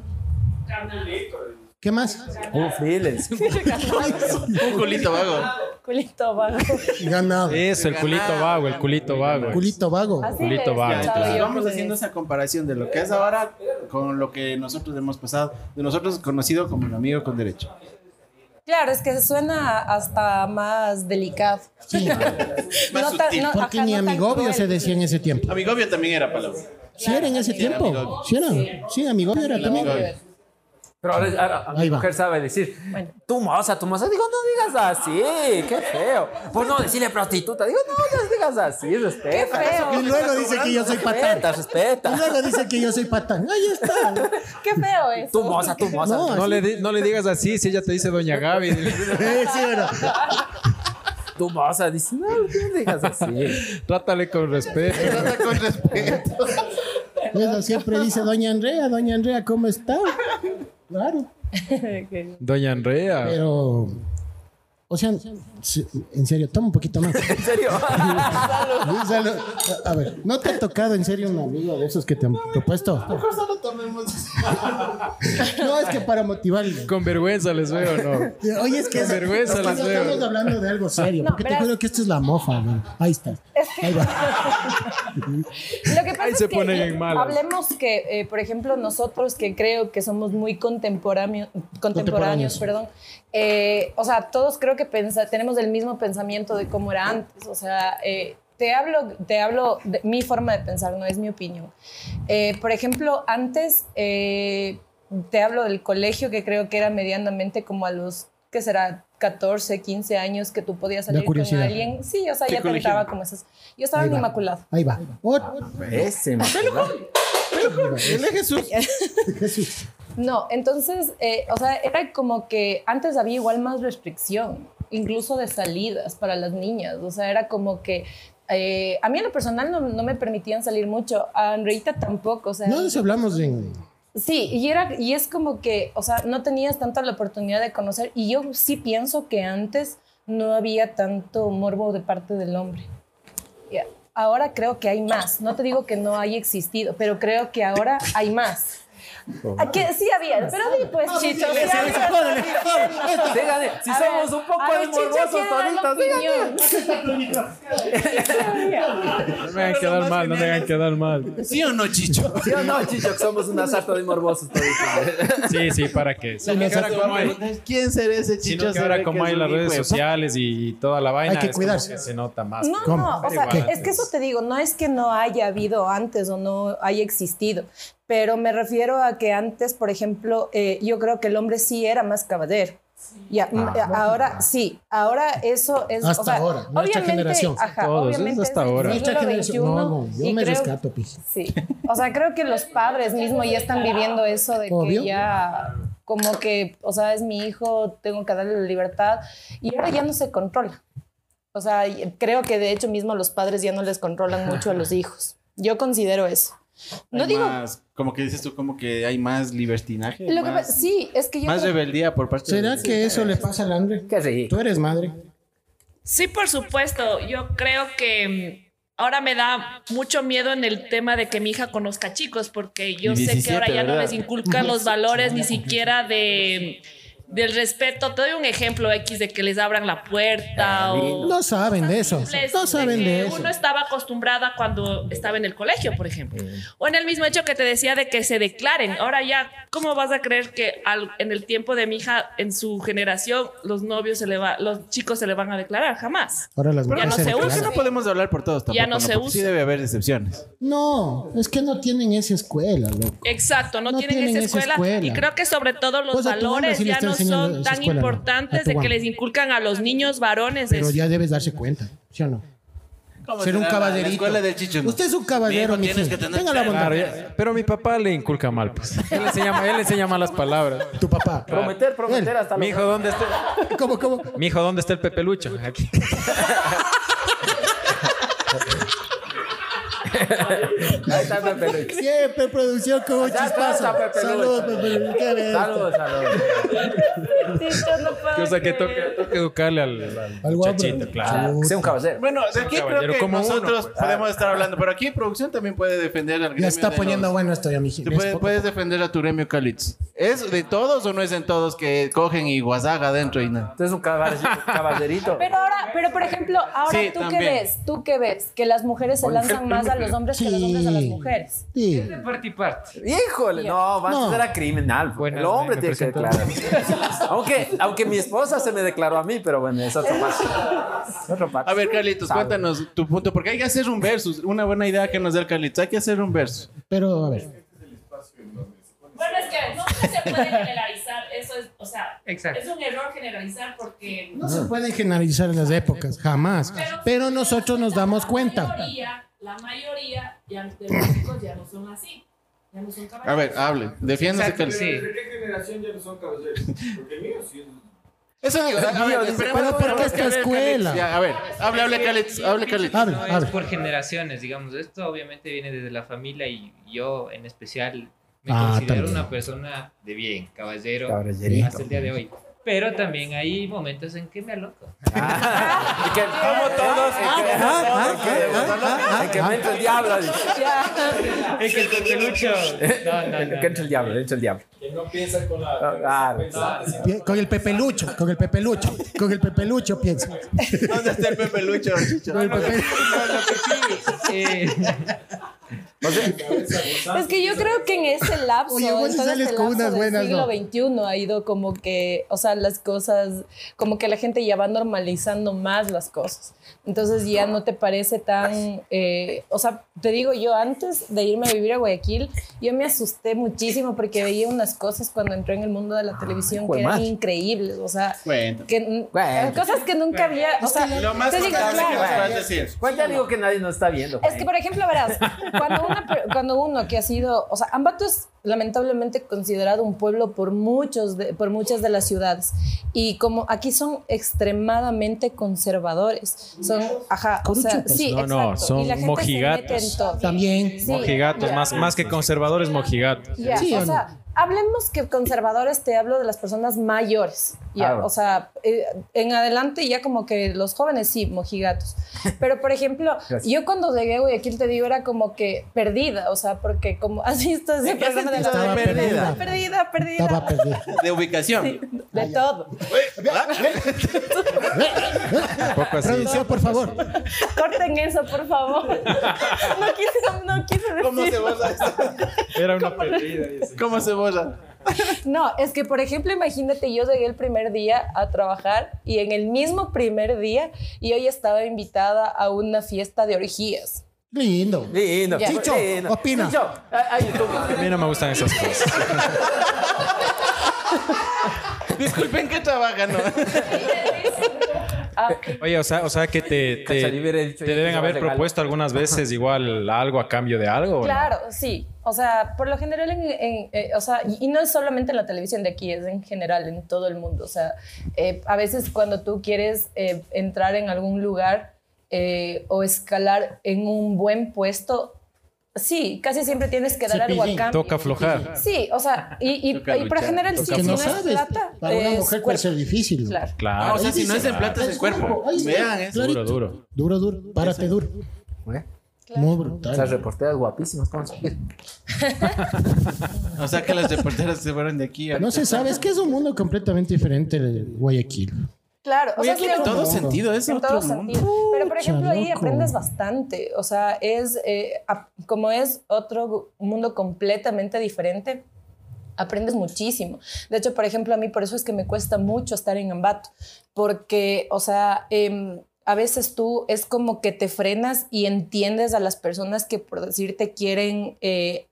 [SPEAKER 1] ¿Qué más?
[SPEAKER 5] Un freelance.
[SPEAKER 3] Un culito vago.
[SPEAKER 7] Culito vago.
[SPEAKER 1] Ganado.
[SPEAKER 4] Eso, el culito vago, el culito vago.
[SPEAKER 1] Culito vago.
[SPEAKER 7] Así
[SPEAKER 4] Culito
[SPEAKER 7] le he
[SPEAKER 4] vago,
[SPEAKER 7] escuchado
[SPEAKER 4] claro.
[SPEAKER 7] yo,
[SPEAKER 3] vamos
[SPEAKER 7] pues.
[SPEAKER 3] haciendo esa comparación de lo que es ahora con lo que nosotros hemos pasado, de nosotros conocido como un amigo con derecho.
[SPEAKER 7] Claro, es que suena hasta más delicado.
[SPEAKER 1] Sí.
[SPEAKER 3] Más
[SPEAKER 7] tan-
[SPEAKER 3] sutil.
[SPEAKER 1] Porque
[SPEAKER 7] ajá,
[SPEAKER 1] ni
[SPEAKER 7] no tan
[SPEAKER 1] amigobio
[SPEAKER 7] cruel.
[SPEAKER 1] se decía en ese tiempo.
[SPEAKER 3] Amigobio también era palabra.
[SPEAKER 1] Sí era en ese tiempo.
[SPEAKER 3] amigobio.
[SPEAKER 1] Sí era. Sí, amigobio era también.
[SPEAKER 3] Amigobio.
[SPEAKER 5] Pero ahora, ahora
[SPEAKER 1] Ahí
[SPEAKER 5] mi
[SPEAKER 1] va.
[SPEAKER 5] mujer sabe decir,
[SPEAKER 7] Bueno.
[SPEAKER 5] tu moza, tu moza. Digo, no digas así, qué feo. Pues no, decirle prostituta. Digo, no, no digas así, respeta.
[SPEAKER 7] Qué feo.
[SPEAKER 1] Y luego dice que yo soy patán.
[SPEAKER 5] Respeta,
[SPEAKER 1] Y
[SPEAKER 5] respeta.
[SPEAKER 1] luego dice que yo soy patán. Ahí está.
[SPEAKER 7] Qué feo eso.
[SPEAKER 5] Tu moza, tu moza.
[SPEAKER 1] No,
[SPEAKER 4] No le, di- no le digas así, si ella te dice Doña Gaby.
[SPEAKER 1] Eh, Sí, era.
[SPEAKER 5] Tu moza. Dice, no, no digas así.
[SPEAKER 4] Trátale con respeto.
[SPEAKER 3] Trata con respeto.
[SPEAKER 1] Eso siempre dice Doña Andrea. Doña Andrea, ¿cómo está? Claro.
[SPEAKER 4] Doña Andrea.
[SPEAKER 1] Pero. O sea, sí, en serio, toma un poquito más.
[SPEAKER 5] En serio.
[SPEAKER 1] O sea, lo- a- a ver, ¿no te ha tocado en serio un amigo de esos que te han propuesto?
[SPEAKER 3] Mejor solo tomemos.
[SPEAKER 1] No, es que para motivarle.
[SPEAKER 4] Con vergüenza les veo, ¿no?
[SPEAKER 1] Oye, es que
[SPEAKER 4] Con vergüenza
[SPEAKER 1] es que
[SPEAKER 4] las
[SPEAKER 1] no
[SPEAKER 4] veo.
[SPEAKER 1] estamos hablando de algo serio,
[SPEAKER 7] No,
[SPEAKER 1] porque te
[SPEAKER 7] verás.
[SPEAKER 1] juro que esto es la mofa, man. Ahí está. Ahí va.
[SPEAKER 7] Lo que pasa
[SPEAKER 4] Ahí
[SPEAKER 7] es
[SPEAKER 4] se
[SPEAKER 7] que
[SPEAKER 4] ponen en malas.
[SPEAKER 7] hablemos que, eh, por ejemplo, nosotros que creo que somos muy contemporáneo-
[SPEAKER 1] Contemporáneos.
[SPEAKER 7] contemporáneos, perdón, eh, o sea, todos creo que pensa- tenemos el mismo pensamiento de cómo era antes, o sea, eh, te hablo, te hablo de mi forma de pensar, no es mi opinión. Eh, por ejemplo, antes eh, te hablo del colegio que creo que era medianamente como a los, ¿qué será? 14, 15 años que tú podías
[SPEAKER 1] La
[SPEAKER 7] salir con
[SPEAKER 1] curiosidad.
[SPEAKER 7] alguien. Sí, o sea,
[SPEAKER 3] ¿Qué
[SPEAKER 7] ya
[SPEAKER 3] colegio?
[SPEAKER 7] tentaba como esas. Yo estaba
[SPEAKER 1] Ahí
[SPEAKER 7] en
[SPEAKER 1] va.
[SPEAKER 7] Inmaculado.
[SPEAKER 1] Ahí va. Ot-
[SPEAKER 5] Ese,
[SPEAKER 3] Dile Jesús.
[SPEAKER 1] Jesús.
[SPEAKER 7] No, entonces, eh, o sea, era como que antes había igual más restricción, incluso de salidas para las niñas. O sea, era como que eh, a mí en lo personal no, no me permitían salir mucho, a Andreita tampoco. O sea,
[SPEAKER 1] No nos hablamos en.
[SPEAKER 7] Sí, y, era, y es como que, o sea, no tenías tanta la oportunidad de conocer. Y yo sí pienso que antes no había tanto morbo de parte del hombre. Ya. ahora creo que hay más. No te digo que no haya existido, pero creo que ahora hay más. ¿A que sí había, pero di pues Chicho. sí había,
[SPEAKER 5] Dígame, si
[SPEAKER 7] A
[SPEAKER 5] somos
[SPEAKER 7] ver,
[SPEAKER 5] un poco
[SPEAKER 7] a ver, Chicho
[SPEAKER 5] morbosos
[SPEAKER 7] quiere dar la
[SPEAKER 5] toditos, dígame.
[SPEAKER 7] opinión.
[SPEAKER 4] No me hagan quedar mal, no me hagan quedar mal.
[SPEAKER 3] ¿Sí o no, Chicho?
[SPEAKER 5] ¿Sí o no, Chicho? Que somos una sarta de morbosos toditos.
[SPEAKER 4] Sí, sí, ¿para qué?
[SPEAKER 3] La que ahora como hay- ¿Quién será ese Chicho?
[SPEAKER 4] Sino que
[SPEAKER 3] Se
[SPEAKER 4] ahora
[SPEAKER 3] ve
[SPEAKER 4] como
[SPEAKER 3] que
[SPEAKER 4] hay
[SPEAKER 3] es
[SPEAKER 4] las
[SPEAKER 3] un
[SPEAKER 4] redes
[SPEAKER 3] hijo de
[SPEAKER 4] sociales y toda la vaina,
[SPEAKER 1] Hay que
[SPEAKER 4] es como
[SPEAKER 1] cuidarse.
[SPEAKER 4] se nota más.
[SPEAKER 7] No,
[SPEAKER 1] ¿Cómo?
[SPEAKER 7] no, o
[SPEAKER 4] Pero
[SPEAKER 7] sea,
[SPEAKER 4] igual,
[SPEAKER 7] es que eso
[SPEAKER 4] es-
[SPEAKER 7] te digo, no es que no haya habido antes o no haya existido, pero me refiero a que antes, por ejemplo, eh, yo creo que el hombre sí era más caballero. Ya, mm,
[SPEAKER 4] Ah.
[SPEAKER 7] ahora sí, ahora eso es.
[SPEAKER 1] Hasta
[SPEAKER 7] o sea,
[SPEAKER 1] ahora, nuestra
[SPEAKER 7] obviamente,
[SPEAKER 1] generación.
[SPEAKER 7] Ajá,
[SPEAKER 4] Todos,
[SPEAKER 7] obviamente
[SPEAKER 4] es hasta
[SPEAKER 7] del
[SPEAKER 4] ahora.
[SPEAKER 7] siglo
[SPEAKER 1] Nuestra generación. No, no,
[SPEAKER 7] XXI,
[SPEAKER 1] yo
[SPEAKER 7] y
[SPEAKER 1] me
[SPEAKER 7] creo-
[SPEAKER 1] rescato, pues". pije.
[SPEAKER 7] Sí. O sea, creo que los padres mismos ya están viviendo eso de
[SPEAKER 1] Obvio.
[SPEAKER 7] que ya como que, o sea, es mi hijo, tengo que darle la libertad y ahora ya no se controla. O sea, y- creo que de hecho mismo los padres ya no les controlan mucho a los hijos. Yo considero eso.
[SPEAKER 3] Hay
[SPEAKER 7] No digo
[SPEAKER 3] más- como que dices tú, como que hay más libertinaje.
[SPEAKER 7] lo que pa-
[SPEAKER 3] más,
[SPEAKER 7] sí, es que yo
[SPEAKER 3] más
[SPEAKER 7] creo-
[SPEAKER 3] rebeldía por parte
[SPEAKER 1] ¿Será
[SPEAKER 3] de
[SPEAKER 1] que eso le pasa al Andre?
[SPEAKER 5] Qué rico.
[SPEAKER 1] Tú eres madre.
[SPEAKER 6] Sí, por supuesto. Yo creo que mm, ahora me da mucho miedo en el tema de que mi hija conozca chicos, porque yo
[SPEAKER 3] Y
[SPEAKER 6] sé que ahora
[SPEAKER 3] 17,
[SPEAKER 6] ya no
[SPEAKER 3] ¿verdad?
[SPEAKER 6] les inculcan los valores ni siquiera de del respeto. Te doy un ejemplo X de que les abran la
[SPEAKER 3] Ah,
[SPEAKER 6] puerta o
[SPEAKER 1] No saben de eso.
[SPEAKER 6] simples
[SPEAKER 1] No saben
[SPEAKER 6] que
[SPEAKER 1] de eso.
[SPEAKER 6] Uno estaba acostumbrada cuando estaba en el colegio, por ejemplo. O en el mismo hecho que te decía de que se declaren. Ahora ya, ¿cómo vas a creer que al- en el tiempo de mi hija, en su generación, los novios se le va, los chicos se le van a declarar? Jamás.
[SPEAKER 1] Ahora las
[SPEAKER 6] Ya
[SPEAKER 1] mujeres
[SPEAKER 6] no se
[SPEAKER 3] Creo
[SPEAKER 1] declaran.
[SPEAKER 3] que no podemos hablar por todos tampoco.
[SPEAKER 6] Ya no se
[SPEAKER 3] Porque Sí
[SPEAKER 6] usa.
[SPEAKER 3] debe haber excepciones.
[SPEAKER 1] No, es que no tienen esa escuela, loco.
[SPEAKER 6] Exacto, no,
[SPEAKER 1] No
[SPEAKER 6] tienen,
[SPEAKER 1] tienen
[SPEAKER 6] esa
[SPEAKER 1] esa
[SPEAKER 6] escuela,
[SPEAKER 1] escuela.
[SPEAKER 6] Y creo que sobre todo los
[SPEAKER 1] Pues a tu banda
[SPEAKER 6] valores
[SPEAKER 1] sí le
[SPEAKER 6] ya
[SPEAKER 1] está
[SPEAKER 6] no
[SPEAKER 1] enseñando
[SPEAKER 6] son
[SPEAKER 1] esa
[SPEAKER 6] tan
[SPEAKER 1] escuela, ¿no? A
[SPEAKER 6] importantes
[SPEAKER 1] tu
[SPEAKER 6] de que
[SPEAKER 1] banda.
[SPEAKER 6] les inculcan a los niños varones.
[SPEAKER 1] Pero
[SPEAKER 3] Pues
[SPEAKER 6] eso.
[SPEAKER 1] ya debes darse cuenta, ¿sí o no? Ser un
[SPEAKER 3] será la-
[SPEAKER 1] caballerito.
[SPEAKER 3] la escuela del Chicho, no?
[SPEAKER 1] Usted es un caballero,
[SPEAKER 3] Mi
[SPEAKER 1] mijo.
[SPEAKER 3] hijo, tienes que tener
[SPEAKER 1] Tenga la
[SPEAKER 3] celo.
[SPEAKER 1] bondad.
[SPEAKER 4] Claro, ya- pero mi papá le inculca mal, pues. Él le enseña, mal- él le enseña malas palabras.
[SPEAKER 1] Tu papá.
[SPEAKER 5] Prometer, prometer
[SPEAKER 1] Él.
[SPEAKER 5] hasta
[SPEAKER 4] Mi
[SPEAKER 5] los...
[SPEAKER 4] hijo, ¿dónde está?
[SPEAKER 1] ¿Cómo, cómo?
[SPEAKER 4] Mi hijo, ¿dónde está el Pepe Lucho? Aquí.
[SPEAKER 5] Ahí está Pepe.
[SPEAKER 1] Siempre producción como un
[SPEAKER 5] Ya
[SPEAKER 1] chispazo.
[SPEAKER 5] está, Pepe
[SPEAKER 1] Saludos,
[SPEAKER 5] Lucho.
[SPEAKER 1] Pepe Lucho. Qué bien.
[SPEAKER 5] Saludos, saludos.
[SPEAKER 7] Chicho, no puedo
[SPEAKER 4] O sea, que
[SPEAKER 7] creer.
[SPEAKER 4] toca, toca educarle al,
[SPEAKER 1] Al guapo.
[SPEAKER 4] al muchachito, claro.
[SPEAKER 5] Ah, Sea un caballero.
[SPEAKER 3] Bueno, de aquí creo
[SPEAKER 4] caballero
[SPEAKER 3] que
[SPEAKER 4] como uno,
[SPEAKER 3] nosotros
[SPEAKER 4] pues.
[SPEAKER 3] podemos estar hablando, pero aquí producción también puede defender al gremio.
[SPEAKER 1] Ya está
[SPEAKER 3] de
[SPEAKER 1] poniendo
[SPEAKER 3] los-
[SPEAKER 1] bueno esto ya, mijo.
[SPEAKER 3] Tú
[SPEAKER 1] ¿Ves?
[SPEAKER 3] puedes,
[SPEAKER 1] Poco-
[SPEAKER 3] puedes defender a tu gremio, Calitz. ¿Es de todos o no es en todos que cogen y guasaga adentro y nada?
[SPEAKER 5] Tú eres un caballerito. caballerito.
[SPEAKER 7] Pero ahora, pero por ejemplo, ahora
[SPEAKER 3] Sí,
[SPEAKER 7] tú qué
[SPEAKER 3] también.
[SPEAKER 7] ves, tú qué ves, que las mujeres se lanzan más a los hombres que los hombres a las
[SPEAKER 1] Sí.
[SPEAKER 7] mujeres.
[SPEAKER 1] Sí.
[SPEAKER 5] Híjole, no, Vance
[SPEAKER 1] No.
[SPEAKER 5] era criminal.
[SPEAKER 4] Buenas,
[SPEAKER 5] el hombre
[SPEAKER 4] me
[SPEAKER 5] tiene que
[SPEAKER 4] presento.
[SPEAKER 5] declarar. aunque, aunque mi esposa se me declaró a mí, pero bueno, es otro paso. Es otro paso.
[SPEAKER 3] A ver, Carlitos,
[SPEAKER 5] Sabe.
[SPEAKER 3] cuéntanos tu punto, porque hay que hacer un versus. Una buena idea que nos dé el Carlitos. Hay que hacer un versus.
[SPEAKER 1] Pero, a ver.
[SPEAKER 6] Bueno, es que no se puede generalizar. Eso es, o sea,
[SPEAKER 2] Exacto.
[SPEAKER 6] es un error generalizar porque.
[SPEAKER 1] No se pueden generalizar las épocas, jamás. Pero nosotros nos damos
[SPEAKER 6] La
[SPEAKER 1] cuenta.
[SPEAKER 6] mayoría, la mayoría ya, de los chicos ya no son así. Ya no son
[SPEAKER 3] A
[SPEAKER 6] caballeros.
[SPEAKER 3] ver, hable. Defiéndase,
[SPEAKER 2] Exacto,
[SPEAKER 3] Carlitos.
[SPEAKER 2] sí.
[SPEAKER 3] Eso digo. A, a ver,
[SPEAKER 5] Dice,
[SPEAKER 3] esperemos-
[SPEAKER 1] pero ¿por qué
[SPEAKER 3] esperemos
[SPEAKER 1] esta
[SPEAKER 3] que hable el Carlitos.
[SPEAKER 1] escuela?
[SPEAKER 3] Ya, a ver, hable, hable, Carlitos. Hable, Carlitos.
[SPEAKER 1] Hable,
[SPEAKER 2] no
[SPEAKER 1] hable.
[SPEAKER 2] es por generaciones, digamos. Esto obviamente viene desde la familia y yo en especial me
[SPEAKER 1] Ah,
[SPEAKER 2] considero
[SPEAKER 1] también.
[SPEAKER 2] una persona de bien, caballero,
[SPEAKER 5] Caballerito.
[SPEAKER 2] hasta el día de hoy. Pero también hay momentos en que me aloco.
[SPEAKER 5] Y que, como todos, en que,
[SPEAKER 1] ah,
[SPEAKER 5] en que-
[SPEAKER 1] ah, ah,
[SPEAKER 5] en que
[SPEAKER 1] ah,
[SPEAKER 5] me entra el diablo. dice.
[SPEAKER 2] Es que el pelucho. No, no,
[SPEAKER 5] En que entra el diablo, entra el diablo. Que no piensa con la.
[SPEAKER 1] Bien, Con el pepelucho, con el pepelucho, con el pepelucho piensa.
[SPEAKER 3] ¿Dónde está el Pepe Lucho, Chicho?
[SPEAKER 1] Con el Pepe-
[SPEAKER 2] Eh,
[SPEAKER 7] Es Pues que yo creo que en ese lapso,
[SPEAKER 1] Oye, vos
[SPEAKER 7] en
[SPEAKER 1] sí
[SPEAKER 7] todo
[SPEAKER 1] sales
[SPEAKER 7] este
[SPEAKER 1] con
[SPEAKER 7] lapso
[SPEAKER 1] unas
[SPEAKER 7] del
[SPEAKER 1] buenas,
[SPEAKER 7] siglo
[SPEAKER 1] ¿no?
[SPEAKER 7] XXI ha ido como que, o sea, las cosas, como que la gente ya va normalizando más las cosas. Entonces ya no te parece tan, eh, o sea, te digo yo, antes de irme a vivir a Guayaquil, yo me asusté muchísimo porque veía unas cosas cuando entré en el mundo de la televisión
[SPEAKER 5] hijo de
[SPEAKER 7] que eran
[SPEAKER 5] madre.
[SPEAKER 7] increíbles, o sea,
[SPEAKER 3] Cuenta.
[SPEAKER 7] que,
[SPEAKER 5] Bueno.
[SPEAKER 7] cosas que nunca había, o sea,
[SPEAKER 3] Lo más
[SPEAKER 7] te digo,
[SPEAKER 3] contable que
[SPEAKER 7] claro.
[SPEAKER 3] nos puedas decir.
[SPEAKER 5] ¿Cuál ya digo que nadie nos está viendo?
[SPEAKER 7] Es que, por ejemplo, verás, cuando, una per- cuando uno que ha sido, o sea, Ambato es lamentablemente considerado un pueblo por, muchos de- por muchas de las ciudades. Y como aquí son extremadamente conservadores, son, ajá, o sea,
[SPEAKER 1] Coruchupas.
[SPEAKER 7] sí,
[SPEAKER 4] No, no,
[SPEAKER 7] exacto.
[SPEAKER 4] son
[SPEAKER 7] Y la gente se
[SPEAKER 4] mojigatos.
[SPEAKER 7] mete en todo.
[SPEAKER 1] También.
[SPEAKER 7] Sí,
[SPEAKER 4] Mojigatos,
[SPEAKER 7] ya,
[SPEAKER 4] más, más que conservadores, mojigatos.
[SPEAKER 7] ya,
[SPEAKER 1] Sí,
[SPEAKER 7] o
[SPEAKER 1] ¿o
[SPEAKER 7] sea, hablemos que conservadores te hablo de las personas mayores. Ya,
[SPEAKER 5] Claro.
[SPEAKER 7] O sea, eh, en adelante ya como que los jóvenes sí, mojigatos. Pero por ejemplo,
[SPEAKER 5] Gracias.
[SPEAKER 7] yo cuando llegué a Guayaquil te digo era como que perdida, o sea, porque como has visto ese
[SPEAKER 3] ¿En qué
[SPEAKER 7] programa de la
[SPEAKER 3] sentido de
[SPEAKER 1] perdida?
[SPEAKER 7] perdida, perdida,
[SPEAKER 1] Estaba perdida.
[SPEAKER 3] De ubicación.
[SPEAKER 7] de todo.
[SPEAKER 4] Poco así.
[SPEAKER 1] Producción, por favor.
[SPEAKER 7] Corten eso, por favor. No quise, no quise decir.
[SPEAKER 3] ¿Cómo se borra esto?
[SPEAKER 4] Era una perdida. dice.
[SPEAKER 3] ¿Cómo se borra?
[SPEAKER 7] No, es que por ejemplo, imagínate, yo llegué el primer día a trabajar y en el mismo primer día yo ya estaba invitada a una fiesta de orgías.
[SPEAKER 1] Lindo.
[SPEAKER 5] Lindo.
[SPEAKER 7] Ya.
[SPEAKER 1] Chicho,
[SPEAKER 5] lindo.
[SPEAKER 1] opina.
[SPEAKER 5] Chicho, ay, ay,
[SPEAKER 4] A
[SPEAKER 5] tú.
[SPEAKER 4] mí no me gustan esas cosas.
[SPEAKER 3] Disculpen que trabajan, ¿no?
[SPEAKER 7] Ah,
[SPEAKER 4] Oye, o sea, o sea que te, te,
[SPEAKER 5] Cacha, yo hubiera dicho,
[SPEAKER 4] te
[SPEAKER 5] ya,
[SPEAKER 4] deben
[SPEAKER 5] que
[SPEAKER 4] haber
[SPEAKER 5] regalo.
[SPEAKER 4] propuesto algunas veces igual algo a cambio de algo. ¿o no?
[SPEAKER 7] claro, sí. O sea, por lo general, en, en- eh, o sea, y, y no es solamente en la televisión de aquí, es en general, en todo el mundo. O sea, eh, a veces cuando tú quieres eh, entrar en algún lugar eh, o escalar en un buen puesto, sí, casi siempre tienes que dar algo a
[SPEAKER 1] Cepillín,
[SPEAKER 7] cambio.
[SPEAKER 4] Toca aflojar.
[SPEAKER 7] Sí, o sea, y, y,
[SPEAKER 3] Toca
[SPEAKER 7] y por
[SPEAKER 3] luchar,
[SPEAKER 7] general, si,
[SPEAKER 1] que
[SPEAKER 7] si
[SPEAKER 1] no
[SPEAKER 7] no es
[SPEAKER 1] sabes.
[SPEAKER 7] plata,
[SPEAKER 1] para una
[SPEAKER 7] es
[SPEAKER 1] mujer puede
[SPEAKER 7] cuerpo.
[SPEAKER 1] ser difícil.
[SPEAKER 7] Claro.
[SPEAKER 4] Claro.
[SPEAKER 3] Ah, o sea, si no es en plata, es en cuerpo.
[SPEAKER 1] Ahí está,
[SPEAKER 3] Vean eso.
[SPEAKER 1] clarito.
[SPEAKER 4] Duro, duro.
[SPEAKER 1] Duro, duro. Párate duro.
[SPEAKER 5] Bueno,
[SPEAKER 1] Muy
[SPEAKER 5] Esas
[SPEAKER 1] brutal.
[SPEAKER 5] reporteras guapísimas. ¿cómo se llama?
[SPEAKER 3] O sea que las reporteras se fueron de aquí.
[SPEAKER 1] No se sabe, es que es un mundo completamente diferente de Guayaquil.
[SPEAKER 7] Claro, o
[SPEAKER 3] Oye,
[SPEAKER 7] sea,
[SPEAKER 3] aquí
[SPEAKER 7] sí,
[SPEAKER 3] en
[SPEAKER 7] en
[SPEAKER 3] todo
[SPEAKER 1] mundo.
[SPEAKER 3] sentido, es
[SPEAKER 7] en
[SPEAKER 3] otro
[SPEAKER 7] todo
[SPEAKER 3] mundo.
[SPEAKER 7] sentido. Pero, por ejemplo, ahí
[SPEAKER 1] loco.
[SPEAKER 7] aprendes bastante. O sea, es eh, a- como es otro gu- mundo completamente diferente, aprendes muchísimo. De hecho, por ejemplo, a mí por eso es que me cuesta mucho estar en Ambato, porque, o sea, em, a veces tú es como que te frenas y entiendes a las personas que, por decirte, quieren eh,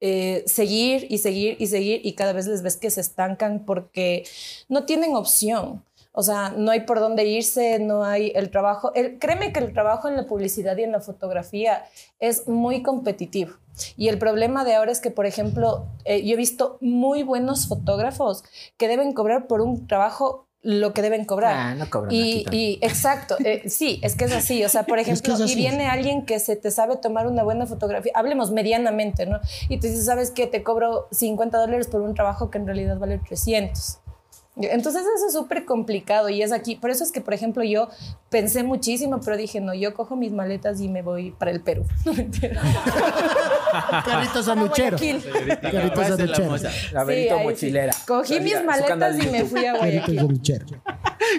[SPEAKER 7] eh, seguir y seguir y seguir y cada vez les ves que se estancan porque no tienen opción. O sea, no hay por dónde irse, no hay el trabajo. El- créeme que el trabajo en la publicidad y en la fotografía es muy competitivo. Y el problema de ahora es que, por ejemplo, eh, yo he visto muy buenos fotógrafos que deben cobrar por un trabajo lo que deben cobrar.
[SPEAKER 5] Ah, no cobran aquí
[SPEAKER 7] Y,
[SPEAKER 5] tanto.
[SPEAKER 7] y- exacto, eh, sí, es que es así, o sea, por
[SPEAKER 1] que es
[SPEAKER 7] ejemplo,
[SPEAKER 1] así.
[SPEAKER 7] y viene alguien que se te sabe tomar una buena fotografía, hablemos medianamente, ¿no? Y tú dices, ¿sabes qué? Te cobro 50 dólares por un trabajo que en realidad vale 300. Entonces eso es súper complicado y es aquí, por eso es que, por ejemplo, yo pensé muchísimo, pero dije, no, yo cojo mis maletas y me voy para el Perú. No mentira.
[SPEAKER 1] Carritos
[SPEAKER 7] Para
[SPEAKER 1] anuchero.
[SPEAKER 7] Guayaquil.
[SPEAKER 1] Carritos
[SPEAKER 3] Capaz de la
[SPEAKER 1] anuchero.
[SPEAKER 3] moza.
[SPEAKER 5] La verito
[SPEAKER 7] ahí sí.
[SPEAKER 5] mochilera.
[SPEAKER 7] Cogí
[SPEAKER 5] Su
[SPEAKER 7] mis
[SPEAKER 5] canal
[SPEAKER 7] maletas
[SPEAKER 5] de
[SPEAKER 7] y me
[SPEAKER 5] YouTube.
[SPEAKER 7] fui a
[SPEAKER 1] Carritos
[SPEAKER 7] Guayaquil.
[SPEAKER 1] anuchero.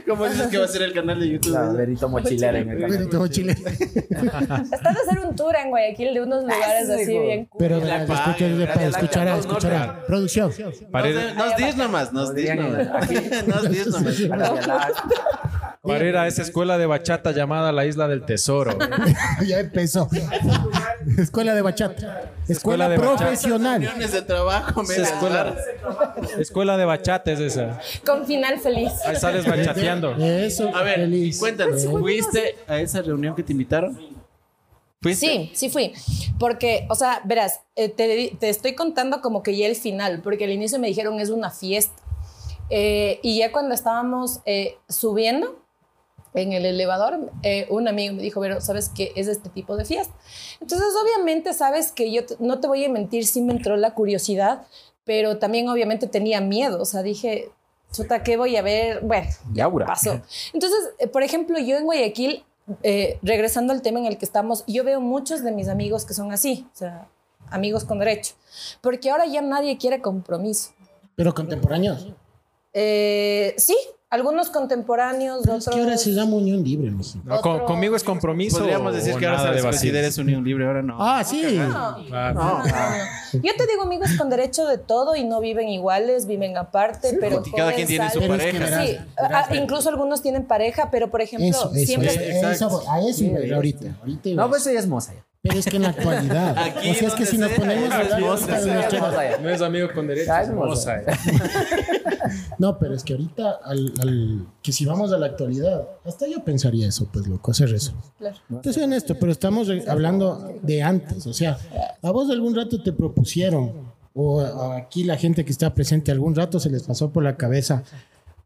[SPEAKER 3] ¿Cómo dices que va a ser el canal de YouTube?
[SPEAKER 5] La verito mochilera en el canal.
[SPEAKER 1] Carritos chile.
[SPEAKER 7] Estás de hacer un tour en Guayaquil de unos lugares
[SPEAKER 5] Ah, sí,
[SPEAKER 7] así
[SPEAKER 5] güey.
[SPEAKER 7] bien cool.
[SPEAKER 1] Pero
[SPEAKER 3] Que la
[SPEAKER 1] verás,
[SPEAKER 3] pague,
[SPEAKER 1] escucha,
[SPEAKER 3] verás,
[SPEAKER 1] para
[SPEAKER 5] la
[SPEAKER 1] escuchar,
[SPEAKER 5] llama,
[SPEAKER 1] escuchar. Producción.
[SPEAKER 4] Para ir-
[SPEAKER 3] Nos, nos dis nomás, nos
[SPEAKER 5] No
[SPEAKER 3] dis
[SPEAKER 5] digan
[SPEAKER 3] nomás.
[SPEAKER 5] aquí.
[SPEAKER 3] Nos dis nomás.
[SPEAKER 5] A la de la-
[SPEAKER 4] Para ir a esa escuela de bachata llamada la Isla del Tesoro.
[SPEAKER 1] ya empezó. Escuela de bachata. Escuela,
[SPEAKER 4] Escuela de bachata.
[SPEAKER 1] profesional.
[SPEAKER 3] Reuniones de trabajo, me
[SPEAKER 4] escuela. Escuela de bachata es esa.
[SPEAKER 7] Con final feliz.
[SPEAKER 4] Ahí sales bachateando.
[SPEAKER 1] Eso.
[SPEAKER 3] A ver,
[SPEAKER 1] feliz.
[SPEAKER 3] cuéntanos, ¿fuiste a esa reunión que te invitaron? ¿Fuiste?
[SPEAKER 7] Sí, sí fui. Porque, o sea, verás, eh, te, te estoy contando como que ya el final, porque al inicio me dijeron es una fiesta. Eh, y ya cuando estábamos eh, subiendo en el elevador, eh, un amigo me dijo, pero ¿sabes qué es este tipo de fiesta? Entonces, obviamente, sabes que yo te- no te voy a mentir, sí me entró la curiosidad, pero también obviamente tenía miedo. O sea, dije, chuta, ¿qué voy a ver? Bueno,
[SPEAKER 5] Yaura.
[SPEAKER 7] pasó. Entonces, eh, por ejemplo, yo en Guayaquil, eh, regresando al tema en el que estamos, yo veo muchos de mis amigos que son así, o sea, amigos con derecho, porque ahora ya nadie quiere compromiso.
[SPEAKER 1] Pero contemporáneos.
[SPEAKER 7] Eh, sí, algunos contemporáneos,
[SPEAKER 1] Pero es que ahora
[SPEAKER 7] otros...
[SPEAKER 1] se llama unión libre, mijito.
[SPEAKER 4] No, con-
[SPEAKER 7] Otro-
[SPEAKER 4] conmigo es compromiso.
[SPEAKER 3] Podríamos
[SPEAKER 4] o
[SPEAKER 3] decir que
[SPEAKER 4] nada
[SPEAKER 3] ahora
[SPEAKER 4] de
[SPEAKER 3] se les
[SPEAKER 4] vacío?
[SPEAKER 3] considera es unión libre, ahora no.
[SPEAKER 1] Ah, sí.
[SPEAKER 7] No,
[SPEAKER 4] Ah,
[SPEAKER 7] no, no, no. Yo te digo amigos con derecho de todo y no viven iguales, viven aparte, pero
[SPEAKER 3] porque cada
[SPEAKER 7] joden,
[SPEAKER 3] quien tiene su
[SPEAKER 7] salen.
[SPEAKER 1] Pero es que
[SPEAKER 3] pareja.
[SPEAKER 7] Sí, ah, incluso algunos tienen pareja, pero por ejemplo,
[SPEAKER 1] Eso, eso,
[SPEAKER 7] siempre
[SPEAKER 1] eso, eso, a eso iba a ir ahorita. ahorita iba a
[SPEAKER 5] No,
[SPEAKER 1] ir.
[SPEAKER 5] pues ella es moza. ya.
[SPEAKER 1] Pero es que en la actualidad.
[SPEAKER 3] Aquí
[SPEAKER 1] o sea, es que
[SPEAKER 3] donde
[SPEAKER 1] si nos
[SPEAKER 3] sea,
[SPEAKER 1] ponemos a
[SPEAKER 3] es
[SPEAKER 1] hablar
[SPEAKER 3] hermosa,
[SPEAKER 1] ahorita de
[SPEAKER 5] Ella es
[SPEAKER 1] nuestra-
[SPEAKER 5] moza, ya.
[SPEAKER 4] No es amigo con derechos.
[SPEAKER 5] Ah, es moza.
[SPEAKER 4] moza, eh.
[SPEAKER 1] No, pero es que ahorita, al, al- que si vamos a la actualidad, hasta yo pensaría eso, pues loco, hacer eso.
[SPEAKER 7] Claro.
[SPEAKER 1] Te soy honesto, pero estamos eh, hablando de antes, o sea, a vos algún rato te propusieron, o a- aquí la gente que está presente, algún rato se les pasó por la cabeza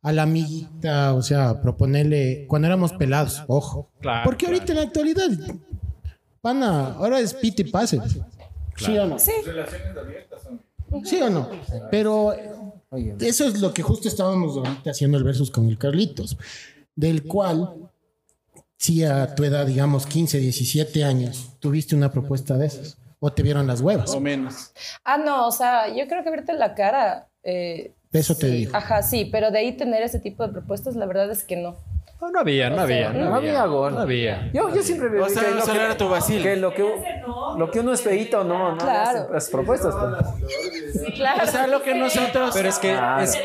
[SPEAKER 1] a la amiguita, o sea, proponerle, cuando éramos pelados, ojo.
[SPEAKER 4] Claro,
[SPEAKER 1] Porque ahorita en la actualidad, pana, ahora es pite y pase. ¿Sí o no?
[SPEAKER 7] Sí.
[SPEAKER 1] ¿Sí o no? Pero
[SPEAKER 5] Oye,
[SPEAKER 1] eso es lo que justo estábamos ahorita haciendo el versus con el Carlitos, del cual, si a tu edad, digamos 15, 17 años, tuviste una propuesta de esas o te vieron las huevas.
[SPEAKER 3] O menos.
[SPEAKER 7] Ah, no, o sea, yo creo que verte la cara. eh,
[SPEAKER 1] De eso te
[SPEAKER 7] sí.
[SPEAKER 1] digo.
[SPEAKER 7] Ajá, sí, pero de ahí tener ese tipo de propuestas, la verdad es que no.
[SPEAKER 4] No, no había, no había.
[SPEAKER 5] no había gordo.
[SPEAKER 4] No había.
[SPEAKER 5] Yo, yo siempre me
[SPEAKER 3] O sea,
[SPEAKER 5] lo
[SPEAKER 3] solo
[SPEAKER 5] que-
[SPEAKER 3] era tu vacil.
[SPEAKER 5] Que lo que, lo que uno es feíto, no, no.
[SPEAKER 7] Claro.
[SPEAKER 5] las- Las propuestas. pues.
[SPEAKER 7] Claro.
[SPEAKER 3] O sea, lo que nosotros.
[SPEAKER 4] Pero es que
[SPEAKER 5] Claro.
[SPEAKER 4] es-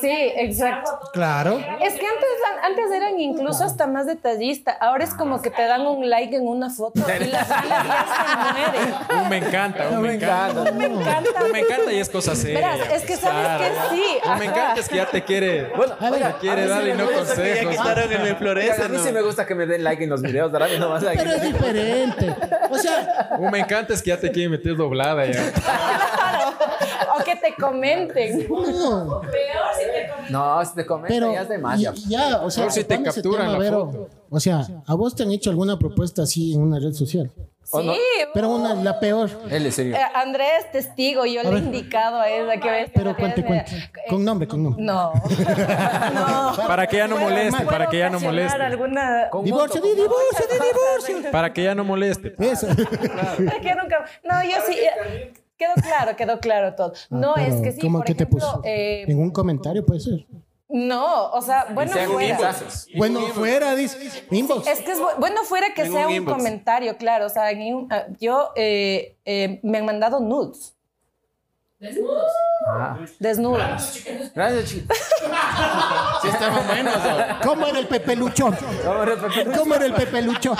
[SPEAKER 7] Sí, exacto.
[SPEAKER 1] Claro.
[SPEAKER 7] Es que antes, antes eran incluso hasta más detallista. Ahora es como que te dan un like en una foto y la fila ya se muere.
[SPEAKER 4] un me encanta, un me encanta.
[SPEAKER 7] Me encanta.
[SPEAKER 4] Un me encanta y es cosa seria.
[SPEAKER 7] Verás, es que
[SPEAKER 4] pues,
[SPEAKER 7] sabes
[SPEAKER 4] claro.
[SPEAKER 7] que sí,
[SPEAKER 4] Un me
[SPEAKER 7] ajá.
[SPEAKER 4] encanta es que ya te quiere.
[SPEAKER 5] Bueno,
[SPEAKER 1] A ver,
[SPEAKER 5] oiga,
[SPEAKER 4] te quiere
[SPEAKER 5] a mí sí
[SPEAKER 4] dar y
[SPEAKER 5] me
[SPEAKER 4] no
[SPEAKER 5] gusta que-
[SPEAKER 3] Ya
[SPEAKER 4] consejos.
[SPEAKER 3] quitaron el me
[SPEAKER 5] Oiga,
[SPEAKER 3] florece,
[SPEAKER 5] A mí
[SPEAKER 3] ¿no?
[SPEAKER 5] sí me gusta que me den like en los videos, ¿verdad? No vas a
[SPEAKER 1] Pero es diferente. O sea,
[SPEAKER 4] Un Uh, me encanta es que ya te quiere meter doblada ya.
[SPEAKER 7] O que te comenten.
[SPEAKER 1] no,
[SPEAKER 5] No, si te comenta,
[SPEAKER 1] pero
[SPEAKER 5] ya es de magia.
[SPEAKER 1] y- ya, o sea,
[SPEAKER 4] Por si te
[SPEAKER 1] ¿cuándo se
[SPEAKER 4] capturan
[SPEAKER 1] toma,
[SPEAKER 4] la
[SPEAKER 1] Vero?
[SPEAKER 4] foto.
[SPEAKER 1] O sea, ¿a vos te han hecho alguna propuesta así en una red social?
[SPEAKER 5] ¿O no?
[SPEAKER 7] Sí,
[SPEAKER 1] Pero una, la peor.
[SPEAKER 5] Él es serio.
[SPEAKER 7] Eh, Andrea es testigo, yo le he
[SPEAKER 1] ver.
[SPEAKER 7] indicado a ella que ve.
[SPEAKER 1] Pero cuente, cuente. Con nombre, con nombre.
[SPEAKER 7] No. no.
[SPEAKER 4] Para que ya no
[SPEAKER 7] Puedo-
[SPEAKER 4] moleste,
[SPEAKER 7] puedo
[SPEAKER 4] para que ya no
[SPEAKER 7] ocasionar
[SPEAKER 4] moleste.
[SPEAKER 7] alguna-
[SPEAKER 5] Con
[SPEAKER 1] Divorcio, di
[SPEAKER 5] moto, con-
[SPEAKER 1] divorcio, di divorcio.
[SPEAKER 4] Para que ya no moleste.
[SPEAKER 1] Eso.
[SPEAKER 7] Ay, que nunca- No, yo sí. eh, Quedó claro, quedó claro todo. No,
[SPEAKER 1] Ah, Pero,
[SPEAKER 7] es que sí.
[SPEAKER 1] ¿Cómo
[SPEAKER 7] por
[SPEAKER 1] que te
[SPEAKER 7] ejemplo,
[SPEAKER 1] puso?
[SPEAKER 7] eh,
[SPEAKER 1] en un comentario puede ser.
[SPEAKER 7] no, o sea, bueno,
[SPEAKER 5] Sean
[SPEAKER 7] fuera.
[SPEAKER 5] mensajes.
[SPEAKER 1] Bueno, fuera, dice. Inbox.
[SPEAKER 7] Es que es bu- bueno fuera que
[SPEAKER 3] En
[SPEAKER 7] sea
[SPEAKER 3] un
[SPEAKER 7] un
[SPEAKER 3] inbox.
[SPEAKER 7] comentario, claro. O sea, en un- ah, yo eh, eh, me han mandado nudes,
[SPEAKER 5] Ah.
[SPEAKER 7] desnudos.
[SPEAKER 5] Gracias, chico.
[SPEAKER 3] Sí, estamos buenos. ¿no?
[SPEAKER 1] ¿Cómo era el Pepe Luchón?
[SPEAKER 5] Ahora, Pepe,
[SPEAKER 1] ¿Cómo era el Pepe Luchón?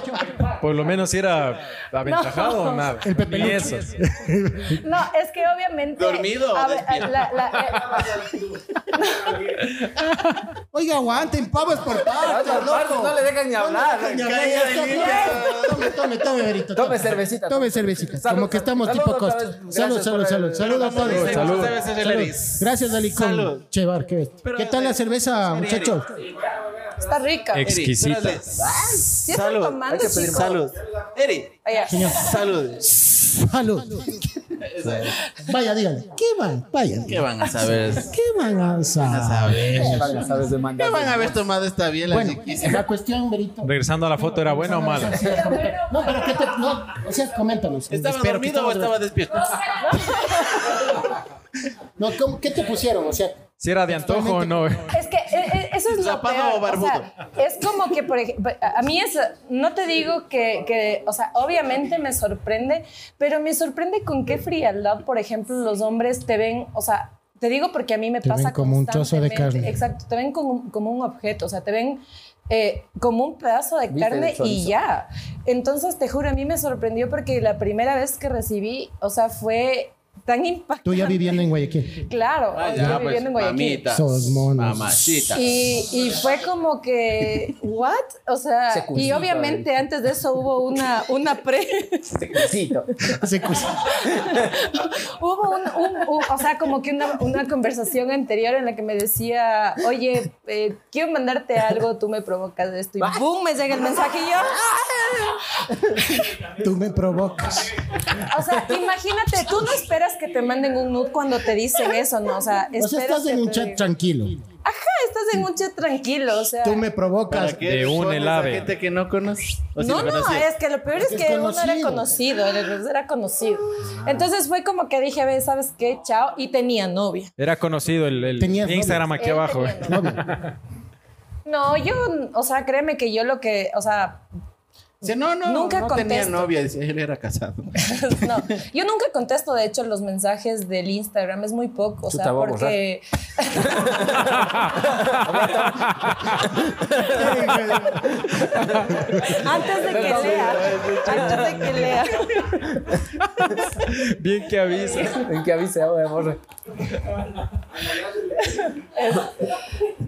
[SPEAKER 4] Por lo menos si era aventajado o nada.
[SPEAKER 1] El Pepe
[SPEAKER 4] Ni
[SPEAKER 1] Lucho.
[SPEAKER 4] eso.
[SPEAKER 7] No, es que obviamente.
[SPEAKER 3] ¿Dormido o
[SPEAKER 7] a ver,
[SPEAKER 3] despierto?
[SPEAKER 7] la- la- eh,
[SPEAKER 1] Oiga, aguanten, pavos por partes, loco.
[SPEAKER 5] No le dejan ni hablar.
[SPEAKER 1] Doña
[SPEAKER 3] Calla de
[SPEAKER 1] Blanca,
[SPEAKER 3] niña.
[SPEAKER 1] Tome, tome, tome, Verito.
[SPEAKER 5] Tome cervecita.
[SPEAKER 1] Tome cervecita.
[SPEAKER 5] Salud,
[SPEAKER 1] Como que
[SPEAKER 5] salud.
[SPEAKER 1] estamos
[SPEAKER 5] Salud
[SPEAKER 1] tipo
[SPEAKER 5] otra
[SPEAKER 1] costa.
[SPEAKER 5] vez. Gracias
[SPEAKER 1] Salud,
[SPEAKER 5] por
[SPEAKER 1] salud,
[SPEAKER 5] el-
[SPEAKER 1] salud. Salud a todos.
[SPEAKER 3] Salud.
[SPEAKER 1] Salud.
[SPEAKER 3] Salud.
[SPEAKER 1] Gracias, Dalicón.
[SPEAKER 3] Salud.
[SPEAKER 1] Chevar, qué ves. ¿Qué tal la cerveza, muchachos?
[SPEAKER 7] está rica.
[SPEAKER 4] Ex- Exquisita.
[SPEAKER 3] Eri,
[SPEAKER 7] Sí están
[SPEAKER 3] Salud.
[SPEAKER 7] tomando,
[SPEAKER 5] Hay que pedir
[SPEAKER 7] chicos.
[SPEAKER 3] Salud. Eri,
[SPEAKER 7] Allá.
[SPEAKER 3] salud.
[SPEAKER 1] Salud. Vaya, díganle. ¿Qué van? Vaya.
[SPEAKER 3] ¿Qué van a saber?
[SPEAKER 1] ¿Qué van a saber?
[SPEAKER 5] Vale, sabes de mandar.
[SPEAKER 3] ¿Qué van a haber tomado esta biela
[SPEAKER 1] Bueno,
[SPEAKER 3] chiquísima?
[SPEAKER 1] la cuestión, Verito.
[SPEAKER 4] Regresando a la foto, ¿era buena o mala?
[SPEAKER 7] pues,
[SPEAKER 1] No, pero ¿qué te.? No, o sea, coméntanos.
[SPEAKER 3] ¿Estaba
[SPEAKER 1] Espero que
[SPEAKER 3] dormido o
[SPEAKER 1] estabas
[SPEAKER 3] estaba despierto?
[SPEAKER 1] No, ¿cómo- ¿qué te pusieron? O sea,
[SPEAKER 4] Si era de antojo o no.
[SPEAKER 7] Es que eh, eh, eso es lo
[SPEAKER 3] ¿Rapado
[SPEAKER 7] peor,
[SPEAKER 3] o barbudo?
[SPEAKER 7] o sea, es como que, por ejemplo, a mí es, no te digo que, que, o sea, obviamente me sorprende, pero me sorprende con qué frialdad, por ejemplo, los hombres te ven, o sea, te digo porque a mí me
[SPEAKER 1] Te
[SPEAKER 7] pasa
[SPEAKER 1] ven como un trozo de
[SPEAKER 7] constantemente.
[SPEAKER 1] carne.
[SPEAKER 7] Exacto, te ven como, un- como un objeto, o sea, te ven eh, como un pedazo de
[SPEAKER 5] Bife de
[SPEAKER 7] carne y
[SPEAKER 5] chorizo.
[SPEAKER 7] ya. Entonces, te juro, a mí me sorprendió porque la primera vez que recibí, o sea, fue tan impactante.
[SPEAKER 1] tú ya viviendo en Guayaquil.
[SPEAKER 7] Claro,
[SPEAKER 3] Ah,
[SPEAKER 7] yo
[SPEAKER 3] ya,
[SPEAKER 7] viviendo
[SPEAKER 3] pues,
[SPEAKER 7] en Guayaquil.
[SPEAKER 3] mamita.
[SPEAKER 1] Sos monos.
[SPEAKER 3] Mamachita.
[SPEAKER 7] Y, y fue como que, ¿what? O sea,
[SPEAKER 5] Se
[SPEAKER 7] y
[SPEAKER 5] cuchilla,
[SPEAKER 7] obviamente
[SPEAKER 5] David.
[SPEAKER 7] antes de eso hubo una, una pre,
[SPEAKER 5] Cito.
[SPEAKER 1] Se cus-
[SPEAKER 7] hubo un, un- un- o sea, como que una, una conversación anterior en la que me decía, oye, eh, quiero mandarte algo, tú me provocas esto, y boom, me llega el mensaje y yo, ¡ah!
[SPEAKER 1] Tú me provocas.
[SPEAKER 7] o sea, imagínate, tú no esperas que te manden un nude cuando te dicen eso, ¿no? O sea,
[SPEAKER 1] O sea,
[SPEAKER 7] esperas
[SPEAKER 1] estás
[SPEAKER 7] que
[SPEAKER 1] en un
[SPEAKER 7] te
[SPEAKER 1] chat
[SPEAKER 7] digan.
[SPEAKER 1] tranquilo.
[SPEAKER 7] Ajá, estás en un chat tranquilo, o sea.
[SPEAKER 1] Tú me provocas.
[SPEAKER 3] ¿Qué
[SPEAKER 4] De un
[SPEAKER 3] respondes
[SPEAKER 4] helave.
[SPEAKER 3] A gente que no conoces. ¿O si la
[SPEAKER 7] no, no,
[SPEAKER 3] conocías?
[SPEAKER 7] es que lo peor es
[SPEAKER 1] Es
[SPEAKER 7] que uno era
[SPEAKER 1] conocido.
[SPEAKER 7] conocido, era era conocido. Entonces fue como que dije, a ver, ¿sabes qué? Chao, y tenía novia.
[SPEAKER 4] Era conocido el, el
[SPEAKER 1] Tenías novio.
[SPEAKER 4] Instagram aquí
[SPEAKER 7] Él
[SPEAKER 4] abajo.
[SPEAKER 7] Eh,
[SPEAKER 4] ¿eh?
[SPEAKER 7] tenía novia. No, yo, o sea, créeme que yo lo que, o sea,
[SPEAKER 3] Dice, no, no,
[SPEAKER 7] Nunca
[SPEAKER 3] no tenía
[SPEAKER 7] contesto.
[SPEAKER 3] novia. Dice, él era casado.
[SPEAKER 7] no, yo nunca contesto, de hecho, los mensajes del Instagram, es muy poco, o
[SPEAKER 5] Chuta,
[SPEAKER 7] sea,
[SPEAKER 5] voy a
[SPEAKER 7] porque... antes de que lea, antes de que lea.
[SPEAKER 4] Bien que avisa.
[SPEAKER 5] En que avise, ahora, amor.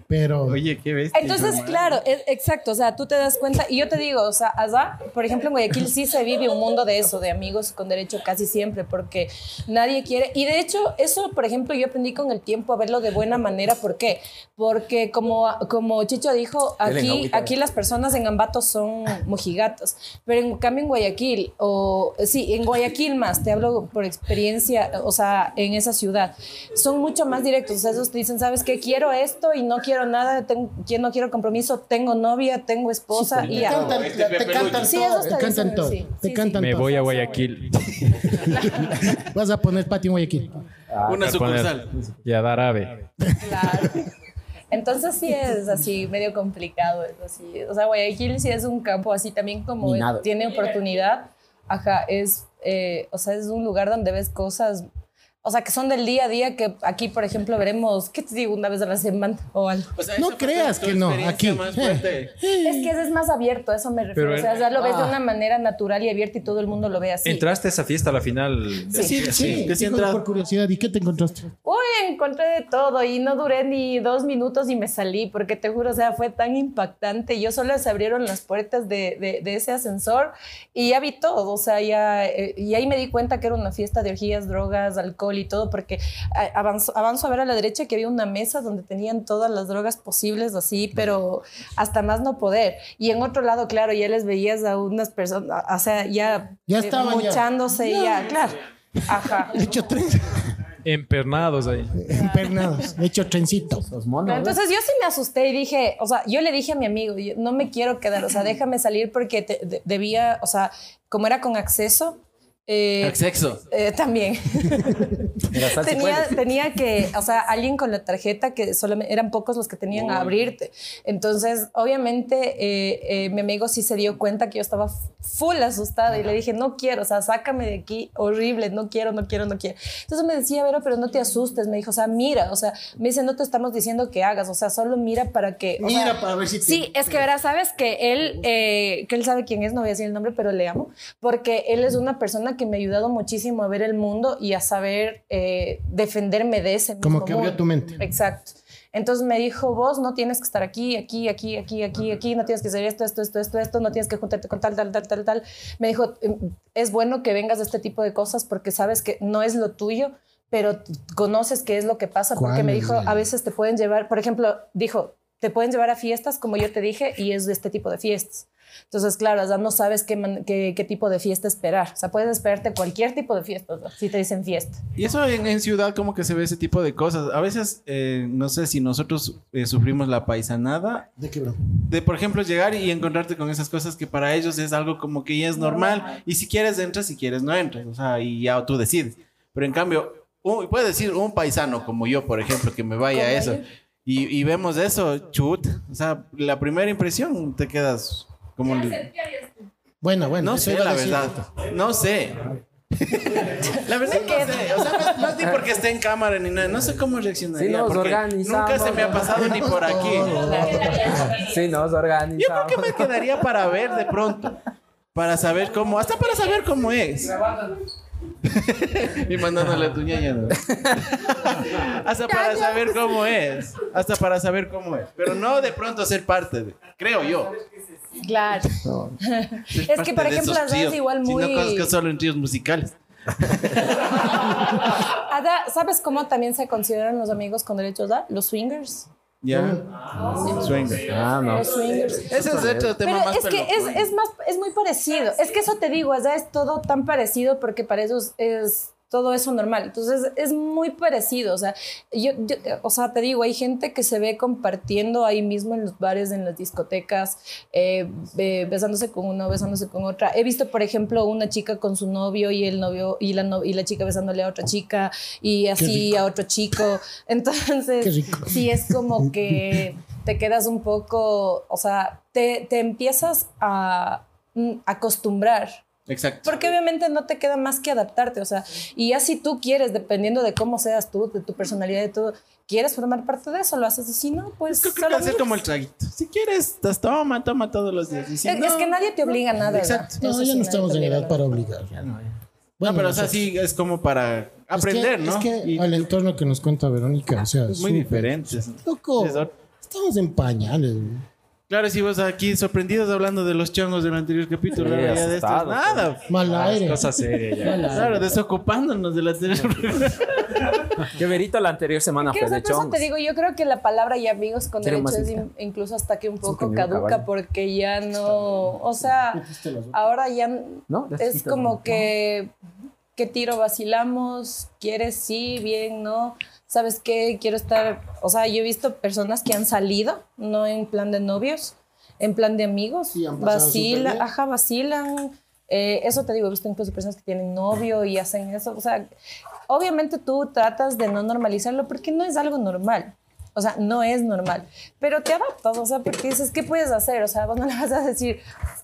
[SPEAKER 1] Pero
[SPEAKER 3] Oye, qué bestia.
[SPEAKER 7] Entonces,
[SPEAKER 3] hermano.
[SPEAKER 7] claro, es- exacto, o sea, tú te das cuenta y yo te digo, o sea, allá, por ejemplo, en Guayaquil sí se vive un mundo de eso, de amigos con derecho casi siempre, porque nadie quiere, y de hecho, eso, por ejemplo, yo aprendí con el tiempo a verlo de buena manera, ¿por qué? Porque como, como Chicho dijo,
[SPEAKER 5] Denle
[SPEAKER 7] aquí,
[SPEAKER 5] agüita.
[SPEAKER 7] aquí las personas en Ambato son mojigatos, pero en cambio en Guayaquil, o sí, en Guayaquil más, te hablo por experiencia, o sea, en esa ciudad, son mucho más directos. O sea, esos te dicen, ¿sabes qué? Quiero esto y no quiero nada, tengo, que no quiero compromiso, tengo novia, tengo esposa y
[SPEAKER 1] te
[SPEAKER 7] ya.
[SPEAKER 1] cantan,
[SPEAKER 3] Este
[SPEAKER 1] te
[SPEAKER 3] Pepe
[SPEAKER 1] cantan
[SPEAKER 7] Sí,
[SPEAKER 1] todo,
[SPEAKER 7] eso
[SPEAKER 1] te
[SPEAKER 7] está
[SPEAKER 1] cantan
[SPEAKER 7] diciendo,
[SPEAKER 1] todo,
[SPEAKER 7] sí.
[SPEAKER 1] te
[SPEAKER 7] Sí,
[SPEAKER 1] cantan
[SPEAKER 4] Me
[SPEAKER 1] todo.
[SPEAKER 4] voy a Guayaquil
[SPEAKER 1] Vas a poner patio en Guayaquil.
[SPEAKER 3] Una
[SPEAKER 4] a poner-
[SPEAKER 3] sucursal.
[SPEAKER 4] y a dar ave.
[SPEAKER 7] Claro. Entonces sí es así medio complicado, es así. O sea, Guayaquil sí es un campo así también como
[SPEAKER 5] Ni nada.
[SPEAKER 7] tiene oportunidad. Ajá, es, eh, o sea, es un lugar donde ves cosas, o sea, que son del día a día que aquí, por ejemplo, veremos, ¿qué te digo? Una vez a la semana o algo.
[SPEAKER 3] O sea,
[SPEAKER 1] No
[SPEAKER 3] esa fue
[SPEAKER 1] creas
[SPEAKER 3] tu
[SPEAKER 1] que no,
[SPEAKER 3] experiencia
[SPEAKER 1] aquí.
[SPEAKER 3] más
[SPEAKER 1] Eh.
[SPEAKER 3] fuerte.
[SPEAKER 7] Es que ese es más abierto, a eso me refiero.
[SPEAKER 4] Pero
[SPEAKER 7] o sea,
[SPEAKER 4] en-
[SPEAKER 7] ya lo ves de
[SPEAKER 5] Ah.
[SPEAKER 7] una manera natural y abierta y todo el mundo lo ve así.
[SPEAKER 4] ¿Entraste a esa fiesta a la final? de-
[SPEAKER 7] Sí.
[SPEAKER 1] Sí, sí,
[SPEAKER 3] te sientas-
[SPEAKER 1] por curiosidad, ¿y qué te encontraste?
[SPEAKER 7] Uy, encontré de todo y no duré ni dos minutos y me salí, porque te juro, o sea, fue tan impactante. Yo solo se abrieron las puertas de, de- de ese ascensor y ya vi todo, o sea, ya, eh, y ahí me di cuenta que era una fiesta de orgías, drogas, alcohol y todo, porque a- avanzo, avanzo a ver a la derecha que había una mesa donde tenían todas las drogas posibles, así, pero hasta más no poder. Y en otro lado, claro, ya les veías a unas personas, o sea, ya,
[SPEAKER 1] Ya
[SPEAKER 7] eh,
[SPEAKER 1] estaban ya.
[SPEAKER 7] mochándose, ya, claro. Ajá.
[SPEAKER 1] He hecho tren,
[SPEAKER 4] Empernados ahí.
[SPEAKER 1] empernados, he hecho trencito.
[SPEAKER 5] Los monos.
[SPEAKER 7] Pero entonces yo sí me asusté y dije, o sea, yo le dije a mi amigo, yo no me quiero quedar, o sea, déjame salir porque te- de- debía, o sea, como era con acceso, eh,
[SPEAKER 3] Sexo.
[SPEAKER 7] eh, también
[SPEAKER 5] Mira, sal si
[SPEAKER 7] tenía,
[SPEAKER 5] puedes.
[SPEAKER 7] tenía que, o sea, alguien con la tarjeta que solamente eran pocos los que tenían a abrirte. Entonces, obviamente, eh, eh, mi amigo sí se dio cuenta que yo estaba full asustada y le dije, no quiero, o sea, sácame de aquí, horrible, no quiero, no quiero, no quiero. Entonces me decía, Vero, pero no te asustes. Me dijo, o sea, mira, o sea, me dice, no te estamos diciendo que hagas, o sea, solo mira para que. o sea,
[SPEAKER 1] Mira para ver si te-
[SPEAKER 7] Sí, es que verás, sabes que él, eh, que él sabe quién es, no voy a decir el nombre, pero le amo, porque él es una persona que me ha ayudado muchísimo a ver el mundo y a saber eh, defenderme de ese mismo
[SPEAKER 1] Como que abrió
[SPEAKER 7] mundo.
[SPEAKER 1] tu mente.
[SPEAKER 7] Exacto. Entonces me dijo, vos no tienes que estar aquí, aquí, aquí, aquí, aquí, aquí, no tienes que hacer esto, esto, esto, esto, esto, no tienes que juntarte con tal, tal, tal, tal, tal. Me dijo, "Em, es bueno que vengas de este tipo de cosas porque sabes que no es lo tuyo, pero t- conoces qué es lo que pasa, porque
[SPEAKER 1] ¿Cuál
[SPEAKER 7] me
[SPEAKER 1] es
[SPEAKER 7] dijo,
[SPEAKER 1] la-
[SPEAKER 7] a veces te pueden llevar, por ejemplo, dijo, te pueden llevar a fiestas, como yo te dije, y es de este tipo de fiestas. Entonces, claro, ya no sabes qué, man- qué, qué tipo de fiesta esperar. O sea, puedes esperarte cualquier tipo de fiesta, ¿no? si te dicen fiesta.
[SPEAKER 3] Y eso en, en ciudad como que se ve ese tipo de cosas. A veces, eh, no sé si nosotros eh, sufrimos la paisanada
[SPEAKER 1] ¿De qué, bro?
[SPEAKER 3] de, por ejemplo, llegar y encontrarte con esas cosas que para ellos es algo como que ya es normal. Y si quieres entras, si quieres no entras. O sea, y ya tú decides. Pero en cambio, un- puede decir un paisano como yo, por ejemplo, que me vaya a eso.
[SPEAKER 7] Como yo.
[SPEAKER 3] Y, y vemos eso, chut. O sea, la primera impresión te quedas como...
[SPEAKER 1] Bueno, bueno.
[SPEAKER 3] No
[SPEAKER 1] eso
[SPEAKER 3] sé,
[SPEAKER 1] iba a
[SPEAKER 3] la
[SPEAKER 1] decir.
[SPEAKER 3] verdad. No sé. la verdad no sé. O sea, no, no es ni porque esté en cámara ni nada. No sé cómo reaccionaría.
[SPEAKER 5] Sí, nos
[SPEAKER 3] porque
[SPEAKER 5] organizamos.
[SPEAKER 3] Nunca se me ha pasado ni por aquí.
[SPEAKER 5] Sí, nos
[SPEAKER 3] Yo creo
[SPEAKER 5] organizamos.
[SPEAKER 3] que me quedaría para ver de pronto. Para saber cómo, hasta para saber cómo es. y mandándole a tu ñaña. ¿no? hasta para saber cómo es. Hasta para saber cómo es. Pero no de pronto ser parte de. Creo yo.
[SPEAKER 7] Claro.
[SPEAKER 3] Ser
[SPEAKER 7] Es que,
[SPEAKER 3] parte
[SPEAKER 7] por
[SPEAKER 3] de
[SPEAKER 7] ejemplo,
[SPEAKER 3] esos
[SPEAKER 7] allá es
[SPEAKER 3] tríos,
[SPEAKER 7] igual
[SPEAKER 3] Si no
[SPEAKER 7] muy-
[SPEAKER 3] conozco solo en tríos musicales.
[SPEAKER 7] Ada, ¿sabes cómo también se consideran los amigos con derechos a los swingers?
[SPEAKER 3] Ya. Swinger.
[SPEAKER 5] Ah, no.
[SPEAKER 7] Los swingers.
[SPEAKER 3] Ese es otro tema
[SPEAKER 7] Pero
[SPEAKER 3] más
[SPEAKER 7] es que es,
[SPEAKER 3] pelotudo.
[SPEAKER 7] es más, es muy parecido. Es que eso te digo, allá es todo tan parecido porque para ellos es todo eso normal. Entonces es muy parecido. O sea, yo, yo- o sea, te digo, hay gente que se ve compartiendo ahí mismo en los bares, en las discotecas, eh, be- besándose con uno, besándose con otra. He visto, por ejemplo, una chica con su novio y el novio y la, no- y la chica besándole a otra chica y así
[SPEAKER 1] rico.
[SPEAKER 7] a otro chico. Entonces,
[SPEAKER 1] Qué rico.
[SPEAKER 7] sí es como que te quedas un poco, o sea, te, te empiezas a mm, acostumbrar.
[SPEAKER 3] Exacto.
[SPEAKER 7] Porque obviamente no te queda más que adaptarte, o sea, y ya si tú quieres, dependiendo de cómo seas tú, de tu personalidad, de todo, quieres formar parte de eso, lo haces y si no, pues
[SPEAKER 3] Creo que
[SPEAKER 7] solo
[SPEAKER 3] hay que hacer
[SPEAKER 7] miras.
[SPEAKER 3] como el traguito. Si quieres, tas- toma, toma todos los días. Y si
[SPEAKER 7] es,
[SPEAKER 3] no-
[SPEAKER 7] es que nadie te obliga a nada. ¿verdad?
[SPEAKER 3] Exacto.
[SPEAKER 1] No,
[SPEAKER 7] Eso
[SPEAKER 1] ya
[SPEAKER 7] sí,
[SPEAKER 1] no
[SPEAKER 7] nadie
[SPEAKER 1] estamos
[SPEAKER 7] te
[SPEAKER 1] en
[SPEAKER 7] obliga a
[SPEAKER 1] edad
[SPEAKER 7] nada.
[SPEAKER 1] para obligar. ya no.
[SPEAKER 3] No,
[SPEAKER 1] Bueno,
[SPEAKER 3] pero o sea,
[SPEAKER 1] nosotros-
[SPEAKER 3] sí es como para
[SPEAKER 1] es que-
[SPEAKER 3] aprender, ¿no?
[SPEAKER 1] Es que
[SPEAKER 3] Y
[SPEAKER 1] al entorno que nos cuenta Verónica, o sea,
[SPEAKER 3] es
[SPEAKER 1] súper.
[SPEAKER 3] muy diferente.
[SPEAKER 1] Loco.
[SPEAKER 3] Es otro.
[SPEAKER 1] Estamos en pañales. güey.
[SPEAKER 3] Claro, si vos aquí sorprendidos hablando de los chongos del anterior capítulo,
[SPEAKER 5] Sí,
[SPEAKER 3] ahora ya de esto es
[SPEAKER 5] asustado,
[SPEAKER 3] nada.
[SPEAKER 1] Mal aire.
[SPEAKER 4] Cosa seria ya.
[SPEAKER 1] Mal aire.
[SPEAKER 3] Claro, desocupándonos del anterior.
[SPEAKER 5] Qué verito la anterior semana
[SPEAKER 7] Que
[SPEAKER 5] fue de
[SPEAKER 7] por eso
[SPEAKER 5] chongos.
[SPEAKER 7] te digo, yo creo que la palabra y amigos con
[SPEAKER 5] Quiero
[SPEAKER 7] derecho
[SPEAKER 5] más
[SPEAKER 7] es
[SPEAKER 5] lista.
[SPEAKER 7] in- incluso hasta que un poco
[SPEAKER 5] conmigo,
[SPEAKER 7] caduca
[SPEAKER 5] caballo.
[SPEAKER 7] porque ya no, o sea, ahora ya n-
[SPEAKER 5] ¿No? Ya
[SPEAKER 7] es
[SPEAKER 5] chiquito,
[SPEAKER 7] como
[SPEAKER 5] ¿no?
[SPEAKER 7] que qué tiro vacilamos, quieres sí, bien, no, sabes qué, quiero estar, o sea, yo he visto personas que han salido, no en plan de novios, en plan de amigos,
[SPEAKER 1] Y han pasado súper
[SPEAKER 7] vacilan,
[SPEAKER 1] bien.
[SPEAKER 7] ajá, vacilan. eh, eso te digo, he visto incluso personas que tienen novio y hacen eso. O sea, obviamente tú tratas de no normalizarlo porque no es algo normal. O sea, no es normal. Pero te adaptas, o sea, porque dices, ¿qué puedes hacer? O sea, vos no le vas a decir,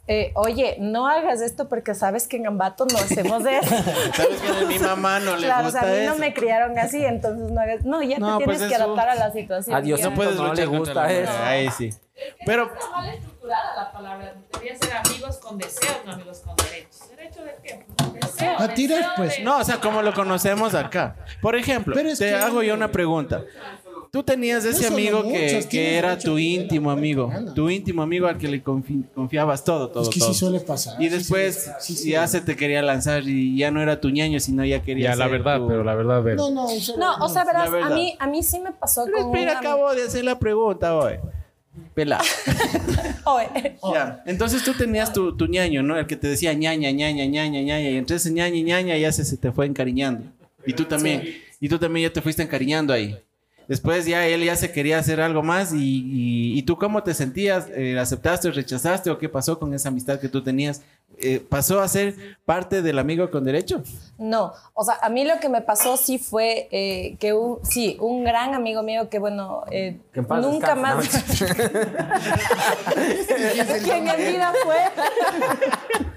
[SPEAKER 7] eh, oye, no hagas esto porque sabes que en Ambato no hacemos eso.
[SPEAKER 3] Sabes que a mi mamá no le
[SPEAKER 7] claro, o sea,
[SPEAKER 3] gusta
[SPEAKER 7] a mí
[SPEAKER 3] eso.
[SPEAKER 7] no me criaron así, entonces no hagas. No, ya
[SPEAKER 3] No,
[SPEAKER 7] te
[SPEAKER 3] pues
[SPEAKER 7] tienes que
[SPEAKER 3] eso-
[SPEAKER 7] adaptar a la situación.
[SPEAKER 5] Adiós,
[SPEAKER 7] ya.
[SPEAKER 3] pues, No puedes
[SPEAKER 5] No le
[SPEAKER 3] luchar
[SPEAKER 5] gusta
[SPEAKER 3] contra la
[SPEAKER 5] eso.
[SPEAKER 3] mujer. Ahí sí. Pero
[SPEAKER 6] Está mal estructurada la palabra. Debería ser amigos con deseos, no amigos con derechos. ¿Derecho de qué? Deseo.
[SPEAKER 1] A tirar,
[SPEAKER 6] deseo
[SPEAKER 1] pues.
[SPEAKER 6] de-
[SPEAKER 3] No, o sea, como lo conocemos acá. Por ejemplo,
[SPEAKER 1] Pero es
[SPEAKER 3] te
[SPEAKER 1] que-
[SPEAKER 3] hago yo una pregunta. Tú tenías ese
[SPEAKER 1] No son
[SPEAKER 3] amigo que,
[SPEAKER 1] muchos,
[SPEAKER 3] que
[SPEAKER 1] tienes
[SPEAKER 3] era
[SPEAKER 1] derecho
[SPEAKER 3] tu
[SPEAKER 1] a vivir la
[SPEAKER 3] íntimo
[SPEAKER 1] puta
[SPEAKER 3] amigo,
[SPEAKER 1] gana.
[SPEAKER 3] tu íntimo amigo al que le confi- confiabas todo, todo,
[SPEAKER 1] Es que
[SPEAKER 3] todo.
[SPEAKER 1] sí suele pasar.
[SPEAKER 3] Y
[SPEAKER 1] sí,
[SPEAKER 3] después
[SPEAKER 1] sí, sí, sí.
[SPEAKER 3] ya se te quería lanzar y ya no era tu ñaño, sino ya quería
[SPEAKER 4] Ya, la
[SPEAKER 3] ser
[SPEAKER 4] verdad,
[SPEAKER 3] tu-
[SPEAKER 4] pero la verdad, ver.
[SPEAKER 1] No, no, o sea,
[SPEAKER 7] No, o sea,
[SPEAKER 3] La
[SPEAKER 7] verás, a
[SPEAKER 3] verdad.
[SPEAKER 7] mí, a mí sí me pasó
[SPEAKER 3] Pero
[SPEAKER 7] con
[SPEAKER 3] espera,
[SPEAKER 7] una-
[SPEAKER 3] acabo de hacer la pregunta hoy. Pela.
[SPEAKER 7] Oye,
[SPEAKER 3] Ya. Entonces tú tenías tu, tu ñaño, ¿no? El que te decía ñaña, ñaña, ñaña, ñaña. Y entre ese ñaña y ñaña ya se, se te fue encariñando. Y tú también. Y tú también ya te fuiste encariñando ahí. Después ya él ya se quería hacer algo más. ¿Y, y- y tú cómo te sentías? Eh, ¿Aceptaste, rechazaste o qué pasó con esa amistad que tú tenías? Eh, ¿Pasó a ser parte del amigo con derecho?
[SPEAKER 7] No, o sea, a mí lo que me pasó sí fue eh, que un, sí, un gran amigo mío que, bueno, eh,
[SPEAKER 5] Que en paz
[SPEAKER 7] nunca
[SPEAKER 5] descanse,
[SPEAKER 7] más... que mi vida fue...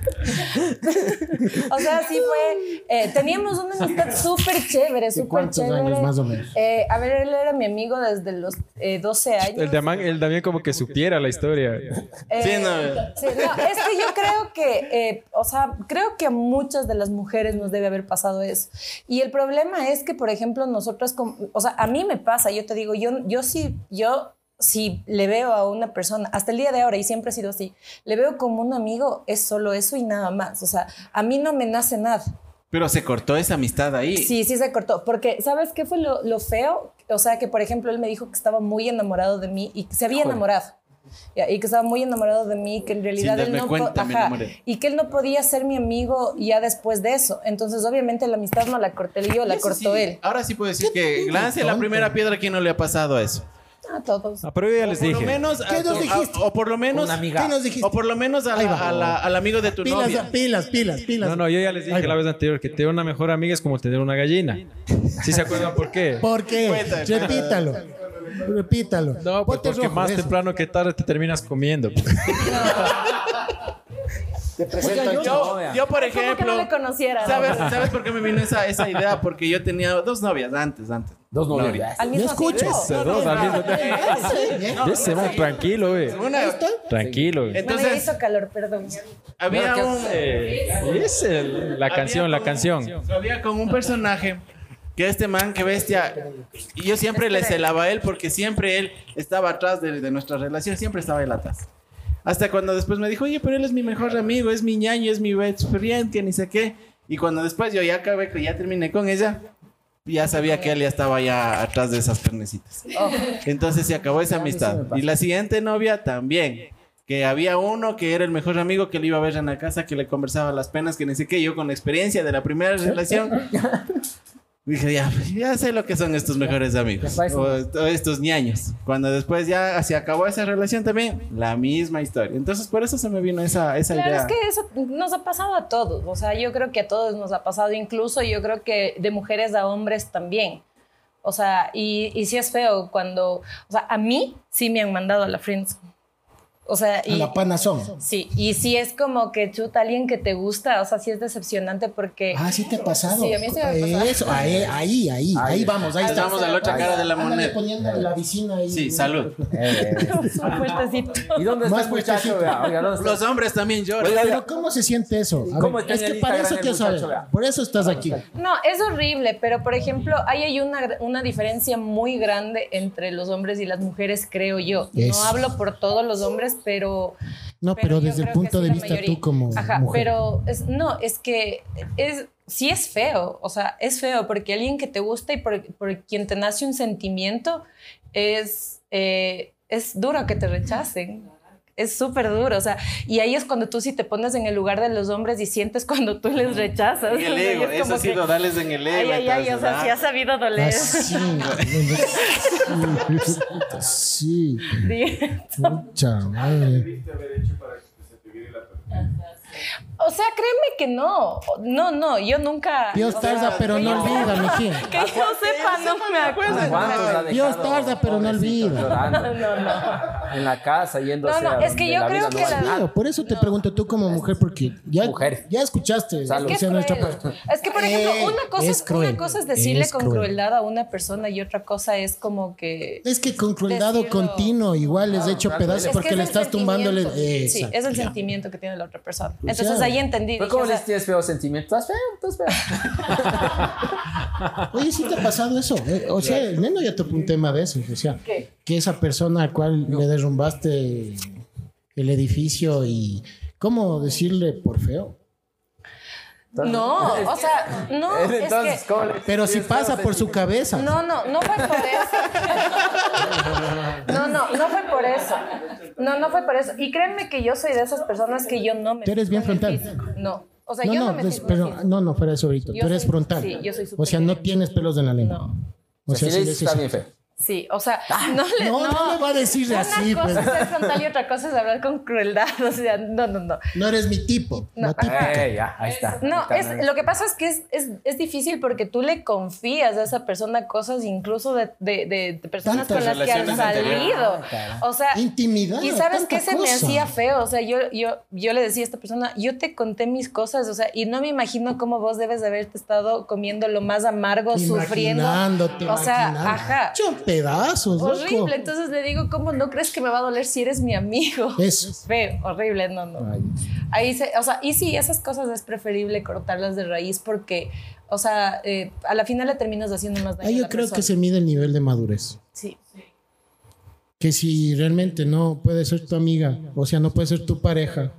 [SPEAKER 7] o sea, sí fue... eh, teníamos una amistad súper chévere,
[SPEAKER 1] ¿de
[SPEAKER 7] súper
[SPEAKER 1] ¿cuántos
[SPEAKER 7] chévere.
[SPEAKER 1] años más o menos?
[SPEAKER 7] Eh, a ver, él era mi amigo desde los eh, 12 años.
[SPEAKER 4] El Damián, el Damián como que supiera la historia.
[SPEAKER 7] Eh,
[SPEAKER 3] Sí, no.
[SPEAKER 7] sí, no, es que yo creo que, eh, o sea, creo que a muchas de las mujeres nos debe haber pasado eso. Y el problema es que, por ejemplo, nosotras, com- o sea, a mí me pasa, yo te digo, yo, yo sí, yo si le veo a una persona, hasta el día de ahora, y siempre ha sido así, le veo como un amigo, es solo eso y nada más. O sea, a mí no me nace nada.
[SPEAKER 3] Pero se cortó esa amistad ahí.
[SPEAKER 7] Sí, sí se cortó. Porque, ¿sabes qué fue lo, lo feo? O sea, que por ejemplo, él me dijo que estaba muy enamorado de mí y que se había enamorado. Ya, Y que estaba muy enamorado de mí, que en realidad él
[SPEAKER 3] darme
[SPEAKER 7] no po-
[SPEAKER 3] cuenta me enamoré.
[SPEAKER 7] y que él no podía ser mi amigo ya después de eso. Entonces, obviamente, la amistad no la corté yo, la
[SPEAKER 3] Eso
[SPEAKER 7] cortó
[SPEAKER 3] sí.
[SPEAKER 7] él.
[SPEAKER 3] Ahora sí puedo decir que
[SPEAKER 1] tonto,
[SPEAKER 3] lance la
[SPEAKER 1] tonto.
[SPEAKER 3] primera piedra que no le ha pasado a eso.
[SPEAKER 7] A todos.
[SPEAKER 4] Ah, pero yo ya les
[SPEAKER 3] Por lo
[SPEAKER 4] dije.
[SPEAKER 3] menos, a
[SPEAKER 1] ¿Qué nos
[SPEAKER 3] tu- a-
[SPEAKER 1] dijiste?
[SPEAKER 3] o por lo menos
[SPEAKER 5] Una amiga.
[SPEAKER 1] ¿Qué nos dijiste?
[SPEAKER 3] O por lo menos a
[SPEAKER 1] Ahí
[SPEAKER 3] la-
[SPEAKER 1] va.
[SPEAKER 3] a la- al amigo de Oh, pues, tu
[SPEAKER 1] Pilas,
[SPEAKER 3] novia.
[SPEAKER 1] pilas, pilas, pilas.
[SPEAKER 4] No, no, yo ya les dije la vez anterior que tener una mejor amiga es como tener una gallina. ¿Sí se acuerdan por qué?
[SPEAKER 1] ¿Por qué?
[SPEAKER 3] Cuéntame.
[SPEAKER 1] Repítalo. Repítalo.
[SPEAKER 4] No, pues
[SPEAKER 1] Ponte
[SPEAKER 4] porque
[SPEAKER 1] rojo,
[SPEAKER 4] más
[SPEAKER 1] eso.
[SPEAKER 4] temprano que tarde te terminas comiendo.
[SPEAKER 1] Oiga, yo-
[SPEAKER 3] Yo, yo, por
[SPEAKER 7] Es como
[SPEAKER 3] ejemplo,
[SPEAKER 7] que no le conociera. ¿no?
[SPEAKER 3] ¿sabes, ¿sabes por qué me vino esa, esa idea? Porque yo tenía dos novias antes, antes.
[SPEAKER 5] Dos novias.
[SPEAKER 7] Al
[SPEAKER 1] No
[SPEAKER 7] mismo
[SPEAKER 1] escuches.
[SPEAKER 4] Esas dos al mismo tiempo. De ese man, tranquilo, güey.
[SPEAKER 3] Una-
[SPEAKER 4] Tranquilo, güey.
[SPEAKER 7] Entonces, bueno, ya
[SPEAKER 3] entonces,
[SPEAKER 7] hizo calor, perdón.
[SPEAKER 3] había
[SPEAKER 5] ¿qué
[SPEAKER 3] un...
[SPEAKER 4] Eh, Es el- la
[SPEAKER 3] había
[SPEAKER 4] canción, la
[SPEAKER 3] con-
[SPEAKER 4] canción.
[SPEAKER 3] Había con un personaje que este man, que bestia. Y yo siempre le celaba a él porque siempre él estaba atrás de, de nuestra relación, siempre estaba él atrás. Hasta cuando después me dijo, oye, pero él es mi mejor amigo, es mi ñaño, es mi best friend, que ni sé qué. Y cuando después yo ya acabé, que ya terminé con ella, ya sabía que él ya estaba ya atrás de esas carnecitas. Entonces se acabó esa amistad. Y la siguiente novia también. Que había uno que era el mejor amigo que le iba a ver en la casa, que le conversaba las penas, que ni sé qué. Yo con la experiencia de la primera relación, dije, ya, ya sé lo que son estos mejores amigos.
[SPEAKER 5] Ya, ya
[SPEAKER 3] O, o estos ñaños. Cuando después ya se acabó esa relación también, la misma historia. Entonces por eso se me vino esa, esa
[SPEAKER 7] Claro,
[SPEAKER 3] idea.
[SPEAKER 7] es que eso nos ha pasado a todos. O sea, yo creo que a todos nos ha pasado, incluso yo creo que de mujeres a hombres también. O sea, y, y sí es feo cuando. O sea, a mí sí me han mandado a la Friends. O sea,
[SPEAKER 1] A
[SPEAKER 7] y,
[SPEAKER 1] la panazón.
[SPEAKER 7] sí, y si es como que chuta alguien que te gusta, o sea, sí es decepcionante porque
[SPEAKER 1] Ah, sí te ha pasado.
[SPEAKER 7] Sí, a mí sí me ha pasado.
[SPEAKER 1] Eso, ahí, ahí, ahí, ahí vamos, ahí
[SPEAKER 3] Ahí
[SPEAKER 1] está.
[SPEAKER 3] vamos a la otra
[SPEAKER 1] Ahí,
[SPEAKER 3] cara de la
[SPEAKER 1] ándale
[SPEAKER 3] moneda.
[SPEAKER 1] poniendo la vicina ahí.
[SPEAKER 3] Sí, salud.
[SPEAKER 5] Eh,
[SPEAKER 7] un fuertecito.
[SPEAKER 5] ¿Y dónde está
[SPEAKER 1] Más
[SPEAKER 5] el muchacho?
[SPEAKER 1] muchachito.
[SPEAKER 5] Vea, oiga, ¿dónde está?
[SPEAKER 3] Los hombres también lloran.
[SPEAKER 5] Oiga,
[SPEAKER 1] Pero ¿cómo se siente eso? A
[SPEAKER 5] ¿Cómo
[SPEAKER 1] ver,
[SPEAKER 5] está
[SPEAKER 1] es
[SPEAKER 5] en
[SPEAKER 1] que
[SPEAKER 5] el
[SPEAKER 1] para eso
[SPEAKER 5] Instagram el
[SPEAKER 1] quiero
[SPEAKER 5] muchacho, Ah,
[SPEAKER 1] saber.
[SPEAKER 5] vea?
[SPEAKER 1] Por eso estás aquí.
[SPEAKER 7] No, es horrible, pero por ejemplo, ahí hay una, una diferencia muy grande entre los hombres y las mujeres, creo yo.
[SPEAKER 1] Eso.
[SPEAKER 7] No hablo por todos los hombres, pero...
[SPEAKER 1] No, pero,
[SPEAKER 7] yo
[SPEAKER 1] desde el
[SPEAKER 7] creo que
[SPEAKER 1] punto
[SPEAKER 7] sí
[SPEAKER 1] de
[SPEAKER 7] la
[SPEAKER 1] vista
[SPEAKER 7] mayoría.
[SPEAKER 1] tú como
[SPEAKER 7] Ajá,
[SPEAKER 1] mujer.
[SPEAKER 7] pero es- no, es que es, sí es feo, o sea, es feo porque alguien que te gusta y por, por quien te nace un sentimiento es, eh, es duro que te rechacen. Es súper duro, o sea, y ahí es cuando tú sí te pones en el lugar de los hombres y sientes cuando tú les rechazas.
[SPEAKER 3] En el ego,
[SPEAKER 7] Y es
[SPEAKER 3] eso
[SPEAKER 7] como
[SPEAKER 3] ha sido
[SPEAKER 7] que-
[SPEAKER 3] darles en el
[SPEAKER 7] Ay,
[SPEAKER 3] ego.
[SPEAKER 7] ay, ay, o
[SPEAKER 3] entonces,
[SPEAKER 7] sea,
[SPEAKER 3] ¿ah?
[SPEAKER 7] sí ha sabido
[SPEAKER 1] Ah,
[SPEAKER 7] doler.
[SPEAKER 1] sí, puta, sí,
[SPEAKER 7] Sí.
[SPEAKER 1] mucha madre.
[SPEAKER 7] O sea, créeme que no. No, no, yo nunca.
[SPEAKER 1] Dios
[SPEAKER 7] o sea,
[SPEAKER 1] tarda, pero
[SPEAKER 7] que
[SPEAKER 1] no
[SPEAKER 7] yo
[SPEAKER 1] olvida,
[SPEAKER 7] sepa-
[SPEAKER 1] mijín.
[SPEAKER 7] Que yo sepa, no me acuerdo.
[SPEAKER 5] ¿Cuántos ha
[SPEAKER 1] Dios
[SPEAKER 5] dejado,
[SPEAKER 1] tarda, pero no
[SPEAKER 5] pobrecito,
[SPEAKER 1] olvida.
[SPEAKER 5] llorando
[SPEAKER 7] No, no.
[SPEAKER 5] En la casa, yéndose
[SPEAKER 7] No, no,
[SPEAKER 5] a
[SPEAKER 7] es que
[SPEAKER 5] donde
[SPEAKER 7] yo
[SPEAKER 5] la
[SPEAKER 7] creo
[SPEAKER 5] vida
[SPEAKER 7] que
[SPEAKER 5] no
[SPEAKER 7] la-
[SPEAKER 5] vale.
[SPEAKER 1] Claro, por eso te pregunto tú como mujer, porque ya,
[SPEAKER 5] Mujer.
[SPEAKER 1] ya escuchaste.
[SPEAKER 5] Salud.
[SPEAKER 1] o
[SPEAKER 7] Qué
[SPEAKER 1] sea, nuestra
[SPEAKER 7] cruel.
[SPEAKER 1] parte.
[SPEAKER 7] Es que, por ejemplo,
[SPEAKER 1] Eh,
[SPEAKER 7] una cosa
[SPEAKER 1] es
[SPEAKER 7] es,
[SPEAKER 1] cruel,
[SPEAKER 7] una cosa es decirle
[SPEAKER 1] es
[SPEAKER 7] con
[SPEAKER 1] cruel.
[SPEAKER 7] crueldad a una persona y otra cosa es como que.
[SPEAKER 1] Es que con crueldad o
[SPEAKER 7] Decirlo.
[SPEAKER 1] continuo igual les he hecho
[SPEAKER 5] claro,
[SPEAKER 1] pedazos
[SPEAKER 7] es
[SPEAKER 1] porque
[SPEAKER 7] que es
[SPEAKER 1] le
[SPEAKER 7] el
[SPEAKER 1] estás tumbándole. eh,
[SPEAKER 7] sentimiento. Sí,
[SPEAKER 1] Exacto,
[SPEAKER 7] es el
[SPEAKER 1] ya.
[SPEAKER 7] sentimiento que tiene la otra persona.
[SPEAKER 1] Pues
[SPEAKER 7] Entonces
[SPEAKER 1] ya.
[SPEAKER 7] ahí entendí.
[SPEAKER 5] Pero
[SPEAKER 7] dije,
[SPEAKER 5] ¿cómo
[SPEAKER 7] o sea,
[SPEAKER 5] les tienes feo sentimiento? Estás feo, estás feo.
[SPEAKER 1] Oye, ¿sí te ha pasado eso? Eh, o sea, el neno ya tocó un tema de eso. O sea,
[SPEAKER 7] ¿Qué?
[SPEAKER 1] que esa persona al cual le derrumbaste el edificio y... ¿Cómo decirle por feo?
[SPEAKER 7] No, o sea, no. Es
[SPEAKER 5] Entonces,
[SPEAKER 7] que,
[SPEAKER 5] ¿cómo le
[SPEAKER 1] Pero si
[SPEAKER 5] tienes
[SPEAKER 1] pasa
[SPEAKER 5] feo
[SPEAKER 1] por su
[SPEAKER 5] sentimiento?
[SPEAKER 1] cabeza.
[SPEAKER 7] No, no, no fue por eso. No, no, no fue por eso. No, no fue por eso. Y créanme que yo soy de esas personas que yo no me.
[SPEAKER 1] Tú eres bien
[SPEAKER 7] fijo en el
[SPEAKER 1] frontal.
[SPEAKER 7] físico. No. O sea,
[SPEAKER 1] no,
[SPEAKER 7] yo no,
[SPEAKER 1] no,
[SPEAKER 7] me
[SPEAKER 1] pues,
[SPEAKER 7] fijo en el
[SPEAKER 1] pero
[SPEAKER 7] físico.
[SPEAKER 1] no, no, fuera de eso ahorita.
[SPEAKER 7] Yo
[SPEAKER 1] Tú eres
[SPEAKER 7] soy-
[SPEAKER 1] frontal.
[SPEAKER 7] sí, yo soy
[SPEAKER 1] o sea, no
[SPEAKER 7] superficial.
[SPEAKER 1] tienes pelos en la lengua.
[SPEAKER 7] No.
[SPEAKER 1] O
[SPEAKER 5] Si
[SPEAKER 1] sea,
[SPEAKER 5] le
[SPEAKER 1] sí le
[SPEAKER 5] dices,
[SPEAKER 1] dices-
[SPEAKER 5] está bien feo.
[SPEAKER 7] Sí, o sea, no le.
[SPEAKER 1] Ah, No, no le va a decir
[SPEAKER 7] Una
[SPEAKER 1] así,
[SPEAKER 7] cosa
[SPEAKER 1] pues.
[SPEAKER 7] es ser frontal y otra cosa es hablar con crueldad. O sea, no, no, no.
[SPEAKER 1] no eres mi tipo.
[SPEAKER 7] No.
[SPEAKER 1] la típica.
[SPEAKER 5] Eh, ya, ahí está.
[SPEAKER 7] No,
[SPEAKER 5] Ahí
[SPEAKER 7] es,
[SPEAKER 5] está.
[SPEAKER 7] lo que pasa es que es, es, es difícil porque tú le confías a esa persona cosas incluso de, de- de- de personas
[SPEAKER 1] Tantas Ah,
[SPEAKER 7] con las que han
[SPEAKER 3] relaciones anteriores.
[SPEAKER 7] salido. O sea,
[SPEAKER 1] Intimidad.
[SPEAKER 7] y sabes
[SPEAKER 1] tanta
[SPEAKER 7] qué se me
[SPEAKER 1] cosa.
[SPEAKER 7] hacía feo. O sea, yo, yo, yo le decía a esta persona, yo te conté mis cosas, o sea, y no me imagino cómo vos debes de haberte estado comiendo lo más amargo, sufriendo.
[SPEAKER 1] Imaginándote,
[SPEAKER 7] O sea,
[SPEAKER 1] imaginando.
[SPEAKER 7] ajá.
[SPEAKER 1] Hecho pedazos, loco.
[SPEAKER 7] Horrible. Entonces le digo, ¿cómo no crees que me va a doler si eres mi amigo?
[SPEAKER 1] Eso.
[SPEAKER 7] Feo, horrible, no, no.
[SPEAKER 5] Ay.
[SPEAKER 7] Ahí se, o sea, y sí, esas cosas es preferible cortarlas de raíz porque, o sea, eh, a la final le terminas haciendo más daño.
[SPEAKER 1] Ahí
[SPEAKER 7] a
[SPEAKER 1] yo
[SPEAKER 7] la
[SPEAKER 1] creo que
[SPEAKER 7] persona.
[SPEAKER 1] se mide el nivel de madurez.
[SPEAKER 7] Sí.
[SPEAKER 1] Que si realmente no puede ser tu amiga, o sea, no puede ser tu pareja.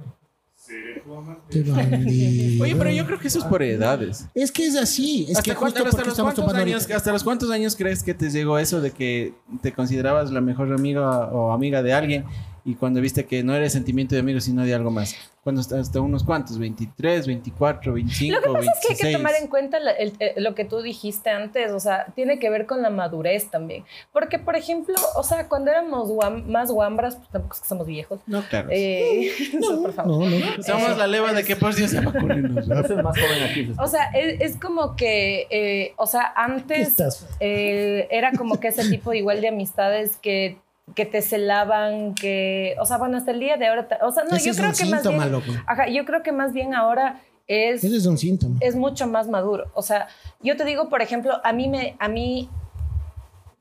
[SPEAKER 1] Qué bandido.
[SPEAKER 3] Oye, pero yo creo que eso es por edades.
[SPEAKER 1] Es que es así. Es que
[SPEAKER 3] cuánto-
[SPEAKER 1] justo porque
[SPEAKER 3] los
[SPEAKER 1] estamos
[SPEAKER 3] cuántos
[SPEAKER 1] tomando
[SPEAKER 3] años,
[SPEAKER 1] ahorita.
[SPEAKER 3] ¿Hasta los cuántos años crees que te llegó eso de que te considerabas la mejor amiga o amiga de alguien y cuando viste que no eres sentimiento de amigo sino de algo más? ¿Cuándo hasta, hasta unos cuantos? ¿23, 24, 25,
[SPEAKER 7] Lo que pasa
[SPEAKER 3] 26?
[SPEAKER 7] es que hay que tomar en cuenta la- el- eh, lo que tú dijiste antes, o sea, tiene que ver con la madurez también. Porque, por ejemplo, o sea, cuando éramos guam- más guambras, pues tampoco es que somos viejos.
[SPEAKER 3] No, claro.
[SPEAKER 7] eh, por favor.
[SPEAKER 1] No, no.
[SPEAKER 3] Somos la leva de que por
[SPEAKER 7] eh,
[SPEAKER 3] Dios se vacunen.
[SPEAKER 5] Yo soy más joven aquí.
[SPEAKER 7] O sea, es, es como que, eh, o sea,
[SPEAKER 1] ¿Qué
[SPEAKER 7] antes
[SPEAKER 1] estás?
[SPEAKER 7] eh, era como que ese tipo igual de amistades que, que te celaban, que, o sea, bueno, hasta el día de ahora, ta- o sea, no,
[SPEAKER 1] Ese
[SPEAKER 7] yo
[SPEAKER 1] es
[SPEAKER 7] creo
[SPEAKER 1] un
[SPEAKER 7] que más
[SPEAKER 1] síntoma,
[SPEAKER 7] bien,
[SPEAKER 1] loco.
[SPEAKER 7] ajá, yo creo que más bien ahora es,
[SPEAKER 1] Ese es un síntoma.
[SPEAKER 7] es mucho más maduro. O sea, yo te digo, por ejemplo, a mí me, a mí,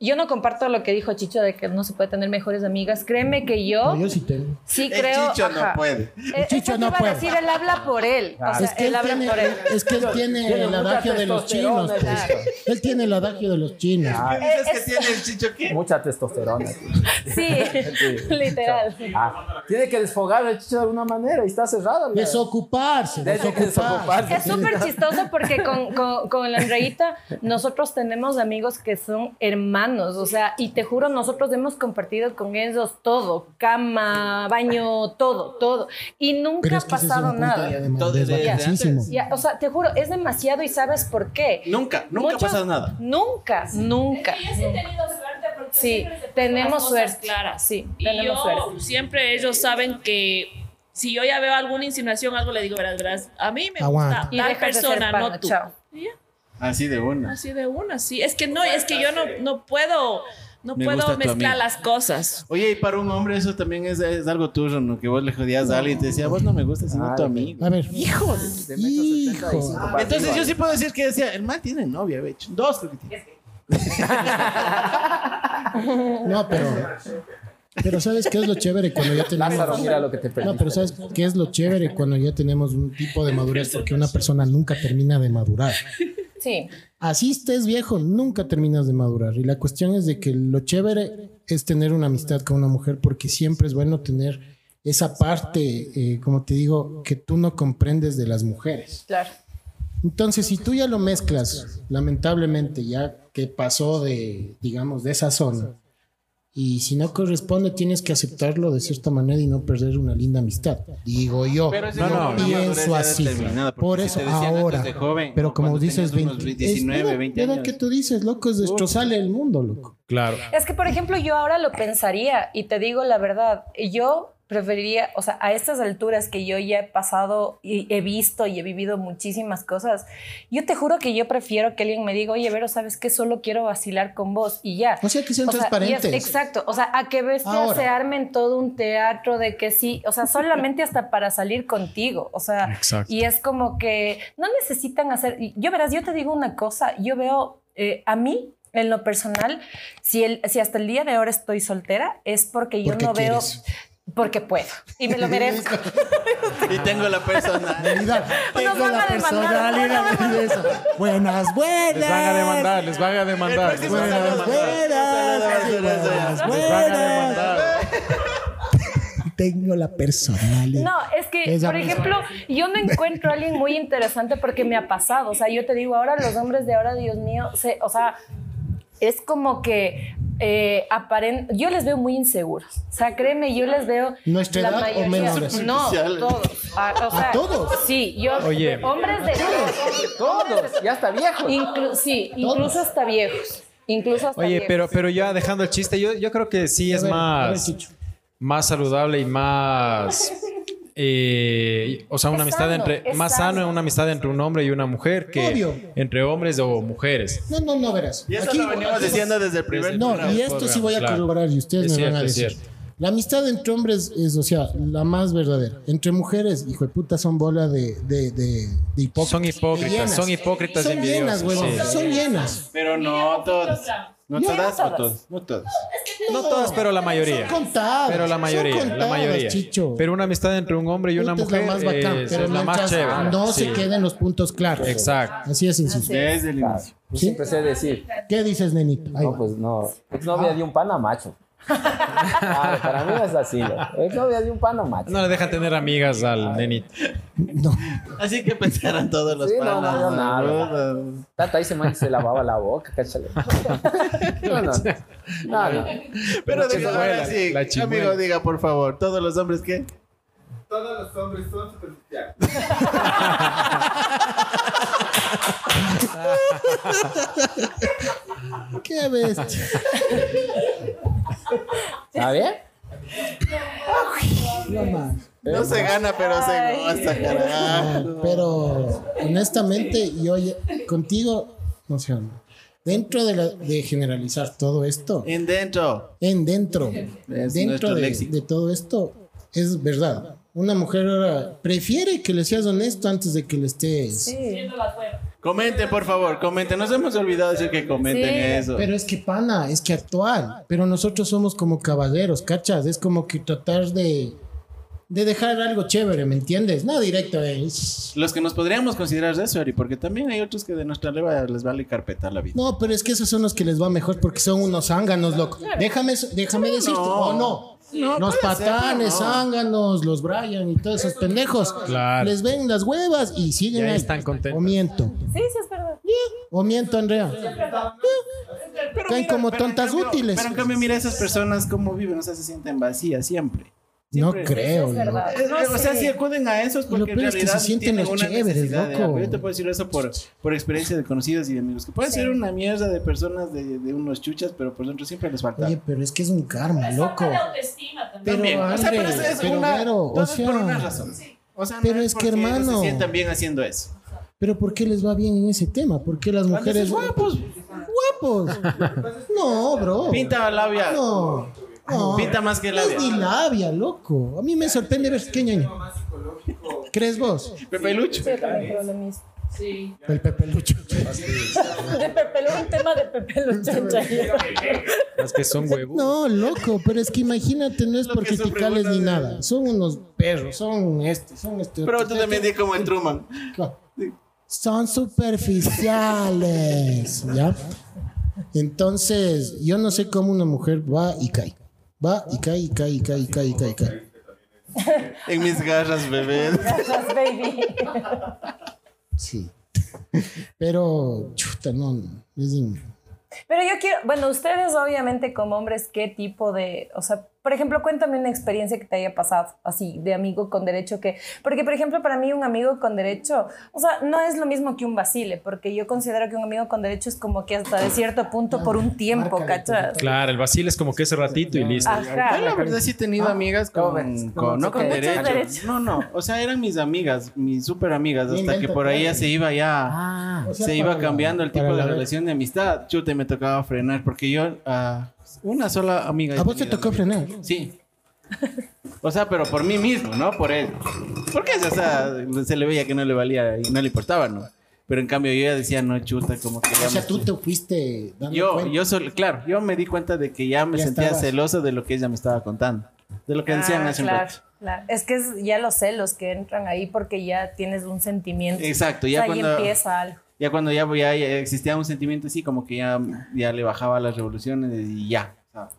[SPEAKER 7] yo no comparto lo que dijo Chicho de que no se puede tener mejores amigas. Créeme que yo
[SPEAKER 1] No, yo sí tengo.
[SPEAKER 7] sí
[SPEAKER 3] El
[SPEAKER 7] creo.
[SPEAKER 3] chicho
[SPEAKER 7] ajá.
[SPEAKER 3] no puede.
[SPEAKER 7] Eh,
[SPEAKER 1] Chicho
[SPEAKER 7] eso te
[SPEAKER 1] no
[SPEAKER 7] iba a
[SPEAKER 1] puede. Ah.
[SPEAKER 7] decir, él habla por él. O sea,
[SPEAKER 1] Es que
[SPEAKER 7] él
[SPEAKER 1] él
[SPEAKER 7] habla
[SPEAKER 1] tiene,
[SPEAKER 7] por él.
[SPEAKER 1] es que él tiene, el
[SPEAKER 5] mucha
[SPEAKER 1] adagio de los
[SPEAKER 5] testosterona,
[SPEAKER 1] chinos. pues.
[SPEAKER 5] claro.
[SPEAKER 1] Él tiene el adagio de los chinos.
[SPEAKER 5] Ah,
[SPEAKER 3] ¿Qué dices que tiene el chicho
[SPEAKER 7] ¿Mm?
[SPEAKER 3] qué?
[SPEAKER 5] Mucha testosterona. tío.
[SPEAKER 7] Sí, literal.
[SPEAKER 5] Ah, tiene que desfogar el chicho de alguna manera y está cerrada. la-
[SPEAKER 1] Desocuparse,
[SPEAKER 5] Tiene que
[SPEAKER 1] desocuparse.
[SPEAKER 5] desocuparse.
[SPEAKER 7] Es súper chistoso porque con, con, con la Andreita nosotros tenemos amigos que son hermanos, o sea, y te juro, nosotros hemos compartido con ellos todo, cama, baño, todo, todo, y nunca
[SPEAKER 1] Pero
[SPEAKER 7] ha
[SPEAKER 1] es que ese es un
[SPEAKER 7] pasado
[SPEAKER 1] punto ya
[SPEAKER 7] nada.
[SPEAKER 1] de madurez
[SPEAKER 3] Entonces, desde
[SPEAKER 1] bacanísimo.
[SPEAKER 7] Ya, o sea, te juro, es demasiado y sabes por qué.
[SPEAKER 3] Nunca, nunca ha
[SPEAKER 7] Muchos-
[SPEAKER 3] pasado nada.
[SPEAKER 7] Nunca, nunca.
[SPEAKER 8] Yo sí he tenido suerte porque
[SPEAKER 7] Sí,
[SPEAKER 8] siempre se puso las
[SPEAKER 7] tenemos
[SPEAKER 8] cosas
[SPEAKER 7] suerte.
[SPEAKER 8] claras.
[SPEAKER 7] Sí,
[SPEAKER 8] Y
[SPEAKER 7] tenemos
[SPEAKER 8] yo
[SPEAKER 7] suerte.
[SPEAKER 8] siempre ellos saben que si yo ya veo alguna insinuación, algo le digo, verás, verás, a mí me
[SPEAKER 1] Aguanta.
[SPEAKER 8] gusta
[SPEAKER 7] Y
[SPEAKER 8] tal
[SPEAKER 7] dejas de ser
[SPEAKER 8] persona,
[SPEAKER 7] pana,
[SPEAKER 8] no tú.
[SPEAKER 7] chao.
[SPEAKER 8] Y ya,
[SPEAKER 3] Así Ah, de una.
[SPEAKER 8] así de una, sí. Es que no, es que yo no, no puedo
[SPEAKER 6] No
[SPEAKER 3] Me gusta tu
[SPEAKER 6] puedo mezclar
[SPEAKER 3] amiga.
[SPEAKER 6] las cosas.
[SPEAKER 3] Oye, y para un hombre eso también es, es algo tuyo, ¿no? Que vos le jodías a alguien y te decía, vos no me gustas, sino
[SPEAKER 5] Ay,
[SPEAKER 3] tu amigo.
[SPEAKER 1] A ver.
[SPEAKER 5] De metro
[SPEAKER 1] Hijo.
[SPEAKER 5] 75 para
[SPEAKER 3] Entonces
[SPEAKER 5] arriba.
[SPEAKER 3] yo sí puedo decir que decía, el man tiene novia, bicho. Dos creo que tiene.
[SPEAKER 1] No, pero. Pero ¿sabes qué es lo chévere cuando ya tenemos.
[SPEAKER 5] Lázaro, mira lo que te perdiste.
[SPEAKER 1] No, pero ¿sabes qué es lo chévere cuando ya tenemos un tipo de madurez? Porque una persona nunca termina de madurar.
[SPEAKER 7] Sí.
[SPEAKER 1] Así estés viejo, nunca terminas de madurar. Y la cuestión es de que lo chévere es tener una amistad con una mujer porque siempre es bueno tener esa parte, eh, como te digo, que tú no comprendes de las mujeres.
[SPEAKER 7] Claro.
[SPEAKER 1] Entonces, si tú ya lo mezclas, lamentablemente, ya que pasó de, digamos, de esa zona, y si no corresponde, tienes que aceptarlo de cierta manera y no perder una linda amistad. Digo yo.
[SPEAKER 3] No, no,
[SPEAKER 1] pienso así. Por eso, ahora. Pero como dices, 20, es
[SPEAKER 3] 19,
[SPEAKER 1] la-
[SPEAKER 3] 20
[SPEAKER 1] la edad
[SPEAKER 3] años.
[SPEAKER 1] que tú dices, loco, es destrozarle el mundo, loco.
[SPEAKER 4] Claro.
[SPEAKER 7] Es que, por ejemplo, yo ahora lo pensaría y te digo la verdad, yo preferiría, o sea, a estas alturas que yo ya he pasado y he visto y he vivido muchísimas cosas, yo te juro que yo prefiero que alguien me diga, oye, Vero, ¿sabes qué? Solo quiero vacilar con vos y ya.
[SPEAKER 1] O sea, que sean
[SPEAKER 7] O sea, y es-
[SPEAKER 1] transparentes.
[SPEAKER 7] exacto. O sea, a que bestia
[SPEAKER 1] Ahora.
[SPEAKER 7] se armen todo un teatro de que sí. O sea, solamente hasta para salir contigo. O sea,
[SPEAKER 4] Exacto.
[SPEAKER 7] y es como que no necesitan hacer. y Yo verás, yo te digo una cosa. Yo veo eh, a mí. En lo personal, si, el, si hasta el día de ahora estoy soltera, es porque yo
[SPEAKER 1] Porque
[SPEAKER 7] no
[SPEAKER 1] quieres.
[SPEAKER 7] veo porque puedo y me lo merezco.
[SPEAKER 3] Y tengo la persona.
[SPEAKER 1] Realidad.
[SPEAKER 7] Nos van a demandar, nos van a
[SPEAKER 1] de eso. Buenas, buenas.
[SPEAKER 4] Les van a demandar, les van a demandar. Les
[SPEAKER 3] próximo
[SPEAKER 4] van a
[SPEAKER 3] saludo.
[SPEAKER 4] demandar.
[SPEAKER 1] Buenas,
[SPEAKER 3] Buenas,
[SPEAKER 1] buenas,
[SPEAKER 3] buenas,
[SPEAKER 4] Les van a
[SPEAKER 1] buenas.
[SPEAKER 4] demandar.
[SPEAKER 1] Tengo la personalidad.
[SPEAKER 7] No, es que,
[SPEAKER 1] Esa
[SPEAKER 7] por
[SPEAKER 1] misma.
[SPEAKER 7] ejemplo, yo no encuentro a alguien muy interesante porque me ha pasado. O sea, yo te digo, ahora los hombres de ahora, Dios mío, se- o sea, es como que eh, aparen- yo les veo muy inseguros. O sea, créeme, yo les veo
[SPEAKER 1] ¿Nuestra
[SPEAKER 7] la
[SPEAKER 1] edad o
[SPEAKER 7] mayoría.
[SPEAKER 1] menores?
[SPEAKER 7] No,
[SPEAKER 3] Superficiales.
[SPEAKER 7] todos. Ah, o sea,
[SPEAKER 1] ¿A todos?
[SPEAKER 7] Sí, yo
[SPEAKER 4] Oye.
[SPEAKER 7] hombres de
[SPEAKER 5] Todos, ya está viejo.
[SPEAKER 7] inclu- sí, incluso hasta viejos, incluso hasta
[SPEAKER 4] Oye,
[SPEAKER 7] viejos.
[SPEAKER 4] pero, pero ya dejando el chiste, yo, yo creo que sí es
[SPEAKER 1] ver, a ver,
[SPEAKER 4] más,
[SPEAKER 1] Chicho.
[SPEAKER 4] más saludable y más. eh, o sea, una
[SPEAKER 7] Es
[SPEAKER 4] amistad
[SPEAKER 7] sano,
[SPEAKER 4] entre.
[SPEAKER 7] es
[SPEAKER 4] Más
[SPEAKER 7] sano.
[SPEAKER 4] sano una amistad entre un hombre y una mujer que
[SPEAKER 1] Obvio.
[SPEAKER 4] entre hombres o mujeres.
[SPEAKER 1] No, no, no, verás.
[SPEAKER 3] Y eso
[SPEAKER 1] Aquí-
[SPEAKER 3] lo venimos
[SPEAKER 1] aquí-
[SPEAKER 3] diciendo desde el primer
[SPEAKER 1] No,
[SPEAKER 4] programa.
[SPEAKER 1] y esto sí voy a
[SPEAKER 4] Claro.
[SPEAKER 1] corroborar y ustedes
[SPEAKER 4] Es
[SPEAKER 1] me
[SPEAKER 4] cierto,
[SPEAKER 1] van a
[SPEAKER 4] es
[SPEAKER 1] decir.
[SPEAKER 4] cierto.
[SPEAKER 1] La amistad entre hombres es, o sea, la más verdadera. Entre mujeres, hijo de puta, son bola de, de, de, de hipócritas.
[SPEAKER 4] Son hipócritas,
[SPEAKER 1] Llenas.
[SPEAKER 4] son hipócritas
[SPEAKER 1] Son llenas,
[SPEAKER 4] envidiosos.
[SPEAKER 1] huevón.
[SPEAKER 4] sí.
[SPEAKER 1] Son llenas.
[SPEAKER 3] Pero no todos. No
[SPEAKER 1] No
[SPEAKER 3] todas,
[SPEAKER 7] todas.
[SPEAKER 3] no todas. No todas.
[SPEAKER 4] No todas, pero la mayoría.
[SPEAKER 1] Son contadas.
[SPEAKER 4] Pero la
[SPEAKER 1] son
[SPEAKER 4] mayoría, la
[SPEAKER 1] contadas,
[SPEAKER 4] mayoría.
[SPEAKER 1] Chicho.
[SPEAKER 4] Pero una amistad entre un hombre y una
[SPEAKER 1] Puta,
[SPEAKER 4] mujer
[SPEAKER 1] es la más bacán,
[SPEAKER 4] es,
[SPEAKER 1] pero
[SPEAKER 4] es la más
[SPEAKER 1] mientras
[SPEAKER 4] chévere.
[SPEAKER 1] No
[SPEAKER 4] sí.
[SPEAKER 1] se queden los puntos claros.
[SPEAKER 4] Exacto.
[SPEAKER 1] Así es sencillo.
[SPEAKER 3] Desde el inicio.
[SPEAKER 5] Yo
[SPEAKER 1] ¿Sí?
[SPEAKER 5] siempre sé decir,
[SPEAKER 1] ¿Qué dices, nenito? Ahí
[SPEAKER 5] no,
[SPEAKER 1] va.
[SPEAKER 5] pues no, exnovia de un pana macho. Ah, para mí es así, ¿no? exnovia de un pana macho.
[SPEAKER 4] No le dejan tener amigas al nenito.
[SPEAKER 1] No.
[SPEAKER 3] Así que pensaron todos los
[SPEAKER 5] Sí, no,
[SPEAKER 3] panas.
[SPEAKER 5] no, no, nada.
[SPEAKER 3] ¿no?
[SPEAKER 5] Tata ahí se, man- se lavaba la boca, cáchale. No, no, no. no.
[SPEAKER 3] Pero
[SPEAKER 4] La
[SPEAKER 3] diga,
[SPEAKER 4] chimuela,
[SPEAKER 3] ahora sí,
[SPEAKER 4] la chimuela.
[SPEAKER 3] amigo, diga por favor, todos los hombres qué?
[SPEAKER 9] Todos los hombres son superficiales.
[SPEAKER 1] ¿Qué bestia?
[SPEAKER 5] ¿Está bien?
[SPEAKER 1] No más.
[SPEAKER 5] Eh,
[SPEAKER 3] No se gana, pero se goza, carajo.
[SPEAKER 1] Ah, Pero honestamente, yo ya- contigo, no sé, no. dentro de, la- de generalizar todo esto,
[SPEAKER 3] En dentro.
[SPEAKER 1] en dentro,
[SPEAKER 3] nuestro
[SPEAKER 1] dentro de,
[SPEAKER 3] léxico.
[SPEAKER 1] de todo esto, es verdad. Una mujer ahora prefiere que le seas honesto antes de que le estés.
[SPEAKER 3] Comenten, por favor, comenten. Nos hemos olvidado decir que comenten
[SPEAKER 7] Sí.
[SPEAKER 3] eso.
[SPEAKER 1] Pero es que pana, es que actuar. Pero nosotros somos como caballeros, ¿cachas? Es como que tratar de, de dejar algo chévere, ¿me entiendes? No directo, eh.
[SPEAKER 3] Los que nos podríamos considerar de eso, Ari, porque también hay otros que de nuestra leva les vale carpeta la vida.
[SPEAKER 1] No, pero es que esos son los que les va mejor porque son unos zánganos, loco. Déjame, eso- déjame decirte, o no. los
[SPEAKER 3] puede ser,
[SPEAKER 1] patanes,
[SPEAKER 3] no.
[SPEAKER 1] zánganos, los Brian y todos esos pendejos.
[SPEAKER 4] Claro.
[SPEAKER 1] Les ven las huevas y siguen
[SPEAKER 4] Ya
[SPEAKER 1] ahí.
[SPEAKER 4] están contentos.
[SPEAKER 1] O miento.
[SPEAKER 7] Sí, sí es verdad.
[SPEAKER 1] O miento, Andrea.
[SPEAKER 3] Pero
[SPEAKER 1] Caen como
[SPEAKER 3] pero en
[SPEAKER 1] tontas
[SPEAKER 3] cambio-
[SPEAKER 1] útiles.
[SPEAKER 3] Pero en cambio, mira esas personas cómo viven, o sea, se sienten vacías siempre.
[SPEAKER 1] No
[SPEAKER 3] Siempre-
[SPEAKER 1] creo,
[SPEAKER 7] Es
[SPEAKER 1] loco.
[SPEAKER 7] verdad.
[SPEAKER 3] Eh,
[SPEAKER 7] No
[SPEAKER 3] eh, o sea,
[SPEAKER 7] sé.
[SPEAKER 3] si acuden a esos porque
[SPEAKER 1] Pues Lo
[SPEAKER 3] en
[SPEAKER 1] peor es que
[SPEAKER 3] realidad
[SPEAKER 1] se sienten
[SPEAKER 3] tienen
[SPEAKER 1] los
[SPEAKER 3] una
[SPEAKER 1] chéveres,
[SPEAKER 3] necesidad de algo.
[SPEAKER 1] loco.
[SPEAKER 3] Yo te puedo decir eso por, por experiencia de conocidos y de amigos, que pueden ser una mierda de personas de, de unos chuchas, pero por dentro siempre les falta.
[SPEAKER 1] Oye, pero es que es un karma, loco. Pero,
[SPEAKER 3] También. o sea, pero
[SPEAKER 1] André,
[SPEAKER 3] es, es
[SPEAKER 1] pero,
[SPEAKER 3] una,
[SPEAKER 1] Vero, o
[SPEAKER 3] todo es
[SPEAKER 1] sea,
[SPEAKER 3] por una razón. O sea, no
[SPEAKER 1] pero es que,
[SPEAKER 3] porque ellos
[SPEAKER 1] hermano.
[SPEAKER 3] se sientan bien haciendo eso.
[SPEAKER 1] Pero ¿por qué les va bien en ese tema? ¿Por qué las mujeres...
[SPEAKER 3] guapos.
[SPEAKER 1] ¡Guapos! No, bro.
[SPEAKER 3] Pinta labia.
[SPEAKER 1] No. no.
[SPEAKER 3] Pinta más que
[SPEAKER 1] No es ni
[SPEAKER 3] labia.
[SPEAKER 1] labia, loco. A mí me sorprende ver qué ñaña.
[SPEAKER 9] más psicológico.
[SPEAKER 1] ¿Crees vos?
[SPEAKER 3] Pepe Lucho.
[SPEAKER 7] Sí, yo también creo lo mismo.
[SPEAKER 8] Sí.
[SPEAKER 1] El Pepe Lucho.
[SPEAKER 7] De Pepe Lu- un tema de Pepe Lucho. en realidad.
[SPEAKER 4] Las que son huevos.
[SPEAKER 1] No, loco, pero es que imagínate, no es
[SPEAKER 3] Lo
[SPEAKER 1] por
[SPEAKER 3] que son
[SPEAKER 1] criticarles ni
[SPEAKER 3] preguntas de-
[SPEAKER 1] nada. Son unos perros, son este, son este.
[SPEAKER 3] Pero tú también di como en Truman.
[SPEAKER 1] Son superficiales, ¿ya? Entonces, yo no sé cómo una mujer va y cae. Va y cae, y cae, y cae, y cae, y cae, y cae.
[SPEAKER 3] En mis garras, bebé.
[SPEAKER 7] Gracias, baby.
[SPEAKER 1] Sí. Pero, chuta, no, no, es in-
[SPEAKER 7] Pero yo quiero, bueno, ustedes obviamente como hombres, ¿qué tipo de, o sea, por ejemplo, cuéntame una experiencia que te haya pasado así, de amigo con derecho que, porque por ejemplo, para mí un amigo con derecho, o sea, no es lo mismo que un vacile, porque yo considero que un amigo con derecho es como que hasta de cierto punto por un tiempo,
[SPEAKER 1] Márcale,
[SPEAKER 7] ¿cachas?
[SPEAKER 4] Claro, el vacil es como que ese ratito y listo.
[SPEAKER 7] Ajá.
[SPEAKER 3] Yo la verdad sí he tenido amigas con,
[SPEAKER 5] jóvenes,
[SPEAKER 3] con- no
[SPEAKER 5] con
[SPEAKER 3] con
[SPEAKER 5] muchos
[SPEAKER 3] derechos.
[SPEAKER 7] derechos.
[SPEAKER 3] No, no, o sea, eran mis amigas, mis súper amigas,
[SPEAKER 1] Bien
[SPEAKER 3] hasta que
[SPEAKER 1] lento,
[SPEAKER 3] por ahí ya
[SPEAKER 1] claro.
[SPEAKER 3] se iba ya,
[SPEAKER 5] Ah.
[SPEAKER 1] o sea,
[SPEAKER 3] se iba
[SPEAKER 1] para la-
[SPEAKER 3] cambiando el tipo
[SPEAKER 1] para
[SPEAKER 3] de
[SPEAKER 1] la vez.
[SPEAKER 3] relación de amistad. Yo te me tocaba frenar porque yo a una sola amiga. he
[SPEAKER 1] ¿A vos te
[SPEAKER 3] tenido
[SPEAKER 1] tocó
[SPEAKER 3] en
[SPEAKER 1] frenar?
[SPEAKER 3] la vida. Sí. O sea, pero por mí mismo, ¿no? Por él. Porque o sea, se le veía que no le valía y no le importaba, ¿no? Pero en cambio yo ya decía, no, chuta, como que ya
[SPEAKER 1] O sea,
[SPEAKER 3] me-
[SPEAKER 1] tú te fuiste dando
[SPEAKER 3] yo,
[SPEAKER 1] cuenta.
[SPEAKER 3] yo solo, claro, yo me di cuenta de que ya me
[SPEAKER 1] Ya
[SPEAKER 3] sentía
[SPEAKER 1] estabas.
[SPEAKER 3] celoso de lo que ella me estaba contando. De lo que decían
[SPEAKER 7] Ah,
[SPEAKER 3] hace un
[SPEAKER 7] claro,
[SPEAKER 3] rato.
[SPEAKER 7] claro. Es que es ya los celos que entran ahí porque ya tienes un sentimiento.
[SPEAKER 3] Exacto,
[SPEAKER 7] O
[SPEAKER 3] ya
[SPEAKER 7] sea, ahí
[SPEAKER 3] cuando,
[SPEAKER 7] empieza algo.
[SPEAKER 3] ya cuando ya, ya- ya existía un sentimiento así, como que ya, ya le bajaba las revoluciones y ya. o sea,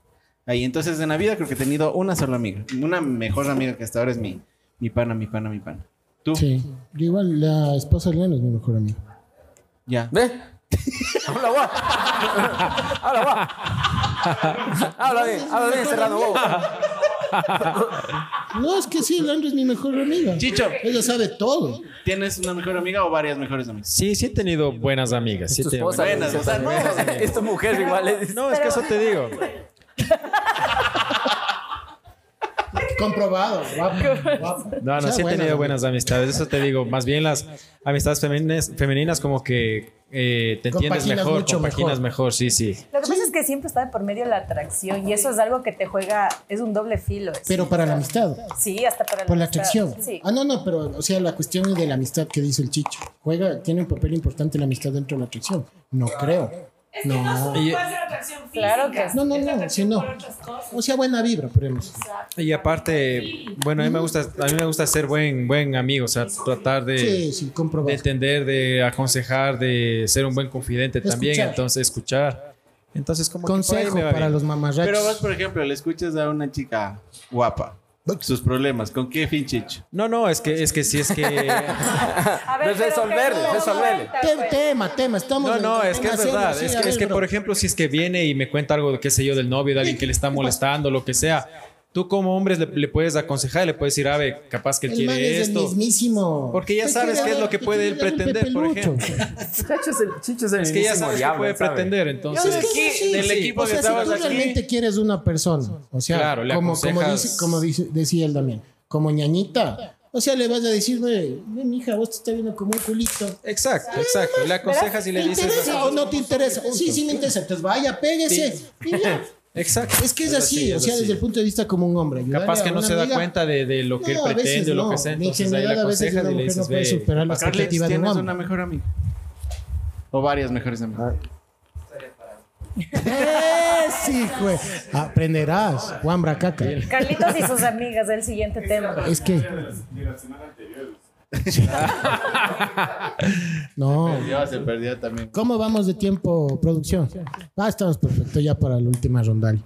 [SPEAKER 3] Ahí entonces en la vida creo que he tenido una sola amiga, una mejor amiga que hasta ahora es mi, mi pana, mi pana, mi pana. Tú,
[SPEAKER 1] Sí. Yo igual, la esposa de Leno es mi mejor amiga.
[SPEAKER 3] ya.
[SPEAKER 5] ¿Ve? Habla guau. Habla guau. Habla bien, habla bien, cerrado bobo.
[SPEAKER 1] No, es que sí, Leandro es mi mejor amiga.
[SPEAKER 3] Chicho,
[SPEAKER 1] Ella sabe todo.
[SPEAKER 3] ¿tienes una mejor amiga o varias mejores amigas?
[SPEAKER 4] Sí, sí he tenido buenas amigas. sí
[SPEAKER 5] Tu
[SPEAKER 4] he tenido
[SPEAKER 5] esposa.
[SPEAKER 3] buenas,
[SPEAKER 5] dice,
[SPEAKER 3] o sea, no.
[SPEAKER 5] Es tu mujer igual. es-
[SPEAKER 4] buenas- No, es que eso te digo.
[SPEAKER 1] Comprobado, guapo. guapo.
[SPEAKER 4] No, no,
[SPEAKER 1] O sea,
[SPEAKER 4] sí he tenido
[SPEAKER 1] buena.
[SPEAKER 4] buenas amistades. Eso te digo. Más bien las amistades femeninas, femeninas como que eh, te entiendes
[SPEAKER 1] Compaginas
[SPEAKER 4] mejor,
[SPEAKER 1] mucho
[SPEAKER 4] compaginas mejor. Sí, sí.
[SPEAKER 7] Lo que pasa es que siempre está de por medio la atracción y eso es algo que te juega, es un doble filo. es-
[SPEAKER 1] Pero para la amistad,
[SPEAKER 7] Sí, hasta para la
[SPEAKER 1] por la
[SPEAKER 7] amistad,
[SPEAKER 1] atracción.
[SPEAKER 7] Sí.
[SPEAKER 1] Ah, no, no, pero, o sea, la cuestión de la amistad que dice el Chicho. Juega, tiene un papel importante la amistad dentro de la atracción. No creo. No.
[SPEAKER 4] Y,
[SPEAKER 7] Claro que sí.
[SPEAKER 1] No, no, no, si no. O sea, buena vibra, por ejemplo.
[SPEAKER 4] y aparte, bueno, a mí me gusta, a mí me gusta ser buen, buen amigo. O sea, tratar de...
[SPEAKER 1] Sí, sí,
[SPEAKER 4] de
[SPEAKER 1] comprobado.
[SPEAKER 4] entender, de aconsejar, de ser un buen confidente también,
[SPEAKER 1] Escuchar.
[SPEAKER 4] entonces escuchar. Entonces, como que por ahí
[SPEAKER 1] Consejo
[SPEAKER 4] me va
[SPEAKER 1] para
[SPEAKER 4] bien.
[SPEAKER 1] los mamarrachos.
[SPEAKER 3] Pero vos, por ejemplo, le escuchas a una chica guapa, sus problemas, ¿con qué fin, Chicho?
[SPEAKER 4] No, no, es que es que si es que
[SPEAKER 7] A
[SPEAKER 5] Pues resolverle,
[SPEAKER 7] pero que-
[SPEAKER 5] resolverle.
[SPEAKER 1] Tem- tema, tema, estamos.
[SPEAKER 4] No,
[SPEAKER 1] en-
[SPEAKER 4] no, es que es
[SPEAKER 1] tema serio,
[SPEAKER 4] verdad,
[SPEAKER 1] sí,
[SPEAKER 4] es
[SPEAKER 1] a
[SPEAKER 4] que, es
[SPEAKER 1] ver,
[SPEAKER 4] que
[SPEAKER 1] bro.
[SPEAKER 4] por ejemplo, si es que viene y me cuenta algo, qué sé yo, del novio, de alguien que le está molestando, lo que sea, tú como hombre le, le puedes aconsejar, le puedes decir, a ver, capaz que él
[SPEAKER 1] El man
[SPEAKER 4] quiere
[SPEAKER 1] es el
[SPEAKER 4] esto.
[SPEAKER 1] mismísimo. Pues
[SPEAKER 4] Porque ya
[SPEAKER 1] Te
[SPEAKER 4] sabes
[SPEAKER 1] quiere
[SPEAKER 4] qué es
[SPEAKER 1] dar-
[SPEAKER 4] lo que
[SPEAKER 1] te
[SPEAKER 4] puede él
[SPEAKER 1] quiere dar un
[SPEAKER 4] pretender, por
[SPEAKER 1] Pepe
[SPEAKER 4] ejemplo.
[SPEAKER 1] Lucho.
[SPEAKER 5] Chicho es el, Chicho es el
[SPEAKER 4] Es que ya
[SPEAKER 5] mismísimo
[SPEAKER 4] sabes qué
[SPEAKER 5] diablo,
[SPEAKER 4] puede
[SPEAKER 5] ¿sabe?
[SPEAKER 4] pretender,
[SPEAKER 1] Yo
[SPEAKER 4] entonces
[SPEAKER 1] es que sí,
[SPEAKER 3] del
[SPEAKER 1] sí.
[SPEAKER 3] equipo
[SPEAKER 1] o
[SPEAKER 3] que
[SPEAKER 1] sea, si
[SPEAKER 3] estabas
[SPEAKER 1] tú
[SPEAKER 3] aquí-
[SPEAKER 1] realmente quieres una persona, o sea,
[SPEAKER 4] Claro, le
[SPEAKER 1] como, como,
[SPEAKER 4] aconsejas-
[SPEAKER 1] dice, como dice- decía él también, como ñañita, o sea, le vas a decir, "Ve, ve, mija, vos te estás viendo como un culito.
[SPEAKER 4] Exacto, exacto. Le aconsejas y
[SPEAKER 1] ¿Te
[SPEAKER 4] le dices,
[SPEAKER 1] interesa o no te interesa? Sí, sí me interesa, entonces vaya, pégese. Y ya.
[SPEAKER 4] exacto.
[SPEAKER 1] Es que es, así, o sea, desde el punto de vista como un hombre. ayudarle
[SPEAKER 4] Capaz
[SPEAKER 1] a
[SPEAKER 4] que no
[SPEAKER 1] una
[SPEAKER 4] se da
[SPEAKER 1] amiga-
[SPEAKER 4] cuenta de, de lo que
[SPEAKER 1] No,
[SPEAKER 4] él
[SPEAKER 1] a veces
[SPEAKER 4] pretende o lo que
[SPEAKER 1] no.
[SPEAKER 4] sea.
[SPEAKER 1] En
[SPEAKER 4] Entonces ahí le
[SPEAKER 1] general, a veces
[SPEAKER 4] aconsejas
[SPEAKER 1] una
[SPEAKER 4] y le
[SPEAKER 1] mujer no
[SPEAKER 4] dices,
[SPEAKER 1] puede
[SPEAKER 4] ve,
[SPEAKER 1] superar la
[SPEAKER 4] capaz que-
[SPEAKER 3] Carles,
[SPEAKER 1] expectativa de un
[SPEAKER 3] ¿tienes una
[SPEAKER 1] hombre.
[SPEAKER 3] mejor amiga? ¿O varias mejores amigas?
[SPEAKER 1] ¡Eh, sí, güey! Aprenderás, Juan Bracaca.
[SPEAKER 7] Carlitos y sus amigas, el siguiente tema.
[SPEAKER 1] Es que,
[SPEAKER 9] De la- de la semana anterior.
[SPEAKER 1] no.
[SPEAKER 3] Ya se perdió también.
[SPEAKER 1] ¿Cómo vamos de tiempo, producción? Ah, estamos perfecto ya para la última rondal.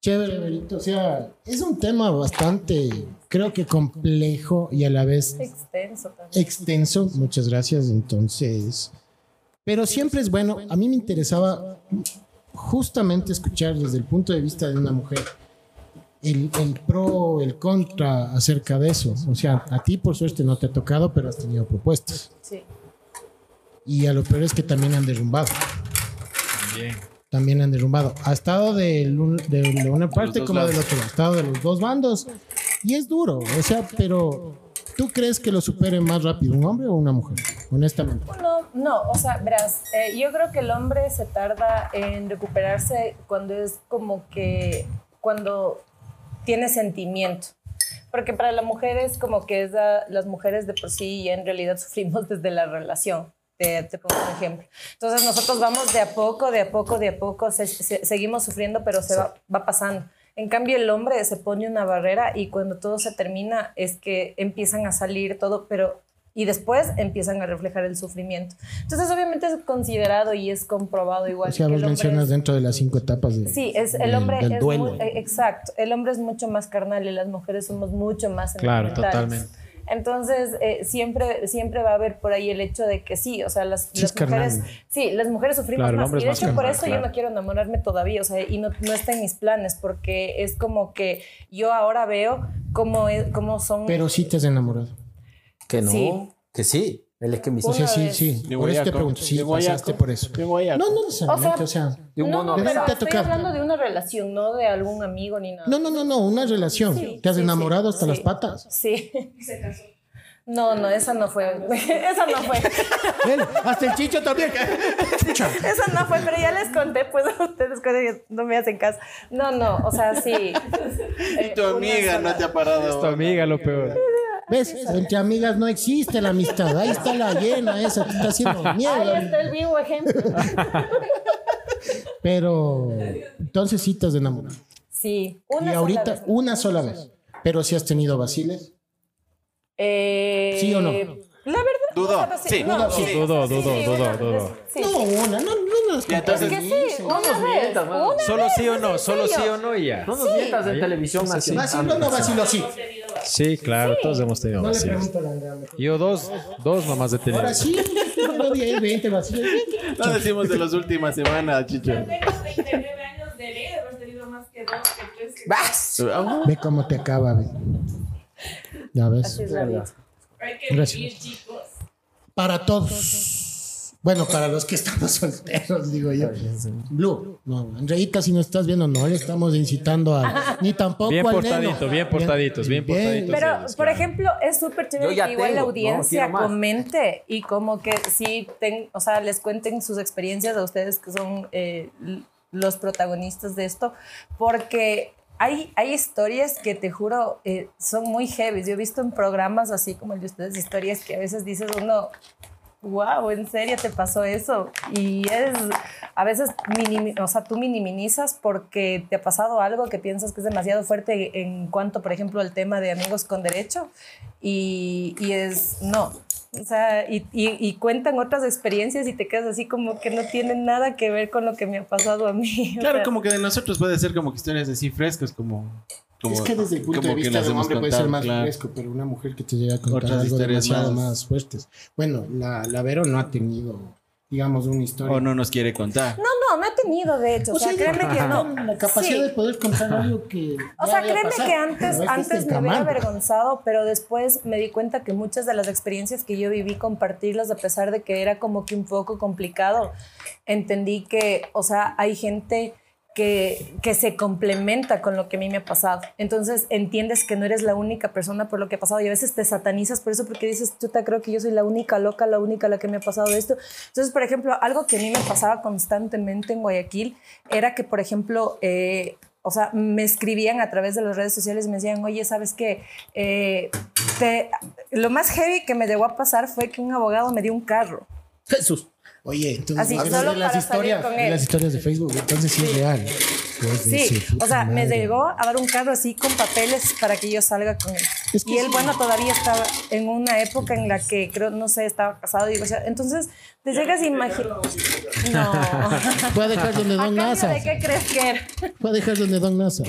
[SPEAKER 1] Chévere, Berito. O sea, es un tema bastante, creo que complejo y a la vez
[SPEAKER 7] Extenso también.
[SPEAKER 1] extenso. Muchas gracias. Entonces, pero siempre es bueno. A mí me interesaba justamente escuchar desde el punto de vista de una mujer el, el pro, el contra acerca de eso. O sea, a ti por suerte no te ha tocado, pero has tenido propuestas.
[SPEAKER 7] Sí.
[SPEAKER 1] Y a lo peor es que también han derrumbado.
[SPEAKER 4] Bien.
[SPEAKER 1] También han derrumbado. Ha estado del un- de, de una parte
[SPEAKER 3] dos
[SPEAKER 1] como del
[SPEAKER 3] lados.
[SPEAKER 1] otro. Ha estado de los dos bandos. Y es duro. O sea, pero ¿Tú crees que lo supere más rápido un hombre o una mujer? Honestamente.
[SPEAKER 7] No, no, o sea, verás, eh, yo creo que el hombre se tarda en recuperarse cuando es como que, cuando tiene sentimiento. Porque para la mujer es como que es la- las mujeres de por sí ya en realidad sufrimos desde la relación. Te, te pongo un ejemplo. Entonces nosotros vamos de a poco, de a poco, de a poco, se- se- seguimos sufriendo, pero se va, va pasando. En cambio, el hombre se pone una barrera y cuando todo se termina es que empiezan a salir todo, pero y después empiezan a reflejar el sufrimiento. Entonces, obviamente es considerado y es comprobado igual.
[SPEAKER 1] O sea,
[SPEAKER 7] que
[SPEAKER 1] vos
[SPEAKER 7] el hombre
[SPEAKER 1] mencionas
[SPEAKER 7] es-
[SPEAKER 1] dentro de las cinco etapas de,
[SPEAKER 7] Sí, es, el
[SPEAKER 1] del-
[SPEAKER 7] hombre
[SPEAKER 1] del
[SPEAKER 7] es
[SPEAKER 1] duelo.
[SPEAKER 7] mu- eh, exacto. El hombre es mucho más carnal y las mujeres somos mucho más
[SPEAKER 4] Claro,
[SPEAKER 7] sentimentales.
[SPEAKER 4] totalmente.
[SPEAKER 7] Entonces, eh, siempre, siempre va a haber por ahí el hecho de que sí, o sea, las,
[SPEAKER 1] Sí,
[SPEAKER 7] las
[SPEAKER 1] es carnal.
[SPEAKER 7] mujeres, sí, las mujeres sufrimos
[SPEAKER 4] Claro, el
[SPEAKER 7] más.
[SPEAKER 4] hombre
[SPEAKER 7] Y
[SPEAKER 4] es
[SPEAKER 7] de
[SPEAKER 4] más
[SPEAKER 7] hecho, por
[SPEAKER 4] carnal,
[SPEAKER 7] eso yo
[SPEAKER 4] claro.
[SPEAKER 7] no quiero enamorarme todavía, o sea, y no, no está en mis planes, porque es como que yo ahora veo cómo, es- cómo son.
[SPEAKER 1] Pero sí te has enamorado.
[SPEAKER 5] Que no.
[SPEAKER 7] Sí.
[SPEAKER 5] Que sí. Pues, Él es que me
[SPEAKER 1] O
[SPEAKER 5] hizo.
[SPEAKER 1] sea, sí,
[SPEAKER 7] vez.
[SPEAKER 1] sí.
[SPEAKER 3] De
[SPEAKER 1] Por eso te
[SPEAKER 3] Guayaco.
[SPEAKER 1] pregunto, sí,
[SPEAKER 3] De Guayaco.
[SPEAKER 1] pasaste por eso.
[SPEAKER 3] De
[SPEAKER 1] No,
[SPEAKER 3] Guayaco.
[SPEAKER 1] no necesariamente, o
[SPEAKER 7] O
[SPEAKER 1] sea...
[SPEAKER 5] De un
[SPEAKER 7] no,
[SPEAKER 5] mono
[SPEAKER 7] no,
[SPEAKER 1] Pero
[SPEAKER 7] pero
[SPEAKER 1] te ha
[SPEAKER 7] estoy
[SPEAKER 1] tocado.
[SPEAKER 7] hablando de una relación, no de algún amigo ni nada.
[SPEAKER 1] No, no, no, no, una relación.
[SPEAKER 7] Sí,
[SPEAKER 1] ¿Te has
[SPEAKER 7] sí,
[SPEAKER 1] enamorado
[SPEAKER 7] sí,
[SPEAKER 1] hasta
[SPEAKER 7] sí.
[SPEAKER 1] las patas?
[SPEAKER 7] Sí. No, no, esa no fue. Esa no fue.
[SPEAKER 1] hasta el chicho también.
[SPEAKER 7] Esa no fue, pero ya les conté, pues a ustedes cosas que no me hacen caso. No, no, o sea, sí. Eh,
[SPEAKER 3] Y tu amiga no te ha parado.
[SPEAKER 4] Tu amiga lo peor.
[SPEAKER 7] Ah,
[SPEAKER 1] ¿Ves? Entre amigas no existe la amistad. Ahí está la llena esa, te está haciendo
[SPEAKER 7] Ahí
[SPEAKER 1] miedo.
[SPEAKER 7] está el vivo ejemplo.
[SPEAKER 1] Pero entonces sí te has enamorado.
[SPEAKER 7] Sí,
[SPEAKER 1] Y
[SPEAKER 7] una sola
[SPEAKER 1] ahorita
[SPEAKER 7] vez.
[SPEAKER 1] una sola vez. Pero si has tenido vaciles.
[SPEAKER 7] Eh,
[SPEAKER 1] ¿Sí o no?
[SPEAKER 7] La verdad.
[SPEAKER 3] Dudó,
[SPEAKER 7] o sea,
[SPEAKER 3] sí.
[SPEAKER 7] no,
[SPEAKER 1] Sí,
[SPEAKER 4] dudó,
[SPEAKER 7] sí,
[SPEAKER 4] dudó,
[SPEAKER 7] sí,
[SPEAKER 4] dudó,
[SPEAKER 7] una-
[SPEAKER 4] dudó.
[SPEAKER 7] Sí.
[SPEAKER 1] No, una, no, no nos
[SPEAKER 3] Y entonces-
[SPEAKER 7] Es que sí, una vez.
[SPEAKER 5] mientas, mano.
[SPEAKER 7] una
[SPEAKER 4] Solo
[SPEAKER 7] vez,
[SPEAKER 4] sí o
[SPEAKER 7] es
[SPEAKER 4] no,
[SPEAKER 7] en
[SPEAKER 4] solo sí
[SPEAKER 7] serio.
[SPEAKER 4] o no y ya.
[SPEAKER 5] No nos mientas en televisión nacional.
[SPEAKER 1] Vacilo no vacilo, sí.
[SPEAKER 4] Sí, claro, todos hemos tenido
[SPEAKER 1] No le
[SPEAKER 4] vacilos.
[SPEAKER 1] pregunto a la Andrea.
[SPEAKER 4] Yo dos, dos nomás he tenido.
[SPEAKER 1] Ahora sí, no vi ahí 20 vacilos.
[SPEAKER 3] No decimos de las últimas semanas, Chicho.
[SPEAKER 8] Apenas 39 años de ley, haber tenido más que dos, que tres, que
[SPEAKER 5] Vas.
[SPEAKER 3] Ah,
[SPEAKER 1] Ve cómo te acaba, ve. Ya ves.
[SPEAKER 7] Así es la vida.
[SPEAKER 8] hay que
[SPEAKER 1] Gracias.
[SPEAKER 8] vivir, chicos.
[SPEAKER 1] Para todos. Bueno, para los que estamos solteros, digo yo. Blue, no, Andreita, si no estás viendo, no le estamos incitando a. Ni tampoco
[SPEAKER 4] Bien
[SPEAKER 1] al
[SPEAKER 4] portadito,
[SPEAKER 1] neno.
[SPEAKER 4] bien portaditos, bien portaditos.
[SPEAKER 1] Pero,
[SPEAKER 7] Pero,
[SPEAKER 4] ellos,
[SPEAKER 7] por
[SPEAKER 4] claro.
[SPEAKER 7] ejemplo, es súper
[SPEAKER 5] Yo
[SPEAKER 7] chévere
[SPEAKER 5] ya
[SPEAKER 7] que igual la
[SPEAKER 5] tengo, no
[SPEAKER 7] audiencia
[SPEAKER 5] quiero más.
[SPEAKER 7] comente y como que sí, ten- o sea, les cuenten sus experiencias a ustedes que son eh, l- los protagonistas de esto, porque hay, hay historias que te juro eh, son muy heavy. Yo he visto en programas así como el de ustedes historias que a veces dices uno... Wow, en serio te pasó eso y es a veces minimi- o sea, tú minimizas porque te ha pasado algo que piensas que es demasiado fuerte en cuanto, por ejemplo, al tema de amigos con derecho y, y es no. O sea, y, y- y cuentan otras experiencias y te quedas así como que no tienen nada que ver con lo que me ha pasado a mí. O
[SPEAKER 3] Claro,
[SPEAKER 7] sea,
[SPEAKER 3] como que de nosotros puede ser como que historias así frescas, como. como
[SPEAKER 1] es que desde el punto de
[SPEAKER 3] como que
[SPEAKER 1] vista
[SPEAKER 3] las
[SPEAKER 1] de un
[SPEAKER 3] hemos
[SPEAKER 1] hombre puede ser
[SPEAKER 3] contado,
[SPEAKER 1] más
[SPEAKER 3] claro.
[SPEAKER 1] fresco, pero una mujer que te llega a contar
[SPEAKER 3] Otras
[SPEAKER 1] algo
[SPEAKER 3] historias
[SPEAKER 1] demasiado más.
[SPEAKER 3] más-
[SPEAKER 1] fuertes. Bueno, la, la Vero no ha tenido, digamos, una historia.
[SPEAKER 3] O no nos quiere contar.
[SPEAKER 7] No, no, no he tenido, de hecho. O, sea,
[SPEAKER 1] yo
[SPEAKER 7] créeme que
[SPEAKER 1] creo
[SPEAKER 7] no.
[SPEAKER 1] La capacidad
[SPEAKER 7] Sí.
[SPEAKER 1] de poder contar algo que.
[SPEAKER 7] O
[SPEAKER 1] ya
[SPEAKER 7] sea,
[SPEAKER 1] había
[SPEAKER 7] créeme
[SPEAKER 1] pasado.
[SPEAKER 7] que antes,
[SPEAKER 1] No es que estés
[SPEAKER 7] antes me hubiera
[SPEAKER 1] tramando.
[SPEAKER 7] avergonzado, pero después me di cuenta que muchas de las experiencias que yo viví, compartirlas, a pesar de que era como que un poco complicado, entendí que, o sea, hay gente que, que se complementa con lo que a mí me ha pasado. Entonces entiendes que no eres la única persona por lo que ha pasado y a veces te satanizas por eso porque dices, chuta, creo que yo soy la única loca, la única a la que me ha pasado esto. Entonces, por ejemplo, algo que a mí me pasaba constantemente en Guayaquil era que, por ejemplo, eh, o sea, me escribían a través de las redes sociales y me decían, oye, ¿sabes qué? Eh, te- Lo más heavy que me llegó a pasar fue que un abogado me dio un carro.
[SPEAKER 5] Jesús.
[SPEAKER 1] Oye, entonces
[SPEAKER 7] Así,
[SPEAKER 1] hablas
[SPEAKER 7] solo
[SPEAKER 1] de las
[SPEAKER 7] para salir
[SPEAKER 1] historias,
[SPEAKER 7] con
[SPEAKER 1] de
[SPEAKER 7] él.
[SPEAKER 1] las historias de Facebook, entonces sí, es real. Pues,
[SPEAKER 7] Sí,
[SPEAKER 1] dice,
[SPEAKER 7] o sea,
[SPEAKER 1] puta
[SPEAKER 7] me
[SPEAKER 1] madre.
[SPEAKER 7] llegó a dar un carro así con papeles para que yo salga con él.
[SPEAKER 1] Es que
[SPEAKER 7] y él,
[SPEAKER 1] sí.
[SPEAKER 7] bueno, todavía estaba en una época en la que creo, no sé, estaba casado. Digo, o sea, entonces te llegas a imaginar. No.
[SPEAKER 1] Voy a dejar donde
[SPEAKER 7] ¿A
[SPEAKER 1] Don
[SPEAKER 7] cambio
[SPEAKER 1] NASA.
[SPEAKER 7] de qué crees que era?
[SPEAKER 1] Voy a dejar donde Don NASA.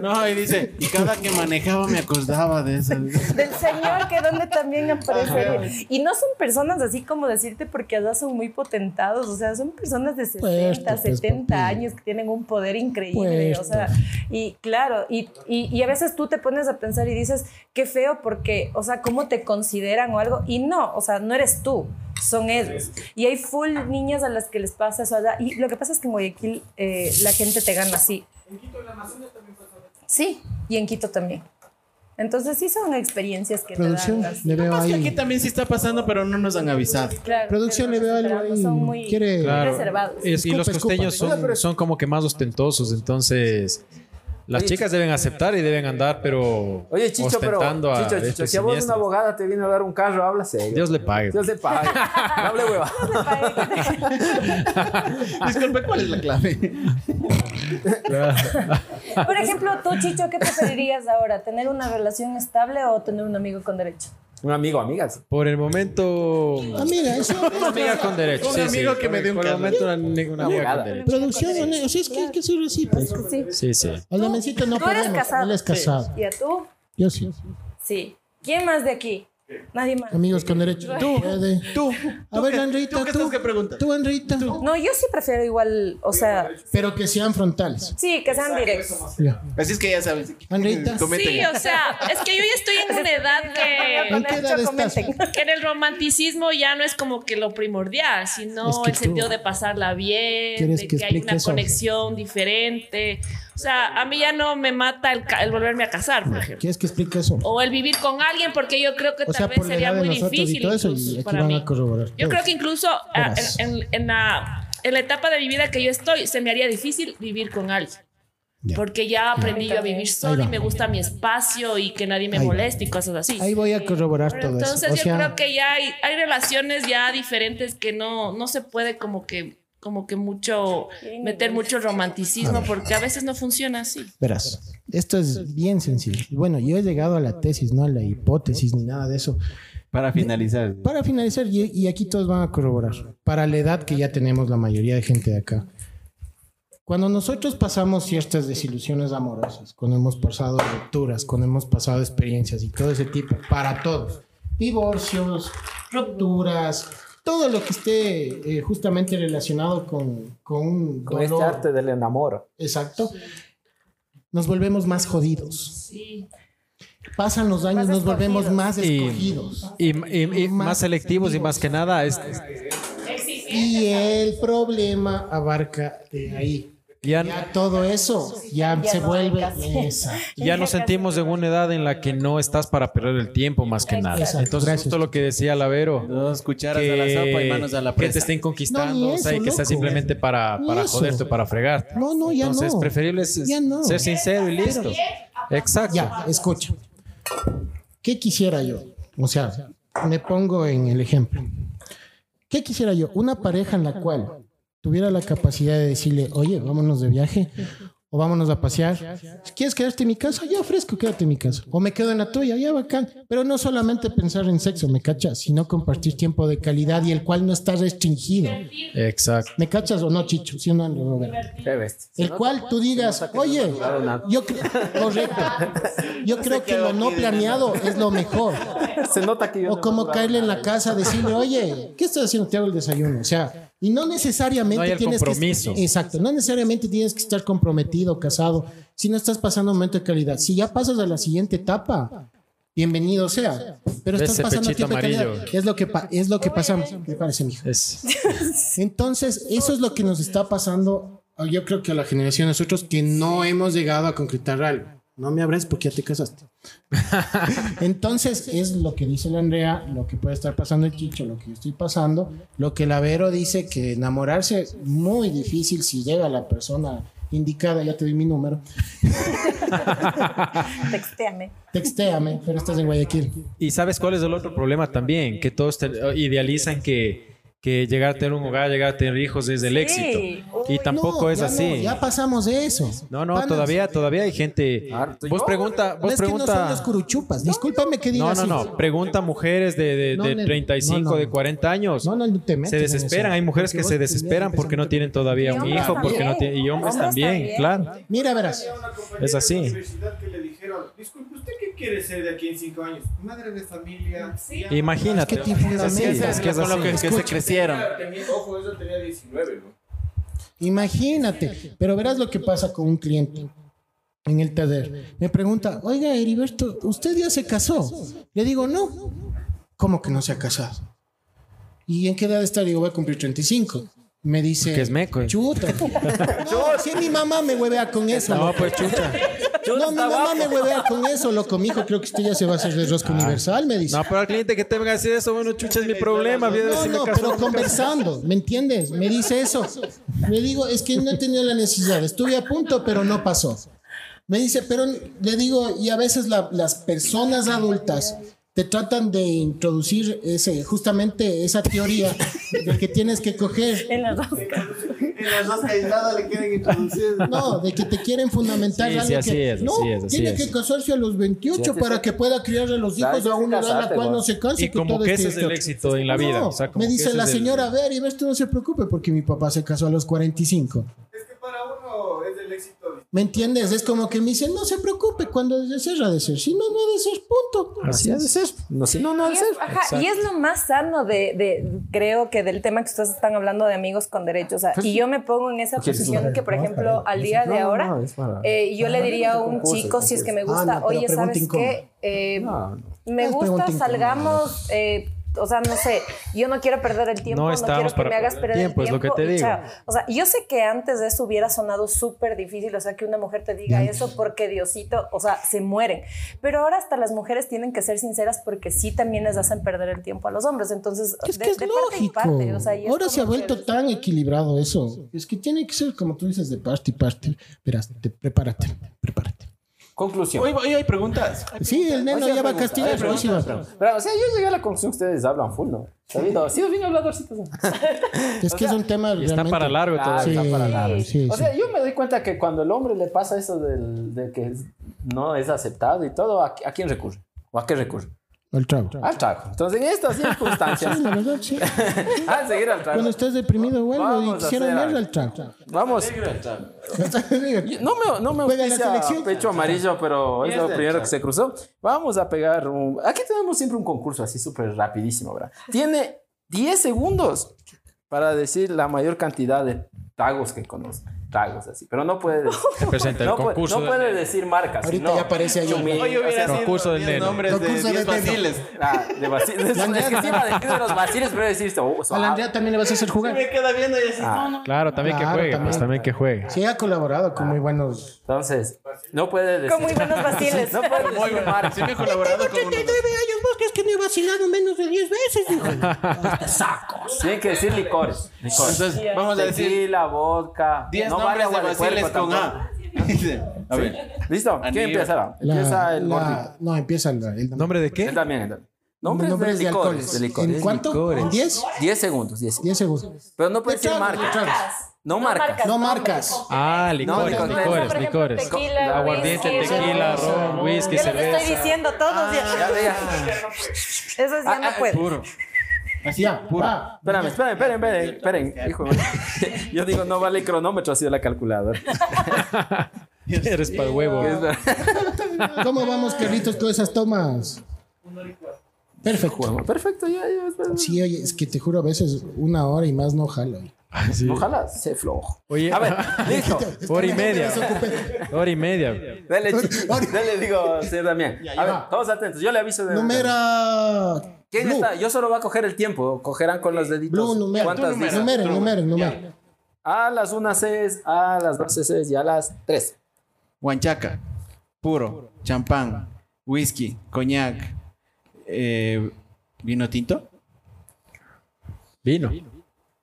[SPEAKER 3] No, y dice, y cada que manejaba me acordaba de eso.
[SPEAKER 7] del señor que donde también aparece. Y no son personas así como decirte porque allá son muy potentados, o sea, son personas de 60,
[SPEAKER 1] Puestos, pues,
[SPEAKER 7] 70
[SPEAKER 1] papi.
[SPEAKER 7] años que tienen un poder increíble,
[SPEAKER 1] Puestos.
[SPEAKER 7] o sea, y claro, y, y, y a veces tú te pones a pensar y dices, qué feo porque, o sea, cómo te consideran o algo, y no, o sea, no eres tú. Son ellos. Y hay full niñas a las que les pasa eso allá. Y lo que pasa es que en Guayaquil eh, la gente te gana así. En Quito, en Amazonas también pasa. Sí, y en Quito también.
[SPEAKER 10] Entonces sí son experiencias que
[SPEAKER 1] Producción,
[SPEAKER 10] te dan. las-
[SPEAKER 1] le veo
[SPEAKER 3] Capaz
[SPEAKER 7] pues,
[SPEAKER 3] que aquí
[SPEAKER 1] ahí.
[SPEAKER 3] también sí está pasando, pero no nos han avisado.
[SPEAKER 10] Claro,
[SPEAKER 1] Producción, le
[SPEAKER 10] pero
[SPEAKER 1] veo
[SPEAKER 10] nos
[SPEAKER 1] algo
[SPEAKER 10] esperamos,
[SPEAKER 1] ahí.
[SPEAKER 10] Son muy
[SPEAKER 4] Claro.
[SPEAKER 1] Quiere.
[SPEAKER 10] reservados.
[SPEAKER 4] Es- y los
[SPEAKER 1] Escupa, escupa.
[SPEAKER 4] costeños son, son como que más ostentosos, entonces las chicas deben aceptar y deben andar, pero
[SPEAKER 5] Oye, Chicho, pero.
[SPEAKER 4] ostentando a
[SPEAKER 5] Chicho, Chicho,
[SPEAKER 4] estos
[SPEAKER 5] si a vos una
[SPEAKER 4] siniestros.
[SPEAKER 5] abogada te viene a dar un carro, habla serio.
[SPEAKER 4] Dios le pague.
[SPEAKER 5] Dios le pague. No hable hueva.
[SPEAKER 3] Disculpe, ¿cuál es la clave?
[SPEAKER 10] Por ejemplo, tú, Chicho, ¿qué preferirías ahora? ¿Tener una relación estable o tener un amigo con derecho?
[SPEAKER 5] Un amigo, amigas.
[SPEAKER 4] Por el momento,
[SPEAKER 1] Ah, mira, eso.
[SPEAKER 4] una amiga con derecho.
[SPEAKER 3] Un
[SPEAKER 4] sí,
[SPEAKER 3] amigo
[SPEAKER 4] sí.
[SPEAKER 3] que me dé un
[SPEAKER 4] Por el
[SPEAKER 3] carro.
[SPEAKER 4] momento, una, una amiga
[SPEAKER 5] abogada.
[SPEAKER 4] con derecho.
[SPEAKER 1] Producción, ¿no? o sea, es que hay que ser así, pues.
[SPEAKER 10] Sí.
[SPEAKER 4] Sí, sí.
[SPEAKER 1] Al lamencito no
[SPEAKER 10] Tú eres
[SPEAKER 1] podemos.
[SPEAKER 10] casado.
[SPEAKER 1] Él es casado.
[SPEAKER 10] ¿Y a tú?
[SPEAKER 1] Yo sí.
[SPEAKER 10] Sí. ¿Quién más de aquí? Nadie más.
[SPEAKER 1] Amigos con derecho.
[SPEAKER 3] Tú.
[SPEAKER 1] Puede.
[SPEAKER 3] Tú.
[SPEAKER 1] A ver, Andreita,
[SPEAKER 3] ¿Tú qué estás que preguntas?
[SPEAKER 1] Tú, Andreita.
[SPEAKER 10] No, yo sí prefiero igual, o sea,
[SPEAKER 1] Pero que sean frontales.
[SPEAKER 10] sí, que sean directos.
[SPEAKER 1] Ya.
[SPEAKER 3] Así es que ya sabes.
[SPEAKER 1] Andreita.
[SPEAKER 3] Comenten.
[SPEAKER 6] Sí, o sea, es que yo ya estoy en una edad
[SPEAKER 1] ¿En
[SPEAKER 6] que,
[SPEAKER 1] qué edad estás?
[SPEAKER 6] que en el romanticismo ya no es como que lo primordial, sino
[SPEAKER 1] Es que
[SPEAKER 6] el
[SPEAKER 1] tú-
[SPEAKER 6] sentido de pasarla bien,
[SPEAKER 1] ¿Quieres
[SPEAKER 6] de
[SPEAKER 1] que
[SPEAKER 6] que, hay
[SPEAKER 1] explique
[SPEAKER 6] una
[SPEAKER 1] eso?
[SPEAKER 6] conexión diferente. O sea, a mí ya no me mata el, ca- el volverme a casar, por ejemplo.
[SPEAKER 1] ¿Quieres que explique eso?
[SPEAKER 6] O el vivir con alguien, porque yo creo que
[SPEAKER 1] O
[SPEAKER 6] tal
[SPEAKER 1] sea,
[SPEAKER 6] vez
[SPEAKER 1] por la
[SPEAKER 6] sería
[SPEAKER 1] edad de
[SPEAKER 6] muy
[SPEAKER 1] nosotros
[SPEAKER 6] difícil
[SPEAKER 1] y todo eso,
[SPEAKER 6] incluso
[SPEAKER 1] y aquí
[SPEAKER 6] para
[SPEAKER 1] van
[SPEAKER 6] mí.
[SPEAKER 1] a corroborar.
[SPEAKER 6] Yo creo que incluso ah,
[SPEAKER 1] Verás.
[SPEAKER 6] en, en- en la, en la etapa de mi vida que yo estoy, se me haría difícil vivir con alguien.
[SPEAKER 1] Ya.
[SPEAKER 6] Porque ya aprendí yo a vivir sola
[SPEAKER 1] va.
[SPEAKER 6] y me gusta mi espacio y que nadie me
[SPEAKER 1] Ahí va.
[SPEAKER 6] moleste y cosas así.
[SPEAKER 1] Ahí voy a corroborar
[SPEAKER 6] Pero
[SPEAKER 1] todo
[SPEAKER 6] entonces
[SPEAKER 1] eso. O
[SPEAKER 6] yo
[SPEAKER 1] sea,
[SPEAKER 6] creo que ya hay, hay relaciones ya diferentes que no, no se puede como que como que mucho meter mucho romanticismo porque a veces no funciona así.
[SPEAKER 1] verás, esto es bien sencillo. Bueno, yo he llegado a la tesis, no a la hipótesis ni nada de eso.
[SPEAKER 3] Para finalizar.
[SPEAKER 1] Para finalizar, y, y aquí todos van a corroborar, para la edad que ya tenemos la mayoría de gente de acá. Cuando nosotros pasamos ciertas desilusiones amorosas, cuando hemos pasado lecturas, cuando hemos pasado experiencias y todo ese tipo, para todos, divorcios, rupturas, todo lo que esté eh, justamente relacionado con, con un
[SPEAKER 5] Con este
[SPEAKER 1] dolor,
[SPEAKER 5] arte del enamoro.
[SPEAKER 1] exacto, nos volvemos más jodidos.
[SPEAKER 6] Sí.
[SPEAKER 1] Pasan los años,
[SPEAKER 10] Más
[SPEAKER 1] nos volvemos
[SPEAKER 10] escogidos.
[SPEAKER 1] más
[SPEAKER 4] Y-
[SPEAKER 1] escogidos.
[SPEAKER 4] Y, y- y más selectivos y más que nada es,
[SPEAKER 1] Y el problema abarca de ahí.
[SPEAKER 4] ya,
[SPEAKER 1] Ya todo eso ya,
[SPEAKER 10] Ya
[SPEAKER 1] se
[SPEAKER 10] no
[SPEAKER 1] vuelve
[SPEAKER 10] abarca.
[SPEAKER 1] esa.
[SPEAKER 4] ya nos sentimos en una edad en la que no estás para perder el tiempo más que nada.
[SPEAKER 1] Exacto.
[SPEAKER 4] Entonces,
[SPEAKER 1] Gracias.
[SPEAKER 4] justo lo que decía Lavero,
[SPEAKER 3] Dos cucharas a la sopa y manos a la
[SPEAKER 4] que, que te
[SPEAKER 3] presa.
[SPEAKER 4] estén
[SPEAKER 1] No,
[SPEAKER 4] conquistando,
[SPEAKER 1] ni
[SPEAKER 4] o sea, y
[SPEAKER 1] eso,
[SPEAKER 4] que sea
[SPEAKER 1] loco.
[SPEAKER 4] simplemente para,
[SPEAKER 1] Ni
[SPEAKER 4] para
[SPEAKER 1] eso.
[SPEAKER 4] joderte, para fregarte.
[SPEAKER 1] No, no, ya
[SPEAKER 4] Entonces,
[SPEAKER 1] no.
[SPEAKER 4] preferible es
[SPEAKER 1] Ya no.
[SPEAKER 4] ser sincero y listo. Exacto.
[SPEAKER 1] Ya, escucha. ¿Qué quisiera yo? O sea, me pongo en el ejemplo. ¿Qué quisiera yo? Una pareja en la cual tuviera la capacidad de decirle, oye, vámonos de viaje o vámonos a pasear. ¿Quieres quedarte en mi casa? Ya ofrezco, quédate en mi casa. O me quedo en la tuya, ya bacán. Pero no solamente pensar en sexo, ¿me cachas? Sino compartir tiempo de calidad y el cual no está restringido.
[SPEAKER 4] Exacto.
[SPEAKER 1] ¿Me cachas o no, Chicho? Sí o no, Roberto?
[SPEAKER 5] Qué bestia.
[SPEAKER 1] El cual tú digas, oye, yo creo, correcto, yo creo que lo no planeado es lo mejor.
[SPEAKER 5] Se nota que yo.
[SPEAKER 1] O como caerle en la casa, decirle, oye, ¿qué estás haciendo? Te hago el desayuno. O sea, y no necesariamente
[SPEAKER 4] No hay el
[SPEAKER 1] tienes
[SPEAKER 4] compromiso.
[SPEAKER 1] que. Exacto, no necesariamente tienes que estar comprometido, casado, si no estás pasando un momento de calidad. Si ya pasas a la siguiente etapa, bienvenido sea. Pero
[SPEAKER 4] Ese
[SPEAKER 1] estás pasando
[SPEAKER 4] pechito
[SPEAKER 1] tiempo de calidad.
[SPEAKER 4] amarillo.
[SPEAKER 1] Es lo que, pa- es lo que pasamos. Me parece, mijo.
[SPEAKER 4] Es,
[SPEAKER 1] Entonces, eso es lo que nos está pasando, ah, yo creo que a la generación de nosotros, que no hemos llegado a concretar algo. No me abres porque ya te casaste. Entonces, es lo que dice la Andrea, lo que puede estar pasando el Chicho, lo que yo estoy pasando, lo que la Vero dice, que enamorarse es muy difícil si llega la persona indicada, ya te doy mi número,
[SPEAKER 10] Textéame.
[SPEAKER 1] textéame, pero estás en Guayaquil.
[SPEAKER 4] Y sabes cuál es el otro problema también, que todos te- eh, idealizan que, que llegar a tener un hogar, llegar a tener hijos es el éxito. Y tampoco
[SPEAKER 1] No,
[SPEAKER 4] es
[SPEAKER 1] ya no,
[SPEAKER 4] así.
[SPEAKER 1] ya pasamos de eso.
[SPEAKER 4] No, no,
[SPEAKER 1] Panas,
[SPEAKER 4] todavía, todavía hay gente.
[SPEAKER 5] Harto.
[SPEAKER 4] Vos
[SPEAKER 5] Yo-
[SPEAKER 4] pregunta,
[SPEAKER 1] No
[SPEAKER 4] vos
[SPEAKER 1] es que no son los
[SPEAKER 4] pregunta.
[SPEAKER 1] curuchupas, discúlpame que diga
[SPEAKER 4] No, no,
[SPEAKER 1] así.
[SPEAKER 4] no. Pregunta mujeres de, de-
[SPEAKER 1] No,
[SPEAKER 4] de
[SPEAKER 1] no,
[SPEAKER 4] 35,
[SPEAKER 1] no, no.
[SPEAKER 4] de 40 años.
[SPEAKER 1] No, no, te metes
[SPEAKER 4] se
[SPEAKER 1] en
[SPEAKER 4] desesperan.
[SPEAKER 1] eso.
[SPEAKER 4] Hay mujeres que
[SPEAKER 1] Porque
[SPEAKER 4] se
[SPEAKER 1] vos
[SPEAKER 4] desesperan
[SPEAKER 1] tendrías que
[SPEAKER 4] porque no
[SPEAKER 1] pensar en
[SPEAKER 4] tienen todavía
[SPEAKER 10] Y
[SPEAKER 4] un
[SPEAKER 10] hombres
[SPEAKER 4] hijo, porque no
[SPEAKER 10] también.
[SPEAKER 4] tienen, y hombres
[SPEAKER 10] Hombres
[SPEAKER 4] también,
[SPEAKER 10] también.
[SPEAKER 4] claro.
[SPEAKER 1] tu- Mira, verás.
[SPEAKER 4] Es así.
[SPEAKER 9] En la universidad que le dijeron, disculpe, ¿usted qué quiere ser de aquí en cinco años? Madre de familia. ya".
[SPEAKER 4] Imagínate.
[SPEAKER 1] Es que te
[SPEAKER 4] Es así,
[SPEAKER 1] fundamentas.
[SPEAKER 4] es que es
[SPEAKER 3] con lo
[SPEAKER 4] así.
[SPEAKER 3] que, que se crecieron.
[SPEAKER 9] Tenía- Ojo, eso tenía 19, ¿no?
[SPEAKER 1] Imagínate. Pero verás lo que pasa con un cliente en el taller. Me pregunta, oiga, Heriberto, ¿usted ya se casó? Le digo, no. ¿Cómo que no se ha casado? ¿Y en qué edad está? Le digo, voy a cumplir 35. Me dice,
[SPEAKER 4] Que es meco, eh.
[SPEAKER 1] chuta. No, si mi mamá me huevea con eso.
[SPEAKER 4] No,
[SPEAKER 1] loco.
[SPEAKER 4] pues chucha.
[SPEAKER 5] Chuta,
[SPEAKER 1] No, mi
[SPEAKER 5] está
[SPEAKER 1] mamá
[SPEAKER 5] guapo.
[SPEAKER 1] me huevea con eso, loco. Mi hijo creo que usted ya se va a hacer el rosco universal, me dice.
[SPEAKER 4] Ah, No, pero al cliente que te venga a decir eso, bueno, chucha, es mi problema. mira,
[SPEAKER 1] No,
[SPEAKER 4] si me
[SPEAKER 1] no,
[SPEAKER 4] caso,
[SPEAKER 1] pero
[SPEAKER 4] no me caso.
[SPEAKER 1] conversando, ¿me entiendes? Me dice eso. Me digo, es que no he tenido la necesidad. Estuve a punto, pero no pasó. Me dice, pero le digo, y a veces la- las personas adultas te tratan de introducir ese, justamente esa teoría de que tienes que coger,
[SPEAKER 10] En la rosca.
[SPEAKER 3] En las dos aisladas le quieren introducir.
[SPEAKER 1] no, de que te quieren fundamentar
[SPEAKER 4] Sí, sí,
[SPEAKER 1] algo
[SPEAKER 4] así
[SPEAKER 1] que
[SPEAKER 4] es,
[SPEAKER 1] no,
[SPEAKER 4] así es, así
[SPEAKER 1] tiene
[SPEAKER 4] es.
[SPEAKER 1] que casarse a los 28
[SPEAKER 5] Sí, así
[SPEAKER 1] para
[SPEAKER 5] es.
[SPEAKER 1] que pueda criar a los
[SPEAKER 5] Claro,
[SPEAKER 1] hijos a
[SPEAKER 5] tienes
[SPEAKER 1] un
[SPEAKER 5] que
[SPEAKER 1] lugar a
[SPEAKER 5] casarte,
[SPEAKER 1] la cual
[SPEAKER 5] vos.
[SPEAKER 1] no se canse.
[SPEAKER 4] Y como
[SPEAKER 1] todo
[SPEAKER 4] que
[SPEAKER 1] este-
[SPEAKER 4] ese es el éxito en la vida. o sea, como
[SPEAKER 1] me
[SPEAKER 4] que
[SPEAKER 1] dice
[SPEAKER 4] ese
[SPEAKER 1] la
[SPEAKER 4] es el-
[SPEAKER 1] señora, a ver, y ves, tú no se preocupe porque mi papá se casó a los 45.
[SPEAKER 9] Es que para uno es el éxito.
[SPEAKER 1] ¿Me entiendes? Es como que me dicen, no se preocupe, cuando desees ha de ser. Si no, no ha de ser, punto.
[SPEAKER 4] Así
[SPEAKER 1] ha de ser.
[SPEAKER 5] No, sí, no, no,
[SPEAKER 10] Y
[SPEAKER 5] es
[SPEAKER 10] es, ajá, y es lo más sano de, de- creo que del tema que ustedes están hablando de amigos con derechos. O sea, y yo me pongo en esa
[SPEAKER 5] Pues Quieres
[SPEAKER 10] posición
[SPEAKER 5] una-
[SPEAKER 10] que, por ejemplo, al día
[SPEAKER 5] No,
[SPEAKER 10] de
[SPEAKER 5] no,
[SPEAKER 10] ahora,
[SPEAKER 5] no, es para-
[SPEAKER 10] eh, yo le diría a un
[SPEAKER 5] concurso,
[SPEAKER 10] chico, si es que me
[SPEAKER 1] concurso.
[SPEAKER 10] gusta,
[SPEAKER 1] Ah, no, pero
[SPEAKER 10] oye, ¿sabes
[SPEAKER 1] pregunta
[SPEAKER 10] qué? Eh,
[SPEAKER 5] No, Ah, no.
[SPEAKER 10] me
[SPEAKER 1] Es pregunta
[SPEAKER 10] gusta,
[SPEAKER 1] incómoda.
[SPEAKER 10] salgamos, eh, o sea, no sé, yo no quiero perder el tiempo,
[SPEAKER 4] No
[SPEAKER 10] no,
[SPEAKER 4] estamos
[SPEAKER 10] quiero que
[SPEAKER 4] para
[SPEAKER 10] me hagas
[SPEAKER 4] perder
[SPEAKER 10] perder
[SPEAKER 4] tiempo,
[SPEAKER 10] el
[SPEAKER 4] es lo
[SPEAKER 10] tiempo.
[SPEAKER 4] que te
[SPEAKER 10] y
[SPEAKER 4] digo.
[SPEAKER 10] chao. O sea, yo sé que antes de eso hubiera sonado súper difícil, o sea, que una mujer te diga eso porque Diosito, o sea, se mueren. Pero ahora hasta las mujeres tienen que ser sinceras porque sí también les hacen perder el tiempo a los hombres. Entonces,
[SPEAKER 1] Es
[SPEAKER 10] de-
[SPEAKER 1] que es
[SPEAKER 10] de parte y
[SPEAKER 1] lógico.
[SPEAKER 10] parte, o sea, y es
[SPEAKER 1] Ahora se ha
[SPEAKER 10] como que-
[SPEAKER 1] vuelto tan equilibrado eso. Es que tiene que ser, como tú dices, de parte y parte. Verás, te- prepárate, prepárate.
[SPEAKER 5] Conclusión.
[SPEAKER 3] Hoy, hoy hay preguntas.
[SPEAKER 1] Sí, el neno
[SPEAKER 5] Hoy sí
[SPEAKER 1] ya va a
[SPEAKER 5] pregunta,
[SPEAKER 1] castigar.
[SPEAKER 5] hoy
[SPEAKER 1] hoy sí
[SPEAKER 5] pregunta,
[SPEAKER 1] va.
[SPEAKER 5] eh, Pero, o sea, yo llegué a la conclusión que ustedes hablan full, ¿no? Sabido, ha sido bien habladorcitos.
[SPEAKER 1] Es que es un tema
[SPEAKER 4] Y está
[SPEAKER 1] realmente-
[SPEAKER 4] para largo
[SPEAKER 5] Ah,
[SPEAKER 4] todavía.
[SPEAKER 5] está
[SPEAKER 1] Sí,
[SPEAKER 5] para largo.
[SPEAKER 1] sí,
[SPEAKER 5] o
[SPEAKER 1] sí.
[SPEAKER 5] sea, yo me doy cuenta que cuando el hombre le pasa eso del, de que es- no es aceptado y todo, ¿a, a quién recurre? ¿O a qué recurre?
[SPEAKER 1] Al trago.
[SPEAKER 5] Al trago. Entonces, en estas circunstancias,
[SPEAKER 1] Sí, la verdad, sí.
[SPEAKER 5] al seguir al trago,
[SPEAKER 1] Cuando estás deprimido o algo
[SPEAKER 5] Vamos
[SPEAKER 1] y
[SPEAKER 5] a
[SPEAKER 1] quisieron
[SPEAKER 5] hacer
[SPEAKER 1] mierda
[SPEAKER 5] algo.
[SPEAKER 1] al trago.
[SPEAKER 5] vamos. No me, no me
[SPEAKER 1] Juega la
[SPEAKER 5] auspicia
[SPEAKER 1] selección.
[SPEAKER 5] pecho amarillo, pero es lo primero que se cruzó. Vamos a pegar un... Aquí tenemos siempre un concurso así súper rapidísimo, ¿verdad? Tiene 10 segundos para decir la mayor cantidad de tragos que conoce. Tragos así, pero no puede decir...
[SPEAKER 4] Se
[SPEAKER 3] Pues
[SPEAKER 4] presenta el
[SPEAKER 5] no puede,
[SPEAKER 4] concurso.
[SPEAKER 5] no
[SPEAKER 4] del-
[SPEAKER 5] puede decir marcas.
[SPEAKER 1] Ahorita
[SPEAKER 5] no.
[SPEAKER 1] ya aparece ahí el-
[SPEAKER 5] Chumín,
[SPEAKER 3] Hoy hubiera
[SPEAKER 5] o sea,
[SPEAKER 3] sido
[SPEAKER 4] concurso del
[SPEAKER 3] 10
[SPEAKER 4] neno.
[SPEAKER 3] nombres
[SPEAKER 1] Concurso
[SPEAKER 3] de
[SPEAKER 1] del
[SPEAKER 3] 10
[SPEAKER 1] neno.
[SPEAKER 3] vaciles.
[SPEAKER 5] Ah, de vaciles. Es que sí iba a decir de los vaciles, pero deciste, oh,
[SPEAKER 1] Al
[SPEAKER 5] suave.
[SPEAKER 1] Andrea también le vas a hacer
[SPEAKER 3] Y
[SPEAKER 1] jugar.
[SPEAKER 3] Me queda viendo y así.
[SPEAKER 5] Ah,
[SPEAKER 4] Claro, también
[SPEAKER 1] Claro,
[SPEAKER 4] que juegue.
[SPEAKER 1] también.
[SPEAKER 4] Pues también que juegue.
[SPEAKER 1] Sí, ha colaborado con muy buenos.
[SPEAKER 5] Entonces, no puede decir.
[SPEAKER 10] Con muy buenos vaciles.
[SPEAKER 5] No puede decir marcas.
[SPEAKER 3] Sí me he colaborado con uno.
[SPEAKER 1] años, vos crees que no he vacilado menos de 10 veces, dijo.
[SPEAKER 5] Tienen que decir licores. Licores.
[SPEAKER 3] Entonces, vamos a decir
[SPEAKER 5] Tequila, vodka.
[SPEAKER 3] 10
[SPEAKER 5] no vale
[SPEAKER 3] nombres de
[SPEAKER 5] agua
[SPEAKER 3] vaciles
[SPEAKER 5] cuerpo
[SPEAKER 3] con
[SPEAKER 5] tampoco.
[SPEAKER 3] A. Dice, A ver.
[SPEAKER 5] ¿Listo?
[SPEAKER 3] Aníbal.
[SPEAKER 5] ¿Quién empieza? ahora? Empieza el gordito.
[SPEAKER 1] No, empieza el, el
[SPEAKER 4] ¿Nombre de qué?
[SPEAKER 5] Él también, él también. Nombres,
[SPEAKER 1] ¿Eh? Nombres
[SPEAKER 5] de,
[SPEAKER 1] de
[SPEAKER 5] licores,
[SPEAKER 1] alcoholes.
[SPEAKER 5] de licores.
[SPEAKER 1] ¿En cuánto?
[SPEAKER 4] licores.
[SPEAKER 1] ¿En 10?
[SPEAKER 5] 10 segundos, 10 segundos.
[SPEAKER 1] 10 segundos.
[SPEAKER 5] Pero no puede
[SPEAKER 1] De
[SPEAKER 5] decir
[SPEAKER 1] tragos, de
[SPEAKER 5] Pues marcas.
[SPEAKER 1] tragos.
[SPEAKER 5] No marcas.
[SPEAKER 1] No marcas.
[SPEAKER 4] Ah, licores,
[SPEAKER 5] No, no, no,
[SPEAKER 4] licores,
[SPEAKER 10] por ejemplo,
[SPEAKER 4] licores.
[SPEAKER 10] tequila,
[SPEAKER 4] Aguardiente,
[SPEAKER 10] whisky,
[SPEAKER 4] tequila, ron,
[SPEAKER 10] Yo
[SPEAKER 4] whisky,
[SPEAKER 10] les estoy
[SPEAKER 4] cerveza.
[SPEAKER 10] diciendo todos.
[SPEAKER 4] Ah,
[SPEAKER 5] Ya,
[SPEAKER 10] días.
[SPEAKER 5] ya. Ah,
[SPEAKER 10] Eso sí, ya no puedo.
[SPEAKER 3] Puro. Así,
[SPEAKER 1] Ya,
[SPEAKER 3] puro.
[SPEAKER 1] va.
[SPEAKER 5] Espérame, espérame, espérame, espérame, espérame. Hijo, yo digo, no vale el cronómetro, ha sido la calculadora.
[SPEAKER 4] Eres para huevo.
[SPEAKER 1] ¿Cómo vamos, Carlitos, con esas tomas? Perfecto.
[SPEAKER 5] Bueno, perfecto, ya, ya.
[SPEAKER 1] Sí, oye, es que te juro, a veces una hora y más no jalo.
[SPEAKER 4] Sí.
[SPEAKER 5] Ojalá se flojo.
[SPEAKER 4] Oye,
[SPEAKER 5] A ver, listo.
[SPEAKER 4] Hora y media. Ah,
[SPEAKER 1] Desocupé.
[SPEAKER 4] hora y media.
[SPEAKER 5] Dale, chichi. Dale, digo, señor Damián. A ver, todos atentos. Yo le aviso de.
[SPEAKER 1] Numera.
[SPEAKER 5] ¿Quién
[SPEAKER 1] Blue.
[SPEAKER 5] está? Yo solo voy a coger el tiempo. Cogerán con los deditos.
[SPEAKER 1] Blue, numera.
[SPEAKER 5] ¿Cuántas
[SPEAKER 1] Numera,
[SPEAKER 5] dicen?
[SPEAKER 1] numera, numera, numera.
[SPEAKER 5] A las 1 6, a las 12 6 y a las 3.
[SPEAKER 3] Huanchaca, puro, champán, whisky, coñac, eh, vino tinto.
[SPEAKER 4] Vino.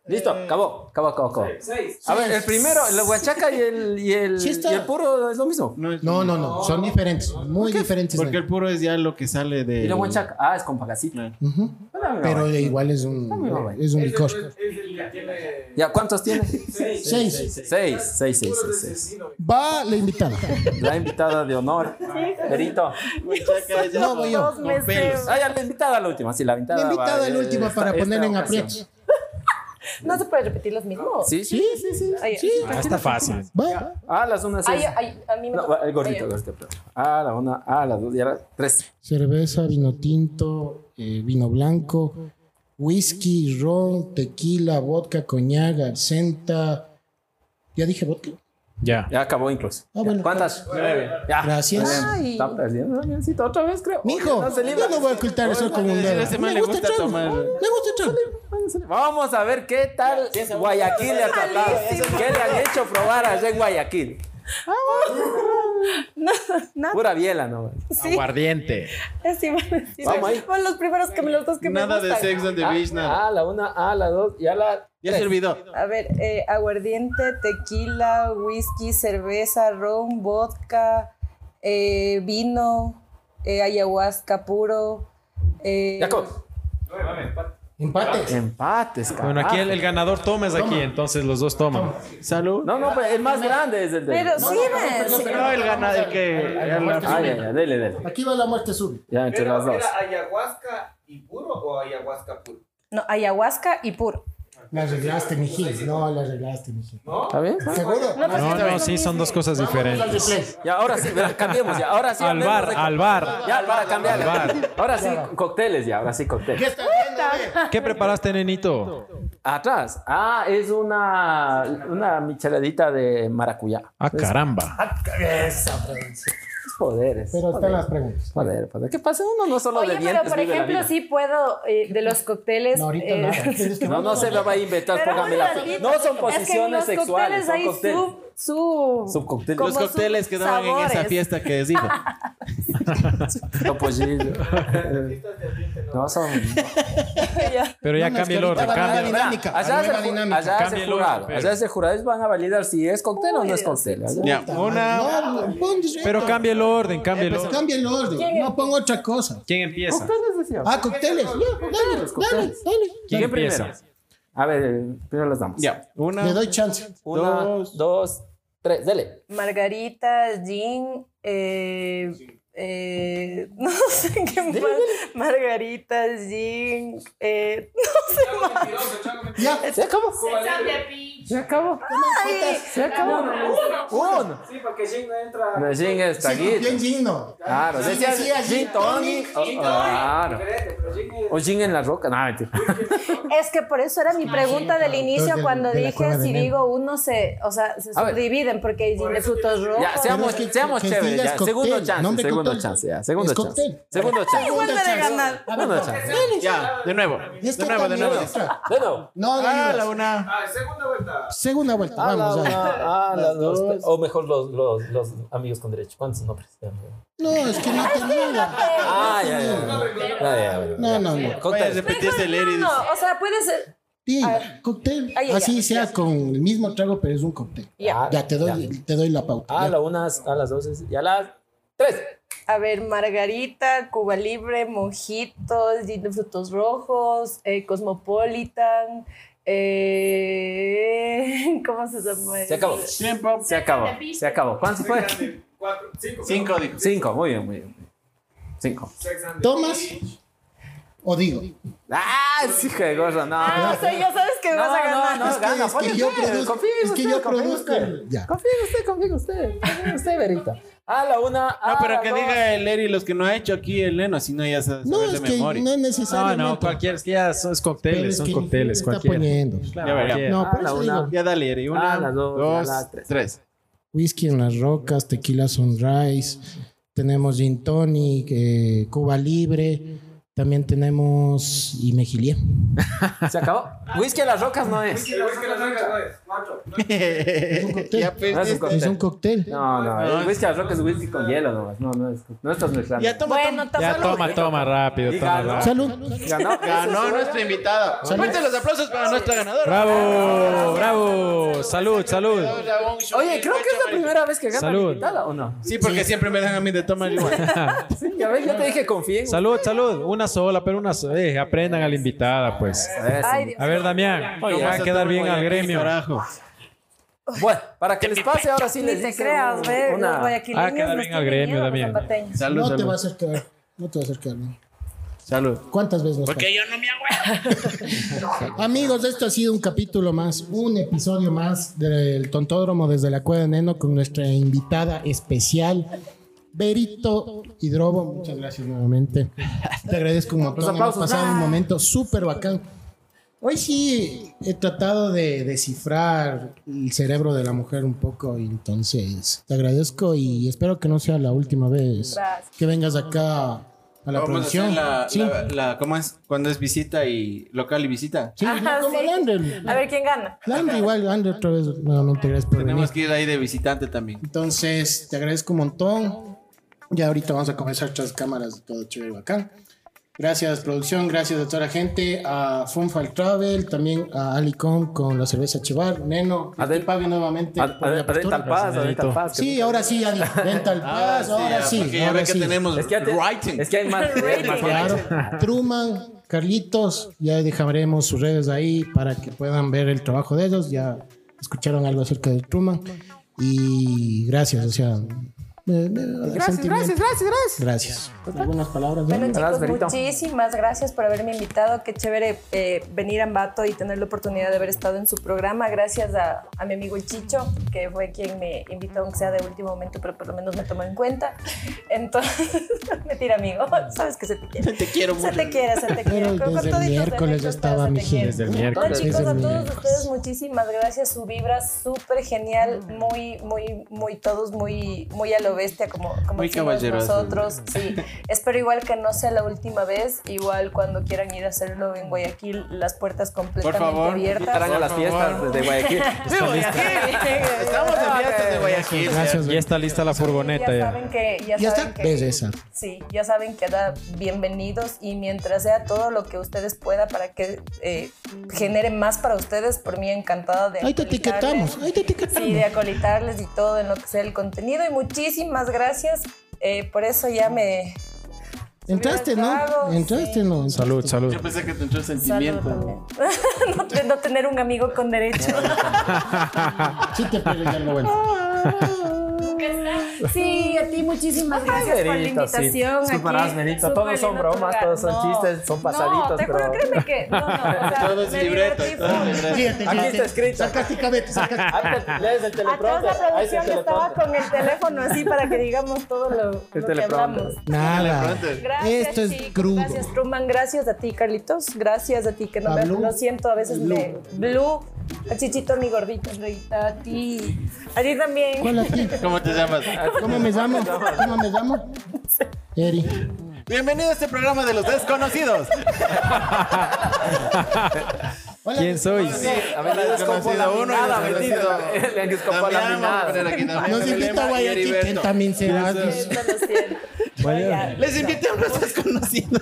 [SPEAKER 5] Listo,
[SPEAKER 1] Eh.
[SPEAKER 5] acabó, acabó, acabó, acabó. A ver, el primero, el guachaca y el, y el,
[SPEAKER 1] Sí está.
[SPEAKER 5] y el puro es lo mismo.
[SPEAKER 3] No, es-
[SPEAKER 1] No, no, no. Son diferentes. Muy diferentes.
[SPEAKER 3] Porque el puro es ya lo que sale de.
[SPEAKER 5] Y el guachaca, ah, es con pagacito.
[SPEAKER 1] Ujú. Eh. Pero igual es un, es un licor.
[SPEAKER 5] ¿Ya cuántos tiene?
[SPEAKER 1] Seis.
[SPEAKER 5] Seis, seis, seis, seis, seis.
[SPEAKER 1] Va la invitada.
[SPEAKER 5] La invitada de honor, Perito.
[SPEAKER 3] Huanchaca ya
[SPEAKER 1] No, voy yo.
[SPEAKER 3] con pelos.
[SPEAKER 5] Ah, ya, la invitada la última, sí, la invitada.
[SPEAKER 1] La
[SPEAKER 5] va,
[SPEAKER 1] invitada el
[SPEAKER 5] eh,
[SPEAKER 1] último
[SPEAKER 5] esta-
[SPEAKER 1] para
[SPEAKER 5] esta
[SPEAKER 1] poner en
[SPEAKER 5] ocasión.
[SPEAKER 1] aprietos.
[SPEAKER 10] No se puede repetir los mismos.
[SPEAKER 5] Sí, sí, sí, sí.
[SPEAKER 10] Ay,
[SPEAKER 4] Ah, está fácil.
[SPEAKER 1] Va.
[SPEAKER 5] Ah, las unas
[SPEAKER 10] ay,
[SPEAKER 5] seis.
[SPEAKER 10] ay, a mí me
[SPEAKER 5] No,
[SPEAKER 10] toca.
[SPEAKER 5] va, el gordito, el
[SPEAKER 10] Ay,
[SPEAKER 5] gordito. perdón. Ah, la una, ah, la dos y a la tres.
[SPEAKER 1] Cerveza, vino tinto, eh, vino blanco, whisky, ron, tequila, vodka, coñac, absenta. ¿Ya dije vodka?
[SPEAKER 4] Ya.
[SPEAKER 5] Ya acabó incluso.
[SPEAKER 1] Ah, bueno.
[SPEAKER 5] ¿Cuántas? Nueve. Ya.
[SPEAKER 1] Gracias.
[SPEAKER 5] Muy bien. Está perdiendo, Damiancito, otra vez creo.
[SPEAKER 1] Mijo,
[SPEAKER 5] No se libra.
[SPEAKER 1] yo no voy a ocultar eso con un
[SPEAKER 3] a
[SPEAKER 1] dedo.
[SPEAKER 3] ese man
[SPEAKER 1] Me
[SPEAKER 3] le
[SPEAKER 1] gusta
[SPEAKER 3] gusta
[SPEAKER 1] el trago. Me
[SPEAKER 3] tomar.
[SPEAKER 1] gusta el trago.
[SPEAKER 5] Vamos a ver qué tal Guayaquil le ha tratado. ¿Qué le han hecho probar allá en Guayaquil?
[SPEAKER 7] No, no.
[SPEAKER 5] Pura biela, ¿no?
[SPEAKER 7] Sí,
[SPEAKER 11] Aguardiente.
[SPEAKER 7] así van a decir.
[SPEAKER 5] Vamos ahí.
[SPEAKER 7] Fueron los primeros que me los dos que
[SPEAKER 3] Nada
[SPEAKER 7] me
[SPEAKER 3] de
[SPEAKER 7] gustan.
[SPEAKER 3] sex and the
[SPEAKER 5] Ah,
[SPEAKER 3] beach, nada.
[SPEAKER 5] A la una, A la dos y a la.
[SPEAKER 3] Ya
[SPEAKER 5] tres.
[SPEAKER 3] se olvidó.
[SPEAKER 7] A ver, eh, aguardiente, tequila, whisky, cerveza, ron, vodka, eh, vino, eh, ayahuasca puro. eh,
[SPEAKER 5] Jacob.
[SPEAKER 1] Empate.
[SPEAKER 5] Empates, carajo.
[SPEAKER 4] Bueno, aquí el, el ganador toma es aquí, entonces los dos toman.
[SPEAKER 3] Salud.
[SPEAKER 5] No, no, pues el más grande es el de.
[SPEAKER 7] Pero sí, ven,
[SPEAKER 1] no,
[SPEAKER 7] sí.
[SPEAKER 1] no,
[SPEAKER 3] el gana- el que-
[SPEAKER 1] Ay, la muerte
[SPEAKER 5] Ah, ya,
[SPEAKER 1] súbita.
[SPEAKER 5] ya, dele, dele.
[SPEAKER 1] Aquí va la muerte súbita.
[SPEAKER 5] Ya, entre las
[SPEAKER 9] Pero,
[SPEAKER 5] dos.
[SPEAKER 9] ¿Era ayahuasca y puro o ayahuasca puro?
[SPEAKER 7] No, ayahuasca y puro.
[SPEAKER 1] La arreglaste, mijín. No, la arreglaste, mijín.
[SPEAKER 9] ¿No?
[SPEAKER 5] ¿Está bien?
[SPEAKER 1] ¿Seguro?
[SPEAKER 7] No, pues,
[SPEAKER 4] No,
[SPEAKER 7] es lo
[SPEAKER 4] no, sí, son
[SPEAKER 7] mismo.
[SPEAKER 4] dos cosas
[SPEAKER 1] Vamos al
[SPEAKER 4] diferentes.
[SPEAKER 1] replay.
[SPEAKER 5] Ya, ahora sí, verá, cambiemos ya. Ahora sí.
[SPEAKER 4] Al
[SPEAKER 5] hablemos
[SPEAKER 4] bar,
[SPEAKER 5] de-
[SPEAKER 4] al
[SPEAKER 1] Ah,
[SPEAKER 4] bar.
[SPEAKER 5] Ya, al bar, cambiarle.
[SPEAKER 4] Al bar.
[SPEAKER 5] Ahora sí, cócteles, ya, ahora sí, cócteles.
[SPEAKER 1] ¿Qué estás viendo? eh?
[SPEAKER 4] ¿Qué preparaste, nenito?
[SPEAKER 5] Atrás. Ah, es una, una micheladita de maracuyá.
[SPEAKER 4] Ah,
[SPEAKER 5] Es-
[SPEAKER 4] caramba.
[SPEAKER 1] Ah, cabeza, Francia.
[SPEAKER 5] es poderes.
[SPEAKER 1] Pero están
[SPEAKER 5] poderes,
[SPEAKER 1] las preguntas.
[SPEAKER 5] Poder, poder. ¿Qué pasa? Uno no solo
[SPEAKER 7] Oye,
[SPEAKER 5] de
[SPEAKER 7] pero
[SPEAKER 5] dientes
[SPEAKER 7] por
[SPEAKER 5] vive la
[SPEAKER 7] ejemplo,
[SPEAKER 5] vida.
[SPEAKER 7] sí puedo eh, de los cócteles.
[SPEAKER 1] No, ahorita
[SPEAKER 7] eh,
[SPEAKER 1] nada. Es que
[SPEAKER 5] No, no
[SPEAKER 1] vamos
[SPEAKER 5] se me va a inventar,
[SPEAKER 7] Pero
[SPEAKER 5] póngame
[SPEAKER 7] un
[SPEAKER 5] la...
[SPEAKER 7] ratito.
[SPEAKER 5] No son
[SPEAKER 7] Es que en
[SPEAKER 5] posiciones
[SPEAKER 7] los
[SPEAKER 5] sexuales,
[SPEAKER 7] cócteles
[SPEAKER 5] son
[SPEAKER 7] hay
[SPEAKER 5] cócteles.
[SPEAKER 7] su, su,
[SPEAKER 5] Subcócteles.
[SPEAKER 7] como
[SPEAKER 3] Los cócteles
[SPEAKER 7] sus
[SPEAKER 3] que daban en esa
[SPEAKER 7] sabores.
[SPEAKER 3] fiesta que les dijo.
[SPEAKER 5] No, pues, sí. No son...
[SPEAKER 4] Pero ya
[SPEAKER 1] No, no, es
[SPEAKER 4] cambia
[SPEAKER 1] que
[SPEAKER 4] el
[SPEAKER 1] ahorita
[SPEAKER 4] orden,
[SPEAKER 1] va a
[SPEAKER 4] cambia
[SPEAKER 1] dar
[SPEAKER 4] el
[SPEAKER 1] la
[SPEAKER 4] orden.
[SPEAKER 1] dinámica.
[SPEAKER 5] Allá
[SPEAKER 1] nueva
[SPEAKER 5] es el, ju-
[SPEAKER 1] dinámica.
[SPEAKER 5] allá es el
[SPEAKER 4] Cambia el orden,
[SPEAKER 5] jurado.
[SPEAKER 4] pero-
[SPEAKER 5] Allá es el jurado. Van a validar si es cóctel o no es cóctel. allá.
[SPEAKER 3] Ya, una.
[SPEAKER 1] No, pon directo.
[SPEAKER 4] Pero cambia el orden, cambia
[SPEAKER 1] Eh,
[SPEAKER 4] el orden.
[SPEAKER 1] Cambia el orden. No pongo otra cosa.
[SPEAKER 4] ¿Quién empieza?
[SPEAKER 5] Cócteles, decía.
[SPEAKER 1] Ah, cócteles. Ya, Dale, dale,
[SPEAKER 5] cócteles.
[SPEAKER 1] dale.
[SPEAKER 4] ¿Quién
[SPEAKER 5] ¿Quién primero?
[SPEAKER 4] empieza?
[SPEAKER 5] A ver, eh, primero las damos.
[SPEAKER 3] Ya, una.
[SPEAKER 1] Le doy chance.
[SPEAKER 5] Una,
[SPEAKER 3] Dos.
[SPEAKER 5] dos, tres, dele.
[SPEAKER 7] Margarita, gin, eh, eh, no sé qué más. Margarita, gin, eh, no sé más.
[SPEAKER 1] Ya,
[SPEAKER 5] Se acabó. Se acabó.
[SPEAKER 7] Ay,
[SPEAKER 5] Se acabó. Uno.
[SPEAKER 11] Sí, porque Jim no entra.
[SPEAKER 5] No, gin es
[SPEAKER 1] sí, bien
[SPEAKER 5] taguito.
[SPEAKER 1] digno.
[SPEAKER 5] Claro,
[SPEAKER 1] Sí,
[SPEAKER 5] decía
[SPEAKER 1] sí, sí,
[SPEAKER 5] gin
[SPEAKER 1] gin
[SPEAKER 5] tonic.
[SPEAKER 1] tonic,
[SPEAKER 5] Oh, Claro.
[SPEAKER 11] Diferente, pero Jim es.
[SPEAKER 5] O gin en la roca. No, mentira.
[SPEAKER 7] Es que por eso era mi pregunta del inicio
[SPEAKER 1] Entonces,
[SPEAKER 7] cuando
[SPEAKER 1] de la cueva
[SPEAKER 7] dije
[SPEAKER 1] de
[SPEAKER 7] si
[SPEAKER 1] Nemo.
[SPEAKER 7] digo uno se, o sea, se
[SPEAKER 5] A ver.
[SPEAKER 7] subdividen porque hay gin de frutos rojos.
[SPEAKER 5] Ya, seamos,
[SPEAKER 1] Pero es que-
[SPEAKER 5] seamos
[SPEAKER 1] que
[SPEAKER 5] chéveres.
[SPEAKER 1] digas
[SPEAKER 5] Ya. Segundo
[SPEAKER 1] cóctel,
[SPEAKER 5] chance,
[SPEAKER 1] nombre
[SPEAKER 5] segundo
[SPEAKER 1] cóctel.
[SPEAKER 5] chance. Ya. Segundo
[SPEAKER 1] Es
[SPEAKER 5] chance.
[SPEAKER 1] cóctel.
[SPEAKER 5] Segundo chance.
[SPEAKER 1] Segunda
[SPEAKER 7] vuelve de
[SPEAKER 1] chance.
[SPEAKER 7] ganar.
[SPEAKER 1] A ver,
[SPEAKER 5] Segundo chance.
[SPEAKER 3] Ya, de nuevo.
[SPEAKER 1] es
[SPEAKER 3] De
[SPEAKER 1] que
[SPEAKER 3] nuevo, de
[SPEAKER 1] cambió
[SPEAKER 3] nuevo.
[SPEAKER 1] otra.
[SPEAKER 5] De nuevo.
[SPEAKER 1] No,
[SPEAKER 3] Ah,
[SPEAKER 1] Daniel,
[SPEAKER 3] la una.
[SPEAKER 9] Ah, segunda vuelta.
[SPEAKER 1] Segunda vuelta.
[SPEAKER 5] A Ah, la
[SPEAKER 1] Vamos, ya.
[SPEAKER 5] una, a la dos.
[SPEAKER 3] dos.
[SPEAKER 5] O mejor los, los, los amigos con derecho. ¿Cuántos nombres?
[SPEAKER 1] No, es que no tenía.
[SPEAKER 5] Ah, ya, ya, ya. Ah, ya, bueno,
[SPEAKER 1] No, no,
[SPEAKER 5] ya.
[SPEAKER 1] no.
[SPEAKER 3] Vaya a
[SPEAKER 5] Cócteles.
[SPEAKER 3] repetirse el Eri.
[SPEAKER 7] No, o sea, puede ser.
[SPEAKER 1] Sí, cóctel.
[SPEAKER 7] Ay, ay,
[SPEAKER 1] Así
[SPEAKER 7] ay,
[SPEAKER 1] sea con el mismo trago, pero es un cóctel.
[SPEAKER 5] Ah,
[SPEAKER 1] Ya te doy, Te doy la pauta.
[SPEAKER 5] A
[SPEAKER 1] ya.
[SPEAKER 5] la una, a las dos y a las tres.
[SPEAKER 7] A ver, margarita, cuba libre, mojitos, gin de frutos rojos, eh, cosmopolitan, eh, ¿cómo se llama?
[SPEAKER 5] Se acabó.
[SPEAKER 3] Tiempo.
[SPEAKER 5] Se acabó. Se acabó. ¿Cuánto fue?
[SPEAKER 9] Cuatro, cinco.
[SPEAKER 3] Cinco, dijo.
[SPEAKER 5] Cinco. Muy bien, muy bien. Cinco.
[SPEAKER 9] Sex and the
[SPEAKER 1] ¿Tomas
[SPEAKER 9] Beach.
[SPEAKER 1] o digo?
[SPEAKER 5] Ah, sí, de gorra. No.
[SPEAKER 7] Ah, o sea, ya sabes que
[SPEAKER 5] No,
[SPEAKER 7] vas a ganar.
[SPEAKER 5] no, no,
[SPEAKER 1] Es que-
[SPEAKER 5] gana.
[SPEAKER 1] es que yo produzco-
[SPEAKER 5] Confíe
[SPEAKER 1] es que
[SPEAKER 5] usted,
[SPEAKER 1] yo
[SPEAKER 5] confíe
[SPEAKER 1] produzco
[SPEAKER 5] usted.
[SPEAKER 1] el- ya.
[SPEAKER 5] Confíe usted, confíe usted. Confíe usted, Verita. A la una, a
[SPEAKER 3] No, pero
[SPEAKER 5] la
[SPEAKER 3] que
[SPEAKER 5] Ah, dos.
[SPEAKER 3] diga el Eri los que no ha hecho aquí el Leno, si no ya se
[SPEAKER 1] No,
[SPEAKER 3] sabe de
[SPEAKER 1] es que
[SPEAKER 3] memoria.
[SPEAKER 1] no es
[SPEAKER 4] No,
[SPEAKER 1] necesario.
[SPEAKER 4] no, cualquier, es que ya son es cócteles, son cócteles,
[SPEAKER 1] está
[SPEAKER 4] cualquier.
[SPEAKER 1] poniendo.
[SPEAKER 3] Ya verá.
[SPEAKER 1] No, por
[SPEAKER 5] Ah, la
[SPEAKER 1] eso
[SPEAKER 5] una.
[SPEAKER 1] digo,
[SPEAKER 3] Ya dale, Eri. Una,
[SPEAKER 5] A las dos,
[SPEAKER 3] dos,
[SPEAKER 5] a las tres.
[SPEAKER 3] tres.
[SPEAKER 1] whisky en las rocas, tequila sunrise, tenemos gin tonic, eh, Cuba libre, también tenemos y mejilía.
[SPEAKER 5] Se acabó. Whisky a las rocas no es.
[SPEAKER 9] El whisky las nalgas no es. Macho.
[SPEAKER 1] cóctel.
[SPEAKER 3] ya
[SPEAKER 5] No es un
[SPEAKER 3] perdiste.
[SPEAKER 1] Es un
[SPEAKER 5] cóctel.
[SPEAKER 1] cóctel.
[SPEAKER 5] pues, este. No, no, el whisky a las rocas es whisky con hielo nomás. No, no es. No estás mezclando.
[SPEAKER 3] Ya toma,
[SPEAKER 7] Bueno,
[SPEAKER 3] toma.
[SPEAKER 4] Ya toma, toma rápido, toma
[SPEAKER 5] Dígalo.
[SPEAKER 4] rápido.
[SPEAKER 1] Salud.
[SPEAKER 5] Ganó.
[SPEAKER 3] Ganó nuestra invitada. Fuerte los aplausos para nuestra ganadora.
[SPEAKER 4] Bravo, bravo. Salud, salud.
[SPEAKER 5] Oye, creo que es la primera vez que gana
[SPEAKER 4] Salud.
[SPEAKER 5] mi invitada, ¿o no?
[SPEAKER 3] Sí, porque siempre me dejan a mí de tomar igual.
[SPEAKER 5] Sí, ya ves, yo te dije confíen.
[SPEAKER 4] Salud, salud. Una sola, pero una sola. Eh, aprendan a la invitada, pues.
[SPEAKER 5] Eso.
[SPEAKER 7] Ay, Dios.
[SPEAKER 4] A ver, Damián,
[SPEAKER 3] Oye,
[SPEAKER 4] va a quedar bien al gremio.
[SPEAKER 3] Carajo.
[SPEAKER 5] Bueno, para que les pase ahora sí
[SPEAKER 7] Ni
[SPEAKER 5] les
[SPEAKER 7] te
[SPEAKER 5] hice
[SPEAKER 7] creas,
[SPEAKER 5] un-
[SPEAKER 7] ve, los
[SPEAKER 5] una-
[SPEAKER 4] Ah,
[SPEAKER 7] guayaquileños
[SPEAKER 4] queda
[SPEAKER 7] nos
[SPEAKER 4] bien al
[SPEAKER 7] tienen
[SPEAKER 4] gremio
[SPEAKER 7] miedo, los
[SPEAKER 4] también.
[SPEAKER 7] zapateños.
[SPEAKER 3] Salud,
[SPEAKER 1] No te
[SPEAKER 3] salud.
[SPEAKER 1] vas a acercar. No te vas a acercar. ¿no?
[SPEAKER 3] Salud.
[SPEAKER 1] ¿Cuántas veces nos
[SPEAKER 12] Porque yo no me hago.
[SPEAKER 1] pasa? Amigos, esto ha sido un capítulo más, un episodio más del Tontódromo desde la Cueva de Neno con nuestra invitada especial, Berito Hidrobo. Muchas gracias nuevamente. Te agradezco un montón. Hemos
[SPEAKER 5] aplausos.
[SPEAKER 1] pasado
[SPEAKER 3] Ah.
[SPEAKER 1] un momento súper bacán. Hoy sí he tratado de descifrar el cerebro de la mujer un poco, y entonces te agradezco y espero que no sea la última vez
[SPEAKER 7] Gracias.
[SPEAKER 1] que vengas acá a la
[SPEAKER 3] Vamos a hacer
[SPEAKER 1] producción.
[SPEAKER 3] la-
[SPEAKER 1] Sí.
[SPEAKER 3] la- la- ¿Cómo es? Cuando es visita y local y visita.
[SPEAKER 1] Sí, no, como Lander.
[SPEAKER 7] A ver quién gana.
[SPEAKER 1] Lander igual, Lander otra vez nuevamente gracias por venir.
[SPEAKER 3] Tenemos que ir ahí de visitante también.
[SPEAKER 1] Entonces, te agradezco un montón. Ya ahorita vamos a comenzar otras cámaras y todo chévere y bacán. Gracias, producción. Gracias a toda la gente. A Funfal Travel, también a Alicom con la cerveza Chevar. Neno, a Del Pague nuevamente.
[SPEAKER 5] Ad-
[SPEAKER 1] por la
[SPEAKER 5] ad-
[SPEAKER 1] apertura.
[SPEAKER 5] Adental Paz, Adental Paz, que-
[SPEAKER 1] Sí, ahora sí, Adi. Dental Paz, ahora sí.
[SPEAKER 3] porque Ah, ya
[SPEAKER 1] ahora
[SPEAKER 3] ve que
[SPEAKER 1] sí.
[SPEAKER 3] tenemos
[SPEAKER 5] Es que, ya te-
[SPEAKER 3] writing.
[SPEAKER 5] es que hay más. hay más-
[SPEAKER 1] Claro. Truman, Carlitos, ya dejaremos sus redes ahí para que puedan ver el trabajo de ellos. Ya escucharon algo acerca de Truman. Y gracias, o sea. Gracias, gracias, gracias, gracias. Gracias. Pues Algunas palabras.
[SPEAKER 7] Bueno,
[SPEAKER 1] ¿no?
[SPEAKER 7] chicos,
[SPEAKER 5] Verito.
[SPEAKER 7] muchísimas gracias por haberme invitado. Qué chévere eh, venir a Ambato y tener la oportunidad de haber estado en su programa. Gracias a, a mi amigo el Chicho, que fue quien me invitó, aunque sea de último momento, pero por lo menos me tomó en cuenta. Entonces, mentira, amigo. Sabes que se te quiere.
[SPEAKER 3] Te quiero
[SPEAKER 7] Se
[SPEAKER 3] mucho.
[SPEAKER 7] te quiere, se te quiere.
[SPEAKER 1] Pero
[SPEAKER 7] Con-
[SPEAKER 1] desde
[SPEAKER 7] con toditos
[SPEAKER 1] el
[SPEAKER 7] de
[SPEAKER 1] miércoles ya
[SPEAKER 7] nosotros
[SPEAKER 1] estaba
[SPEAKER 7] se
[SPEAKER 1] mi
[SPEAKER 7] te quiere.
[SPEAKER 1] gira.
[SPEAKER 7] No,
[SPEAKER 5] miércoles.
[SPEAKER 7] chicos,
[SPEAKER 1] Desde
[SPEAKER 7] a
[SPEAKER 1] el
[SPEAKER 7] todos
[SPEAKER 1] miércoles.
[SPEAKER 7] ustedes muchísimas gracias. Su vibra súper genial,
[SPEAKER 3] Mm.
[SPEAKER 7] muy, muy, muy todos, muy, muy a lo bestia, como, como
[SPEAKER 3] Muy
[SPEAKER 7] decimos
[SPEAKER 3] caballerosos.
[SPEAKER 7] nosotros. Sí. Espero igual que no sea la última vez. Igual cuando quieran ir a hacerlo en Guayaquil, las puertas completamente
[SPEAKER 3] favor,
[SPEAKER 7] abiertas.
[SPEAKER 5] Estarán a las
[SPEAKER 3] Por favor.
[SPEAKER 5] fiestas de Guayaquil.
[SPEAKER 3] ¡De Guayaquil! Estamos en fiestas de Guayaquil.
[SPEAKER 1] Gracias,
[SPEAKER 4] Ya está lista la furgoneta
[SPEAKER 7] ya
[SPEAKER 4] ya.
[SPEAKER 7] saben que, ya
[SPEAKER 1] Ya
[SPEAKER 7] saben
[SPEAKER 1] está.
[SPEAKER 7] que
[SPEAKER 1] Ves esa.
[SPEAKER 7] Sí, ya saben que da bienvenidos y mientras sea todo lo que ustedes pueda para que eh, genere más para ustedes, por mí encantada de
[SPEAKER 1] Ahí te
[SPEAKER 7] acolitarles.
[SPEAKER 1] etiquetamos. Ahí te etiquetamos.
[SPEAKER 7] Sí, de acolitarles y todo en lo que sea el contenido y muchísimas gracias. eh, por eso ya me
[SPEAKER 1] Entraste,
[SPEAKER 7] Subir
[SPEAKER 1] ¿no?
[SPEAKER 7] al trago,
[SPEAKER 1] Entraste,
[SPEAKER 7] sí.
[SPEAKER 1] ¿no?
[SPEAKER 4] Salud, salud.
[SPEAKER 3] Yo pensé que te entró el
[SPEAKER 7] saludo
[SPEAKER 3] sentimiento.
[SPEAKER 7] también. no, te- no tener un amigo con derecho.
[SPEAKER 1] Sí, te pierdes ya no vuelves.
[SPEAKER 7] Sí, a ti muchísimas gracias por la
[SPEAKER 5] Verito, sí.
[SPEAKER 7] invitación.
[SPEAKER 5] Súper
[SPEAKER 7] aquí,
[SPEAKER 5] asmerito.
[SPEAKER 7] súper
[SPEAKER 5] Todos son
[SPEAKER 7] lindo tu
[SPEAKER 5] bromas,
[SPEAKER 7] lugar.
[SPEAKER 5] todos son chistes, son
[SPEAKER 7] No,
[SPEAKER 5] pasaditos,
[SPEAKER 7] te juro,
[SPEAKER 5] pero-
[SPEAKER 7] créeme que. No, no, o sea,
[SPEAKER 3] Todo es
[SPEAKER 7] me
[SPEAKER 3] libreto,
[SPEAKER 7] divertí
[SPEAKER 3] todo es
[SPEAKER 7] full.
[SPEAKER 3] libreto.
[SPEAKER 5] Aquí está escrito.
[SPEAKER 1] Sarcásticamente, sarcásticamente.
[SPEAKER 5] Antes lees el
[SPEAKER 7] Atrás
[SPEAKER 5] teleprompter.
[SPEAKER 7] la
[SPEAKER 5] Ahí está
[SPEAKER 7] producción
[SPEAKER 5] el
[SPEAKER 7] estaba
[SPEAKER 5] teleprompter.
[SPEAKER 7] con el teléfono así para que digamos todo lo, lo que
[SPEAKER 5] teleprompter.
[SPEAKER 7] hablamos.
[SPEAKER 1] Nada.
[SPEAKER 3] Pronto.
[SPEAKER 7] Gracias,
[SPEAKER 1] Esto es
[SPEAKER 7] chicos.
[SPEAKER 1] crudo.
[SPEAKER 7] Gracias, Truman. Gracias a ti, Carlitos. Gracias a ti, que no
[SPEAKER 1] A
[SPEAKER 7] me
[SPEAKER 1] Blue.
[SPEAKER 7] lo siento, a veces
[SPEAKER 1] Blue.
[SPEAKER 7] me. Blue. A Chichito, mi gordito, Reita, a ti. A ti también.
[SPEAKER 1] ¿Cuál a ti?
[SPEAKER 3] ¿Cómo te llamas?
[SPEAKER 1] ¿Cómo me llamo? ¿Cómo me llamo? Eri.
[SPEAKER 3] Bienvenido a este programa de los desconocidos.
[SPEAKER 1] Hola.
[SPEAKER 4] ¿Quién sois?
[SPEAKER 5] A ver, le
[SPEAKER 3] Desconocido uno y
[SPEAKER 5] nada,
[SPEAKER 3] desconocido.
[SPEAKER 5] metido. Le han descompado la
[SPEAKER 3] Damián, vamos a poner
[SPEAKER 5] minada.
[SPEAKER 3] aquí Damián,
[SPEAKER 1] Nos invita
[SPEAKER 3] Belema
[SPEAKER 1] a
[SPEAKER 3] y
[SPEAKER 1] Guayaquil, que
[SPEAKER 3] Heriberto.
[SPEAKER 1] también se va.
[SPEAKER 7] Eso lo siento. Vaya.
[SPEAKER 3] Les invité a unos desconocidos.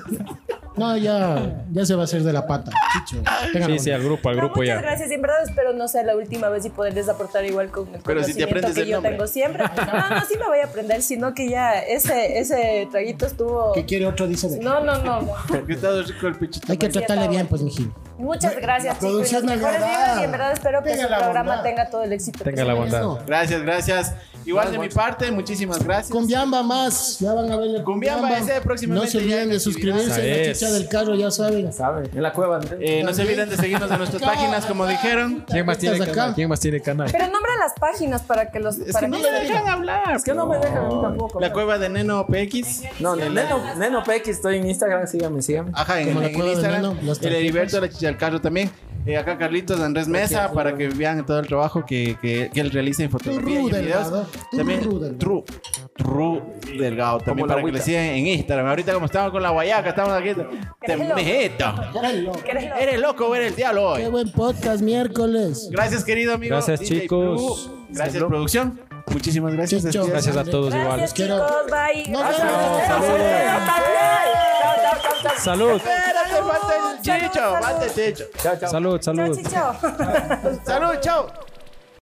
[SPEAKER 1] No, ya, ya se va a hacer de la pata, Chicho. Tengan
[SPEAKER 4] Sí, sí, al grupo, al
[SPEAKER 7] No,
[SPEAKER 4] grupo
[SPEAKER 7] muchas
[SPEAKER 4] ya.
[SPEAKER 7] gracias y en verdad espero no sea la última vez y poderles aportar igual con el
[SPEAKER 3] Pero si te
[SPEAKER 7] conocimiento
[SPEAKER 3] aprendes
[SPEAKER 7] que
[SPEAKER 3] el
[SPEAKER 7] yo
[SPEAKER 3] nombre.
[SPEAKER 7] tengo siempre. No, no, sí me voy a aprender, sino que ya ese, ese traguito estuvo...
[SPEAKER 1] Que quiere otro dice de
[SPEAKER 7] No, no, no.
[SPEAKER 3] Porque está rico el pichito.
[SPEAKER 1] Hay que tratarle bien, pues, mijín.
[SPEAKER 7] Muchas gracias, chicos. y
[SPEAKER 1] producción
[SPEAKER 7] los
[SPEAKER 1] me
[SPEAKER 7] mejores
[SPEAKER 1] agrada.
[SPEAKER 7] vibras y en verdad espero que
[SPEAKER 1] Tenga
[SPEAKER 7] su
[SPEAKER 1] la
[SPEAKER 7] programa
[SPEAKER 1] bondad.
[SPEAKER 7] tenga todo el éxito. que
[SPEAKER 4] Tenga
[SPEAKER 7] se
[SPEAKER 4] la
[SPEAKER 7] merece.
[SPEAKER 4] bondad.
[SPEAKER 1] Eso.
[SPEAKER 3] Gracias, gracias. Igual de mi parte, muchísimas gracias.
[SPEAKER 1] Cumbiamba más, ya van a ver el
[SPEAKER 3] Cumbiamba, ese próximamente
[SPEAKER 1] No se olviden
[SPEAKER 3] ya
[SPEAKER 1] de suscribirse a la
[SPEAKER 4] actividad.
[SPEAKER 1] chicha del carro, ya saben.
[SPEAKER 5] ¿Sabe? En la cueva. ¿no?
[SPEAKER 3] Eh, no se olviden de seguirnos en nuestras páginas, como dijeron.
[SPEAKER 4] ¿Quién más tiene
[SPEAKER 1] ¿Estás acá?
[SPEAKER 4] canal? ¿Quién más tiene canal?
[SPEAKER 7] Pero nombra las páginas para que los... para que-
[SPEAKER 3] hablar.
[SPEAKER 5] Es que no me dejan a mí tampoco.
[SPEAKER 3] La cueva de Neno PX.
[SPEAKER 5] No, Neno, Neno PX, estoy en Instagram, síganme, síganme.
[SPEAKER 3] Ajá, en,
[SPEAKER 1] Como la
[SPEAKER 3] en
[SPEAKER 1] cueva de
[SPEAKER 3] Instagram.
[SPEAKER 1] Neno, las
[SPEAKER 3] el Heriberto, la chicha del carro también. Eh, acá Carlitos, Andrés Mesa, para que vean todo el trabajo que, que- que él realiza en fotografía y
[SPEAKER 1] True
[SPEAKER 3] en
[SPEAKER 1] Delgado,
[SPEAKER 3] videos.
[SPEAKER 1] True Delgado.
[SPEAKER 3] También True, True Delgado, también
[SPEAKER 5] la
[SPEAKER 3] para que
[SPEAKER 5] agüita.
[SPEAKER 3] le sigan en Instagram. Ahorita como estamos con la guayaca, estamos aquí. Te
[SPEAKER 7] Créelo.
[SPEAKER 3] mejeto.
[SPEAKER 1] Órale,
[SPEAKER 7] ¿Quieres lo-
[SPEAKER 3] Eres loco o eres el diablo
[SPEAKER 1] Qué
[SPEAKER 3] hoy.
[SPEAKER 1] buen podcast miércoles.
[SPEAKER 3] Gracias, querido amigo.
[SPEAKER 4] Gracias,
[SPEAKER 3] DJ
[SPEAKER 4] chicos.
[SPEAKER 3] Blue. Gracias, producción. Muchísimas gracias.
[SPEAKER 1] Chicho.
[SPEAKER 3] Despídete.
[SPEAKER 4] Gracias a todos igual.
[SPEAKER 7] Gracias,
[SPEAKER 1] quiero.
[SPEAKER 7] chicos. Bye.
[SPEAKER 1] Nos
[SPEAKER 7] Gracias.
[SPEAKER 1] vemos.
[SPEAKER 4] Salud,
[SPEAKER 3] Espérate, falta el chicho, falta el chicho.
[SPEAKER 5] Chao, chao.
[SPEAKER 4] salud,
[SPEAKER 7] Chao,
[SPEAKER 4] salud.
[SPEAKER 7] chicho.
[SPEAKER 3] Salud, chao.